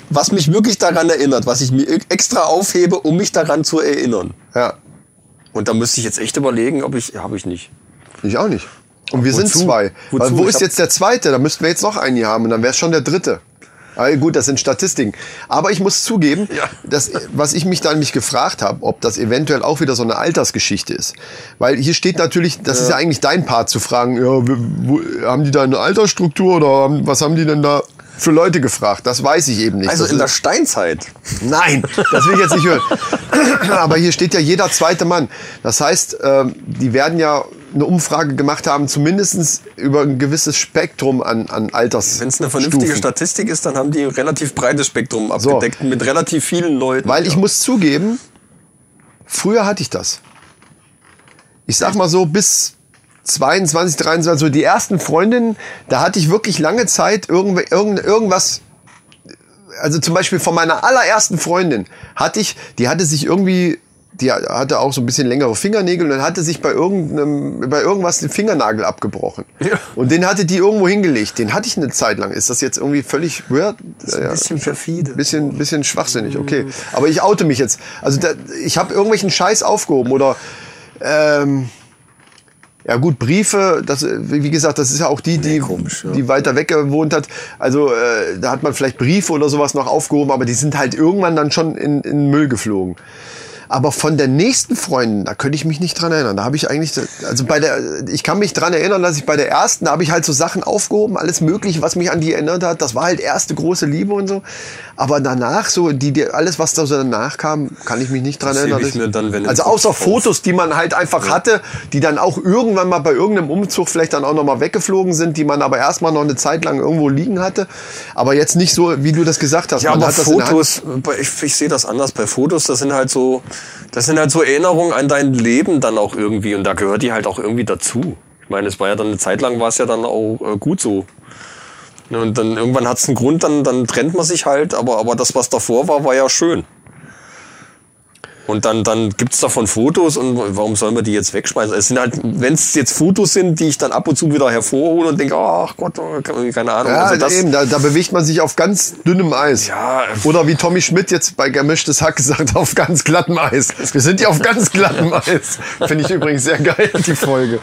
Was mich wirklich daran erinnert, was ich mir e-, extra aufhebe, um mich daran zu erinnern. Ja, Und da müsste ich jetzt echt überlegen, ob ich. Habe ich nicht. ich auch nicht. Und wir sind Wozu? zwei. Wozu? Weil Wo Ich ist hab- jetzt der zweite? Da müssten wir jetzt noch einen hier haben und dann wäre es schon der dritte. Ah, gut, das sind Statistiken. Aber ich muss zugeben, dass, was ich mich dann mich gefragt habe, ob das eventuell auch wieder so eine Altersgeschichte ist. Weil hier steht natürlich, das ist ja eigentlich dein Part zu fragen, ja, wo, haben die da eine Altersstruktur oder haben, was haben die denn da für Leute gefragt? Das weiß ich eben nicht. Also das in der ist- Steinzeit. Nein, das will ich jetzt nicht hören. Aber hier steht ja jeder zweite Mann. Das heißt, ähm, die werden ja eine Umfrage gemacht haben, zumindest über ein gewisses Spektrum an, an Alters. Wenn es eine vernünftige Statistik ist, dann haben die ein relativ breites Spektrum abgedeckt mit relativ vielen Leuten. Weil ich muss zugeben, früher hatte ich das. Ich sag mal so, bis 22, 23, so die ersten Freundinnen, da hatte ich wirklich lange Zeit irgend, irgend, irgendwas. Also zum Beispiel von meiner allerersten Freundin hatte ich, die hatte sich irgendwie, die hatte auch so ein bisschen längere Fingernägel und dann hatte sich bei irgendeinem, bei irgendwas den Fingernagel abgebrochen. Und den hatte die irgendwo hingelegt. Den hatte ich eine Zeit lang. Ist das jetzt irgendwie völlig weird? Ja. bisschen perfide. Bisschen, bisschen schwachsinnig, okay. Aber ich oute mich jetzt. Also da, ich habe irgendwelchen Scheiß aufgehoben oder ähm, ja gut, Briefe, das, äh, wie gesagt, das ist ja auch die, die, die weiter weg gewohnt hat. Also äh, da hat man vielleicht Briefe oder sowas noch aufgehoben, aber die sind halt irgendwann dann schon in, in den Müll geflogen. Aber von der nächsten Freundin, da könnte ich mich nicht dran erinnern. Da habe ich eigentlich, also bei der, ich kann mich dran erinnern, dass ich bei der ersten, da habe ich halt so Sachen aufgehoben, alles Mögliche, was mich an die erinnert hat. Das war halt erste große Liebe und so. Aber danach, so die, die alles, was da so danach kam, kann ich mich nicht dran Das erinnern. hebe ich dass- mir dann, wenn also ich- außer Fotos, die man halt einfach hatte, die dann auch irgendwann mal bei irgendeinem Umzug vielleicht dann auch nochmal weggeflogen sind, die man aber erstmal noch eine Zeit lang irgendwo liegen hatte. Aber jetzt nicht so, wie du das gesagt hast. Ja, man aber hat das in der Hand. Fotos, bei- ich, ich sehe das anders bei Fotos, das sind halt so, das sind halt so Erinnerungen an dein Leben dann auch irgendwie und da gehört die halt auch irgendwie dazu. Ich meine, es war ja dann eine Zeit lang war es ja dann auch äh, gut so. Ne, Und dann irgendwann hat es einen Grund, dann, dann trennt man sich halt, aber, aber das, was davor war, war ja schön. Und dann, dann gibt's davon Fotos und warum sollen wir die jetzt wegschmeißen? Es sind halt, wenn's jetzt Fotos sind, die ich dann ab und zu wieder hervorhole und denke, ach Gott, oh, keine Ahnung. Ja, also das, äh, eben, da, da bewegt man sich auf ganz dünnem Eis. Oder wie Tommy Schmidt jetzt bei Gemischtes Hack gesagt, auf ganz glattem Eis. Wir sind ja auf ganz glattem Eis. Finde ich übrigens sehr geil, die Folge.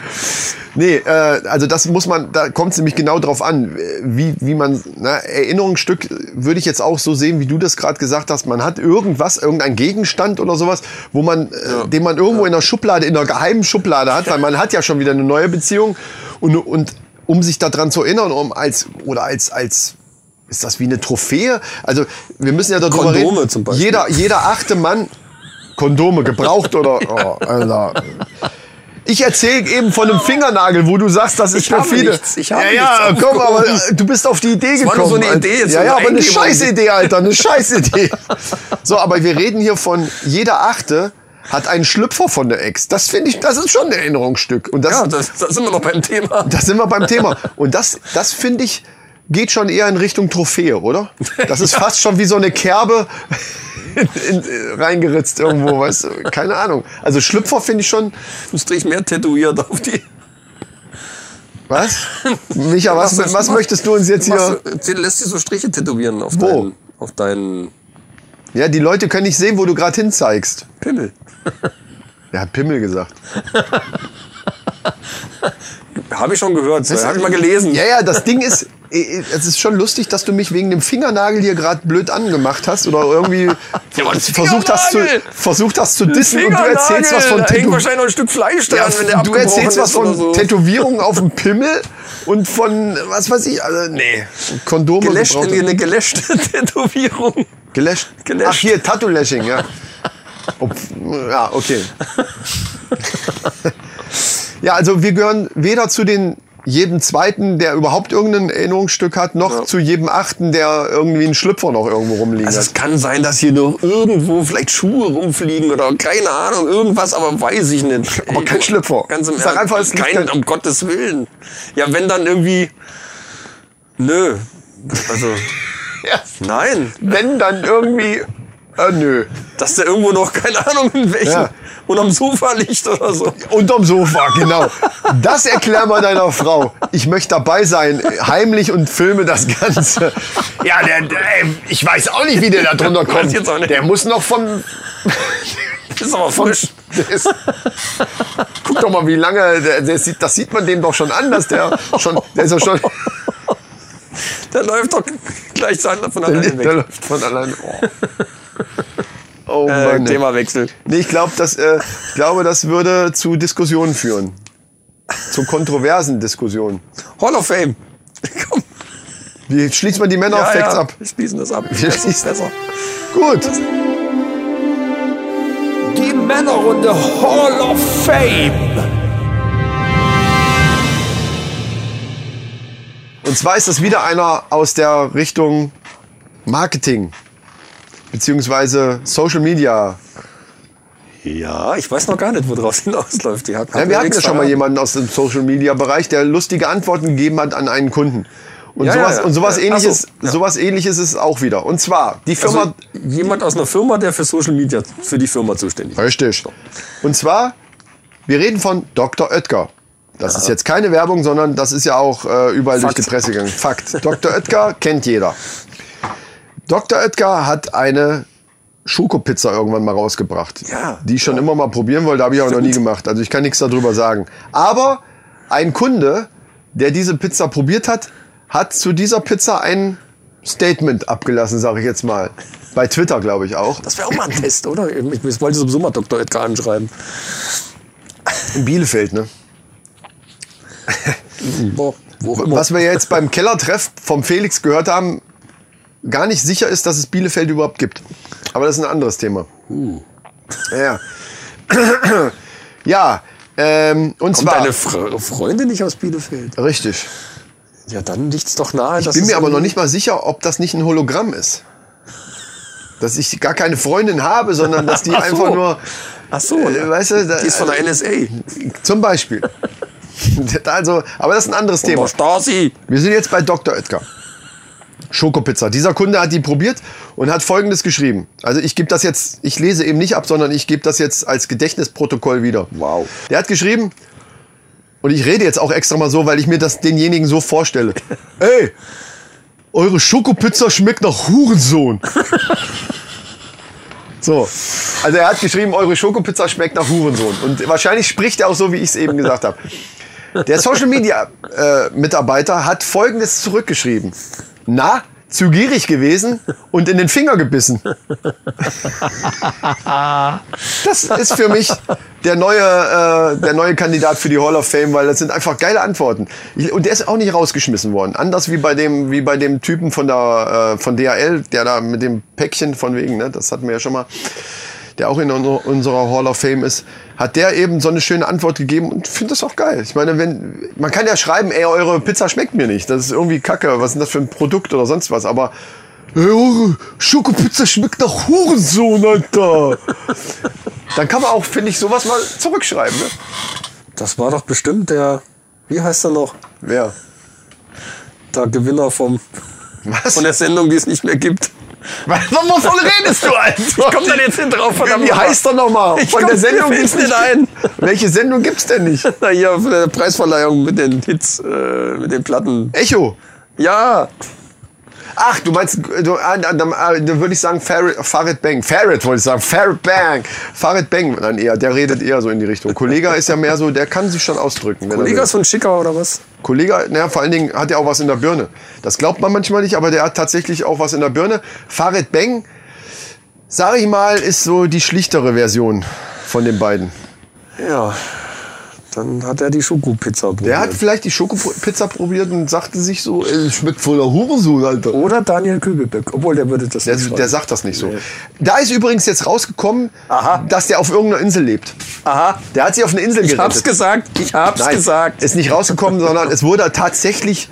Nee, äh, also das muss man, da kommt es nämlich genau drauf an, wie, wie man, na, Erinnerungsstück würde ich jetzt auch so sehen, wie du das gerade gesagt hast. Man hat irgendwas, irgendein Gegenstand oder sowas, wo man, äh, den man irgendwo in der Schublade, in einer geheimen Schublade hat, weil man hat ja schon wieder eine neue Beziehung und, und um sich daran zu erinnern, um als oder als als ist das wie eine Trophäe? Also wir müssen ja darüber Kondome reden. zum Beispiel. Jeder jeder achte Mann Kondome gebraucht oder oh, Alter. Ich erzähle eben von einem Fingernagel, wo du sagst, das ist Ich habe perfide. nichts, ich habe ja, ja, nichts komm, aber aufgehoben. äh, du bist auf die Idee Das war gekommen. nur so eine Alter. Idee, jetzt ja, so eine ja, aber eine Eingebung. Scheißidee, Alter, eine Scheißidee. So, aber wir reden hier von jeder achte hat einen Schlüpfer von der Ex. Das finde ich, das ist schon ein Erinnerungsstück. Und das, ja, das, da sind wir noch beim Thema. da sind wir beim Thema. Und das, das finde ich, geht schon eher in Richtung Trophäe, oder? Das ist fast schon wie so eine Kerbe in, in, reingeritzt irgendwo, weißt du? Keine Ahnung. Also Schlüpfer finde ich schon. Müsste ich mehr tätowiert auf die. Was? Micha, was, was, möchtest du uns jetzt hier. Machst du- Lässt dir so Striche tätowieren auf Wo? deinen. Auf deinen. Ja, die Leute können nicht sehen, wo du gerade hinzeigst. Pimmel. Er hat Pimmel gesagt. Habe ich schon gehört. Weißt du, Habe ich mal gelesen. Ja, ja, das Ding ist, eh, eh, es ist schon lustig, dass du mich wegen dem Fingernagel hier gerade blöd angemacht hast oder irgendwie aber ein versucht, hast zu, Fingernagel! versucht hast zu Ein dissen und du erzählst was Fingernagel, von da hängt Tätow- wahrscheinlich noch ein Stück Fleisch dran, wenn der Du abgebrochen erzählst was ist oder von so. Tätowierungen auf dem Pimmel und von, was weiß ich, also, nee, Kondome Gelöscht, gebraucht. eine gelöschte Tätowierung. Gelöscht? Gelöscht. Ach hier, Tattoo-Lashing, ja. Ob, ja, okay. ja, also wir gehören weder zu den jedem Zweiten, der überhaupt irgendein Erinnerungsstück hat, noch zu jedem Achten, der irgendwie einen Schlüpfer noch irgendwo rumliegen Also hat. es kann sein, dass hier noch irgendwo vielleicht Schuhe rumfliegen oder keine Ahnung, irgendwas, aber weiß ich nicht. Aber kein Schlüpfer. Ganz im Sag Ernst. einfach, es liegt halt kein, kein- um Gottes Willen. Ja, wenn dann irgendwie. Nö. Also. Nein. Wenn dann irgendwie... Äh, nö. Dass der irgendwo noch, keine Ahnung, in welchen. Ja. Und am Sofa liegt oder so. Unterm Sofa, genau. Das erklär mal deiner Frau. Ich möchte dabei sein, heimlich und filme das Ganze. Ja, der, der, ey, ich weiß auch nicht, wie der da drunter Weiß kommt. jetzt auch nicht. Der muss noch vom, Ist aber frisch. Der ist, guck doch mal, wie lange. Der, der sieht, das sieht man dem doch schon an, dass der schon. Der ist ja schon. Der läuft doch gleich so von Der, alleine der weg. läuft von allein. Oh, oh Äh, Mann. ey. Themawechsel. Nee, ich, glaub, das, äh, ich glaube, das würde zu Diskussionen führen. Zu kontroversen Diskussionen. Hall of Fame. Wie schließt man die Männer auf Facts ab? Wir schließen das ab. Wir Das ist schließen- besser. Gut. Die Männerrunde Hall of Fame. Und zwar ist das wieder einer aus der Richtung Marketing beziehungsweise Social Media. Ja, ich weiß noch gar nicht, worauf es hinausläuft. Die hat Ja, wir hatten ja schon mal jemanden aus dem Social Media Bereich, der lustige Antworten gegeben hat an einen Kunden. Und Ja, ja, sowas, ja. Und sowas Äh, ähnliches, ach so, ja. sowas ähnliches ist es auch wieder. Und zwar die Firma Also, jemand aus einer Firma, der für Social Media für die Firma zuständig ist. Richtig. Und zwar, wir reden von Dr. Oetker. Das ist jetzt keine Werbung, sondern das ist ja auch äh, überall Fakt. durch die Presse gegangen. Fakt. Dr. Oetker kennt jeder. Dr. Oetker hat eine Schokopizza irgendwann mal rausgebracht. Ja. Die ich schon immer mal probieren wollte, habe ich aber noch nie gemacht. Also ich kann nichts darüber sagen. Aber ein Kunde, der diese Pizza probiert hat, hat zu dieser Pizza ein Statement abgelassen, sage ich jetzt mal. Bei Twitter, glaube ich, auch. Das wäre auch mal ein Test, oder? Ich, ich wollte sowieso mal Dr. Edgar anschreiben. In Bielefeld, ne? Boah, wo auch immer. Was wir jetzt beim Kellertreff vom Felix gehört haben, gar nicht sicher ist, dass es Bielefeld überhaupt gibt. Aber das ist ein anderes Thema. Uh. Ja. ja, ähm, und Kommt zwar. deine Fre Freundin nicht aus Bielefeld? Richtig. Ja, dann liegt's doch nahe, Ich dass bin es mir aber noch irgendwie- nicht mal sicher, ob das nicht ein Hologramm ist. Dass ich gar keine Freundin habe, sondern dass die Ach so. einfach nur. Ach so, äh, weißt du, da, die ist von der NSA. Zum Beispiel. also, aber das ist ein Oh, anderes Thema. Stasi. Wir sind jetzt bei Dr. Edgar. Schokopizza. Dieser Kunde hat die probiert und hat folgendes geschrieben. Also ich gebe das jetzt, ich lese eben nicht ab, sondern ich gebe das jetzt als Gedächtnisprotokoll wieder. Wow. Der hat geschrieben, und ich rede jetzt auch extra mal so, weil ich mir das denjenigen so vorstelle. Ey, eure Schokopizza schmeckt nach Hurensohn. So, also er hat geschrieben, eure Schokopizza schmeckt nach Hurensohn. Und wahrscheinlich spricht er auch so, wie ich es eben gesagt habe. Der Social Media äh, Mitarbeiter hat folgendes zurückgeschrieben. Na, zu gierig gewesen und in den Finger gebissen. Das ist für mich der neue, äh, der neue Kandidat für die Hall of Fame, weil das sind einfach geile Antworten. Ich, und der ist auch nicht rausgeschmissen worden. Anders wie bei dem, wie bei dem Typen von, der, äh, von DHL, der da mit dem Päckchen von wegen, ne, das hatten wir ja schon mal, der auch in unser- unserer Hall of Fame ist, hat der eben so eine schöne Antwort gegeben und finde das auch geil. Ich meine, wenn, man kann ja schreiben, ey, eure Pizza schmeckt mir nicht. Das ist irgendwie kacke. Was ist denn das für ein Produkt oder sonst was? Aber ey, eure Schokopizza schmeckt nach Hurensohn, Alter. Dann kann man auch, finde ich, sowas mal zurückschreiben. Ne? Das war doch bestimmt der, wie heißt er noch? Wer? Der Gewinner vom, von der Sendung, die es nicht mehr gibt. Was, wovon redest du eigentlich? Ich komm da jetzt hin drauf, verdammt Wie nochmal. heißt er nochmal? Ich komm- mir fällt's nicht ein. Welche Sendung gibt's denn nicht? Na hier, von der Preisverleihung mit den Hits, äh, mit den Platten. Echo. Ja, Ach, du meinst, du, ah, da, da, da würde ich sagen Farid, Farid Bang. Farid wollte ich sagen. Farid Bang. Farid Bang dann eher. Der redet eher so in die Richtung. Kollega ist ja mehr so, der kann sich schon ausdrücken. wenn er Kollega will. ist von Schicker oder was? Kollege, naja, vor allen Dingen hat er auch was in der Birne. Das glaubt man manchmal nicht, aber der hat tatsächlich auch was in der Birne. Farid Beng, sag ich mal, ist so die schlichtere Version von den beiden. Ja, dann hat er die Schokopizza probiert. Der hat vielleicht die Schokopizza probiert und sagte sich so, "Ey, es schmeckt voller Hurensohn, Alter. Oder Daniel Kübelbeck, obwohl der würde das Der, nicht der schreiben. sagt das nicht so. Da ist übrigens jetzt rausgekommen, dass der auf irgendeiner Insel lebt. Aha. Der hat sich auf eine Insel Ich gerettet. hab's gesagt, ich hab's Nein, gesagt. Ist nicht rausgekommen, sondern es wurde tatsächlich,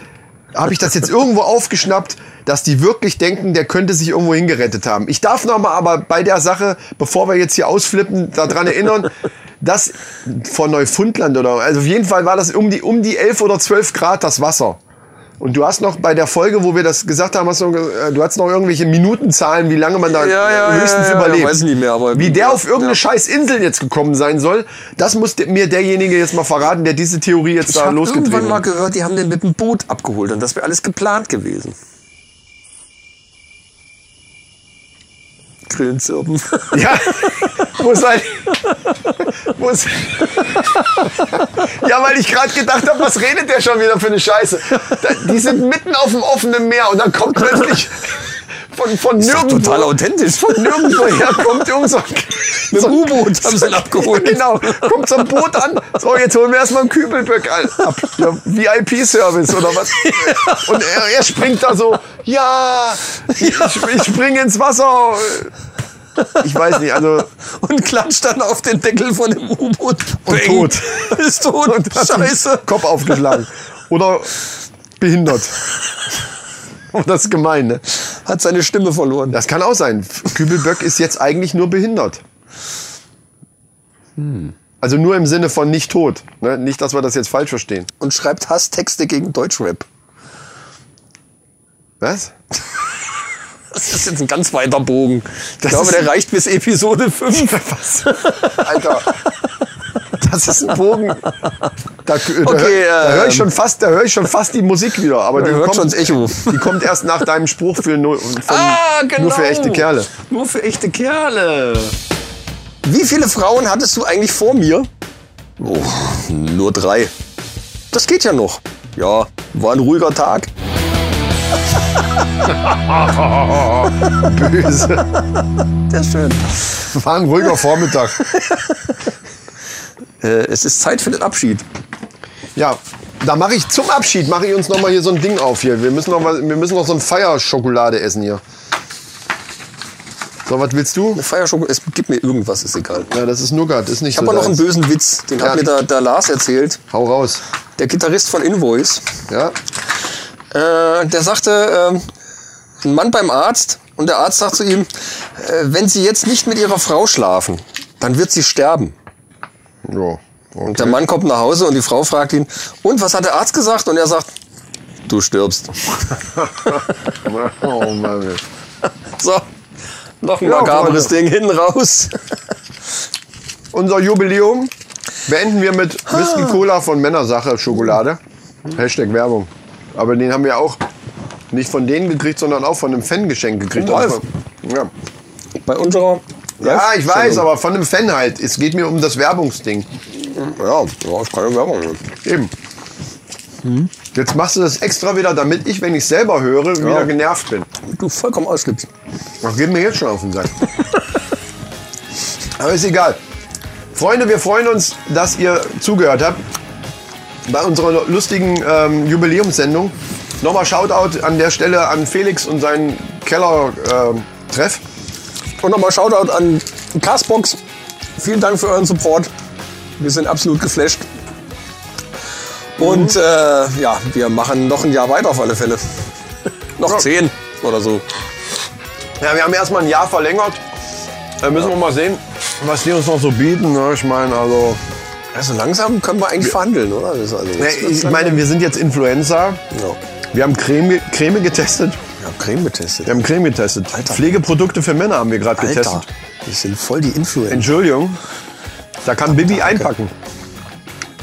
habe ich das jetzt irgendwo aufgeschnappt, dass die wirklich denken, der könnte sich irgendwo hingerettet haben. Ich darf nochmal aber bei der Sache, bevor wir jetzt hier ausflippen, daran erinnern, dass von Neufundland oder, also auf jeden Fall war das um die, um die 11 oder 12 Grad das Wasser. Und du hast noch bei der Folge, wo wir das gesagt haben, hast du, noch ge- äh, du hast noch irgendwelche Minutenzahlen, wie lange man da Ja, ja, höchstens ja, ja, überlebt. weiß ich nicht mehr, aber- wie der ja, auf irgendeine ja. scheiß Insel jetzt gekommen sein soll, das muss de- mir derjenige jetzt mal verraten, der diese Theorie jetzt Ich da habe irgendwann losgetreten mal hat. gehört, die haben den mit dem Boot abgeholt und das wäre alles geplant gewesen. Grillenzirpen. Ja, muss halt. Muss. Ja, weil ich gerade gedacht habe, was redet der schon wieder für eine Scheiße? Da, die sind mitten auf dem offenen Meer und dann kommt plötzlich von, von Ist doch nirgendwo. total authentisch. Von nirgendwoher kommt irgend so ein, Mit dem U-Boot haben sie ihn abgeholt. Genau, kommt so ein Boot an. So, jetzt holen wir erstmal einen Kübelböck an- ab. Ja, VIP-Service oder was? Und er, er springt da so, ja, ich, ich springe ins Wasser. Ich weiß nicht, also Und klatscht dann auf den Deckel von dem U-Boot. Und Bang. tot. Ist tot. und hat Scheiße. den Kopf aufgeschlagen. Oder behindert. Und das ist gemein, ne? Hat seine Stimme verloren. Das kann auch sein. Kübelböck ist jetzt eigentlich nur behindert. Hm. Also nur im Sinne von nicht tot. Ne? Nicht, dass wir das jetzt falsch verstehen. Und schreibt Hasstexte gegen Deutschrap. Was? Das ist jetzt ein ganz weiter Bogen. Ich Das glaube, ist- der reicht bis Episode 5. Was? Alter. Das ist ein Bogen. Da, da, Okay, hör, da höre ich ähm, schon fast, da höre ich schon fast die Musik wieder. Aber die hört kommt, schon das Echo. Ah, die kommt erst nach deinem Spruch für nur, von, nur für echte Kerle. genau. Nur für echte Kerle. Wie viele Frauen hattest du eigentlich vor mir? Oh, nur drei. Das geht ja noch. Ja, war ein ruhiger Tag. Böse. Der ist schön. War ein ruhiger Vormittag. Äh, es ist Zeit für den Abschied. Ja, da mache ich zum Abschied mache ich uns noch mal hier so ein Ding auf hier. Wir müssen noch mal, wir müssen noch so ein Feierschokolade essen hier. So, was willst du? Eine Feierschokolade, es gibt mir irgendwas, ist egal. Ja, das ist Nougat, ist nicht Ich habe so aber noch einen deins. bösen Witz, den Ja. hat mir der, der Lars erzählt. Hau raus. Der Gitarrist von Invoice. Ja. Äh, der sagte, ähm, ein Mann beim Arzt und der Arzt sagt zu ihm, äh, wenn Sie jetzt nicht mit Ihrer Frau schlafen, dann wird sie sterben. Ja. Und der Mann kommt nach Hause und die Frau fragt ihn, und was hat der Arzt gesagt? Und er sagt, du stirbst. oh Mann. ey. So, noch ein Ja, makaberes Freunde. Ding hinten raus. Unser Jubiläum beenden wir mit Whisky Cola von Männersache Schokolade. Hashtag Werbung. Aber den haben wir auch nicht von denen gekriegt, sondern auch von einem Fan geschenkt gekriegt. Wolf. Ja. Bei unserer. ja, ich weiß, Sendung. aber von einem Fan halt. Es geht mir um das Werbungsding. Ja, ja, ist keine Werbung. Eben. Jetzt machst du das extra wieder, damit ich, wenn ich selber höre, wieder genervt bin. Du vollkommen ausschlippst. Das geht mir jetzt schon auf den Sack. Aber ist egal. Freunde, wir freuen uns, dass ihr zugehört habt bei unserer lustigen ähm, Jubiläumssendung. Nochmal Shoutout an der Stelle an Felix und seinen ähm, Keller-Treff. Und nochmal Shoutout an Castbox. Vielen Dank für euren Support. Wir sind absolut geflasht. Und äh, ja, wir machen noch ein Jahr weiter auf alle Fälle. Noch zehn oder so. ja, wir haben erstmal ein Jahr verlängert. Da müssen wir mal sehen, was die uns noch so bieten. Ne? Ich meine, also. Also langsam können wir eigentlich verhandeln, oder? Das ist also Ja, ich meine, wir sind jetzt Influencer. Ja. Wir haben Creme, Creme getestet. wir haben Creme getestet. Wir haben Creme getestet. Pflegeprodukte für Männer haben wir gerade Alter, getestet. wir sind voll die Influencer. Entschuldigung. Da kann Bibi einpacken.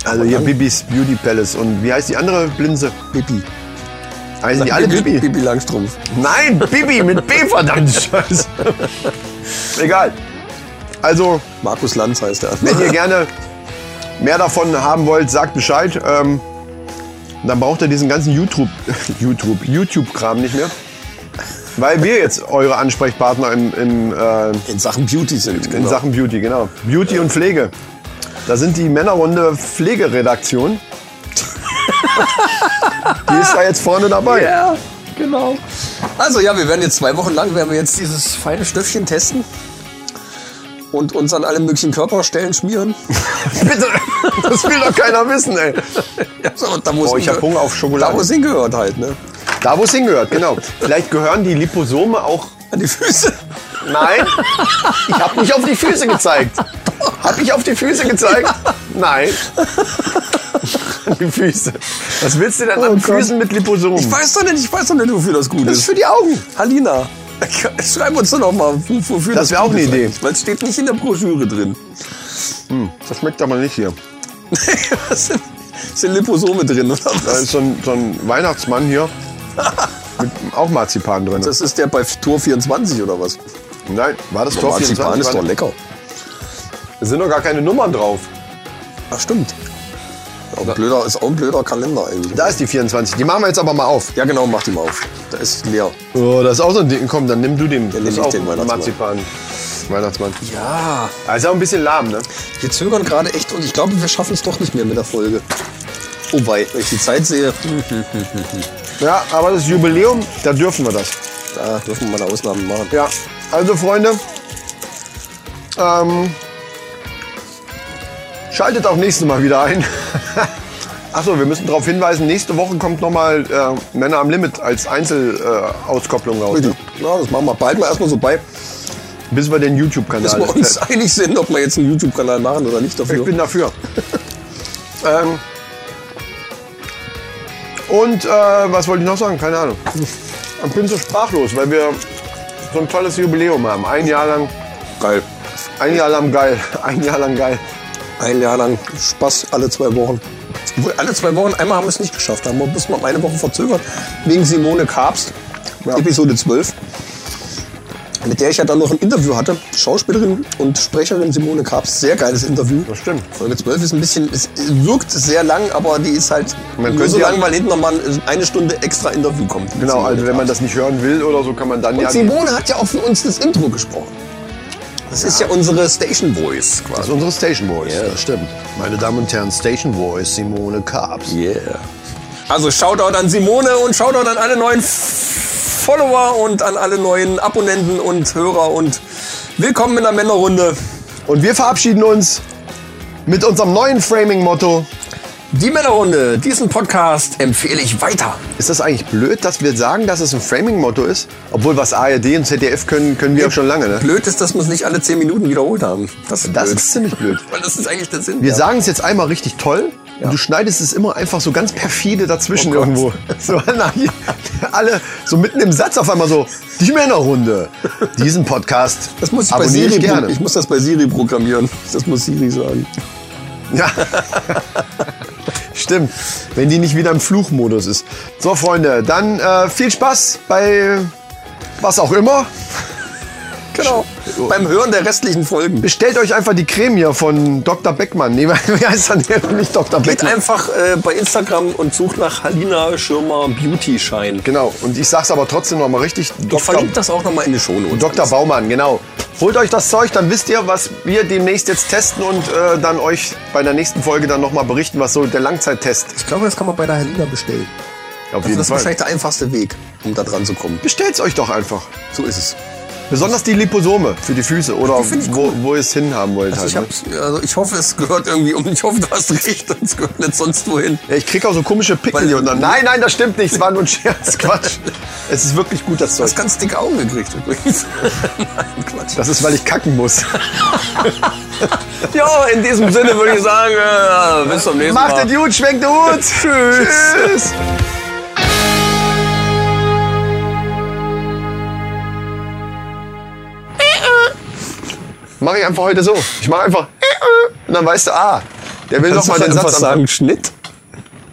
Also hier Bibis Beauty Palace. Und wie heißt die andere Blinze? Bibi. Heißen die alle Bibi? Bibi Langstrumpf. Nein, Bibi mit B, verdammt Scheiße. Egal. Also, Markus Lanz heißt er. wenn ihr gerne mehr davon haben wollt, sagt Bescheid. Ähm, dann braucht ihr diesen ganzen YouTube, YouTube, YouTube-Kram nicht mehr. Weil wir jetzt eure Ansprechpartner im, im äh, In Sachen Beauty sind. In Sachen Beauty, genau. Beauty und Pflege. Da sind die Männerrunde Pflegeredaktion. die ist da jetzt vorne dabei. Ja, genau. Also ja, wir werden jetzt zwei Wochen lang, werden wir jetzt dieses feine Stöffchen testen und uns an alle möglichen Körperstellen schmieren. Bitte, das will doch keiner wissen, ey. Ja, so, da Boah, ich hab Hunger auf Schokolade. Da wo es hingehört halt, ne? Da, wo es hingehört, genau. Vielleicht gehören die Liposome auch. An die Füße. Nein, ich habe nicht auf die Füße gezeigt. Habe ich auf die Füße gezeigt? Nein. An die Füße. Was willst du denn an Füßen mit Liposomen? Ich weiß doch nicht, ich weiß doch nicht, wofür das gut Das ist. ist für die Augen. Halina, schreib uns doch noch mal, wo- wofür Das wäre gut auch eine ist Idee. eigentlich, Weil es steht nicht in der Broschüre drin. Hm, das schmeckt aber nicht hier. Was sind, sind Liposome drin oder Da was? ist so ein, so ein Weihnachtsmann hier. Mit auch Marzipan drin. Das ist der bei Tour 24 oder was? Nein, war das Tor Marzipan 24? ist doch lecker. Da sind doch gar keine Nummern drauf. Ach stimmt. Auch ein blöder, ist auch ein blöder Kalender eigentlich. Da ist die 24. Die machen wir jetzt aber mal auf. Ja genau, mach die mal auf. Da ist leer. Oh, das ist auch so ein Ding. Komm, dann nimm du den. nimm das ist ich auch den Weihnachtsmann. Marzipan. Weihnachtsmann. Ja, Ah, ist auch ein bisschen lahm, ne? wir zögern gerade echt und ich glaube, wir schaffen es doch nicht mehr mit der Folge. Oh wei, wenn ich die Zeit sehe, Ja, aber das Jubiläum, da dürfen wir das. da dürfen wir mal Ausnahmen machen. Ja. Also, Freunde, ähm, schaltet auch nächstes Mal wieder ein. Achso, wir müssen darauf hinweisen, nächste Woche kommt nochmal äh, Männer am Limit als Einzelauskopplung äh, raus. Ne? Ja, das machen wir. Behalten wir erstmal so bei, Bis wir den bis YouTube-Kanal wir uns fest- einig sind, ob wir jetzt einen YouTube-Kanal machen oder nicht dafür. Ich bin dafür. ähm, und äh, was wollte ich noch sagen? Keine Ahnung. Ich bin so sprachlos, weil wir so ein tolles Jubiläum haben. Ein Jahr lang, geil. ein Jahr lang geil, ein Jahr lang geil. Ein Jahr lang Spaß alle zwei Wochen. Obwohl, alle zwei Wochen, einmal haben wir es nicht geschafft. Da haben wir bis mal um eine Woche verzögert. Wegen Simone Karbst, Episode 12. mit der ich ja dann noch ein Interview hatte. Schauspielerin und Sprecherin Simone Kapps, sehr geiles Interview. Das stimmt. Folge 12 ist ein bisschen, es wirkt sehr lang, aber die ist halt Man nur könnte so ja- lang, weil hinten nochmal eine Stunde extra Interview kommt. mit Genau, Simone also wenn man Kapps. das nicht hören will oder so, kann man dann ja. Und Simone hat ja auch für uns das Intro gesprochen. Das ist ja unsere Station Voice quasi. Das ist unsere Station Voice, das stimmt. Meine Damen und Herren, Station Voice, Simone Karps. Yeah. Also Shoutout an Simone und Shoutout an alle neuen F- Follower und an alle neuen Abonnenten und Hörer und willkommen in der Männerrunde. Und wir verabschieden uns mit unserem neuen Framing-Motto. Die Männerrunde, diesen Podcast empfehle ich weiter. Ist das eigentlich blöd, dass wir sagen, dass es ein Framing-Motto ist? Obwohl, was ARD und ZDF können, können wir ja schon lange, ne? Blöd ist, dass wir es nicht alle 10 Minuten wiederholt haben. Das ist, Das ist ziemlich blöd. Weil das ist eigentlich der Sinn. Wir sagen es jetzt einmal richtig toll und du schneidest es immer einfach so ganz perfide Oh dazwischen irgendwo. So, na, hier, alle so mitten im Satz auf einmal so, die Männerrunde. Diesen Podcast Das muss ich bei abonniere Siri ich gerne. Ich muss das bei Siri programmieren. Das muss Siri sagen. Ja. Stimmt, wenn die nicht wieder im Fluchmodus ist. So, Freunde, dann äh, viel Spaß bei was auch immer. Genau. Beim Hören der restlichen Folgen. Bestellt euch einfach die Creme hier von Dr. Beckmann. Nee, wie heißt er? Nicht Dr. Geht Beckmann. einfach äh, bei Instagram und sucht nach Halina Schirmer Beauty Shine. Genau, und ich sag's aber trotzdem nochmal richtig. Dr. verlinke das auch nochmal in die Shownotes. Dr. Baumann, genau. Holt euch das Zeug, dann wisst ihr, was wir demnächst jetzt testen und äh, dann euch bei der nächsten Folge dann nochmal berichten, was so der Langzeittest. Ich glaube, das kann man bei der Halina bestellen. Auf Also jeden das ist Fall. wahrscheinlich der einfachste Weg, um da dran zu kommen. Bestellt's euch doch einfach. So ist es. Besonders die Liposome für die Füße oder Die find ich wo, wo ihr es hinhaben wollt. Also ich, halt, ne? hab's, also ich hoffe, es gehört irgendwie um. Ich hoffe, du hast recht und es gehört nicht sonst wohin. Ja, ich krieg auch so komische Pickel hier und dann. Nein, nein, das stimmt nicht. Es war nur ein Scherz. Quatsch. Es ist wirklich gut, das Du Zeug. hast ganz dicke Augen gekriegt übrigens. Nein, Quatsch. Das ist, weil ich kacken muss. ja, in diesem Sinne würde ich sagen, äh, bis zum nächsten Macht Mal. es gut, schwenkt den Hut. Tschüss. Mach ich einfach heute so. Ich mach einfach. Und dann weißt du, ah, der will Kannst doch mal du den einfach Satz sagen, Schnitt.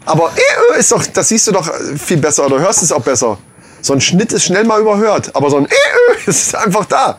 Aber äh, ist doch, das siehst du doch äh, viel besser oder hörst es auch besser. So ein Schnitt äh, ist schnell mal überhört, aber so ein ist einfach da.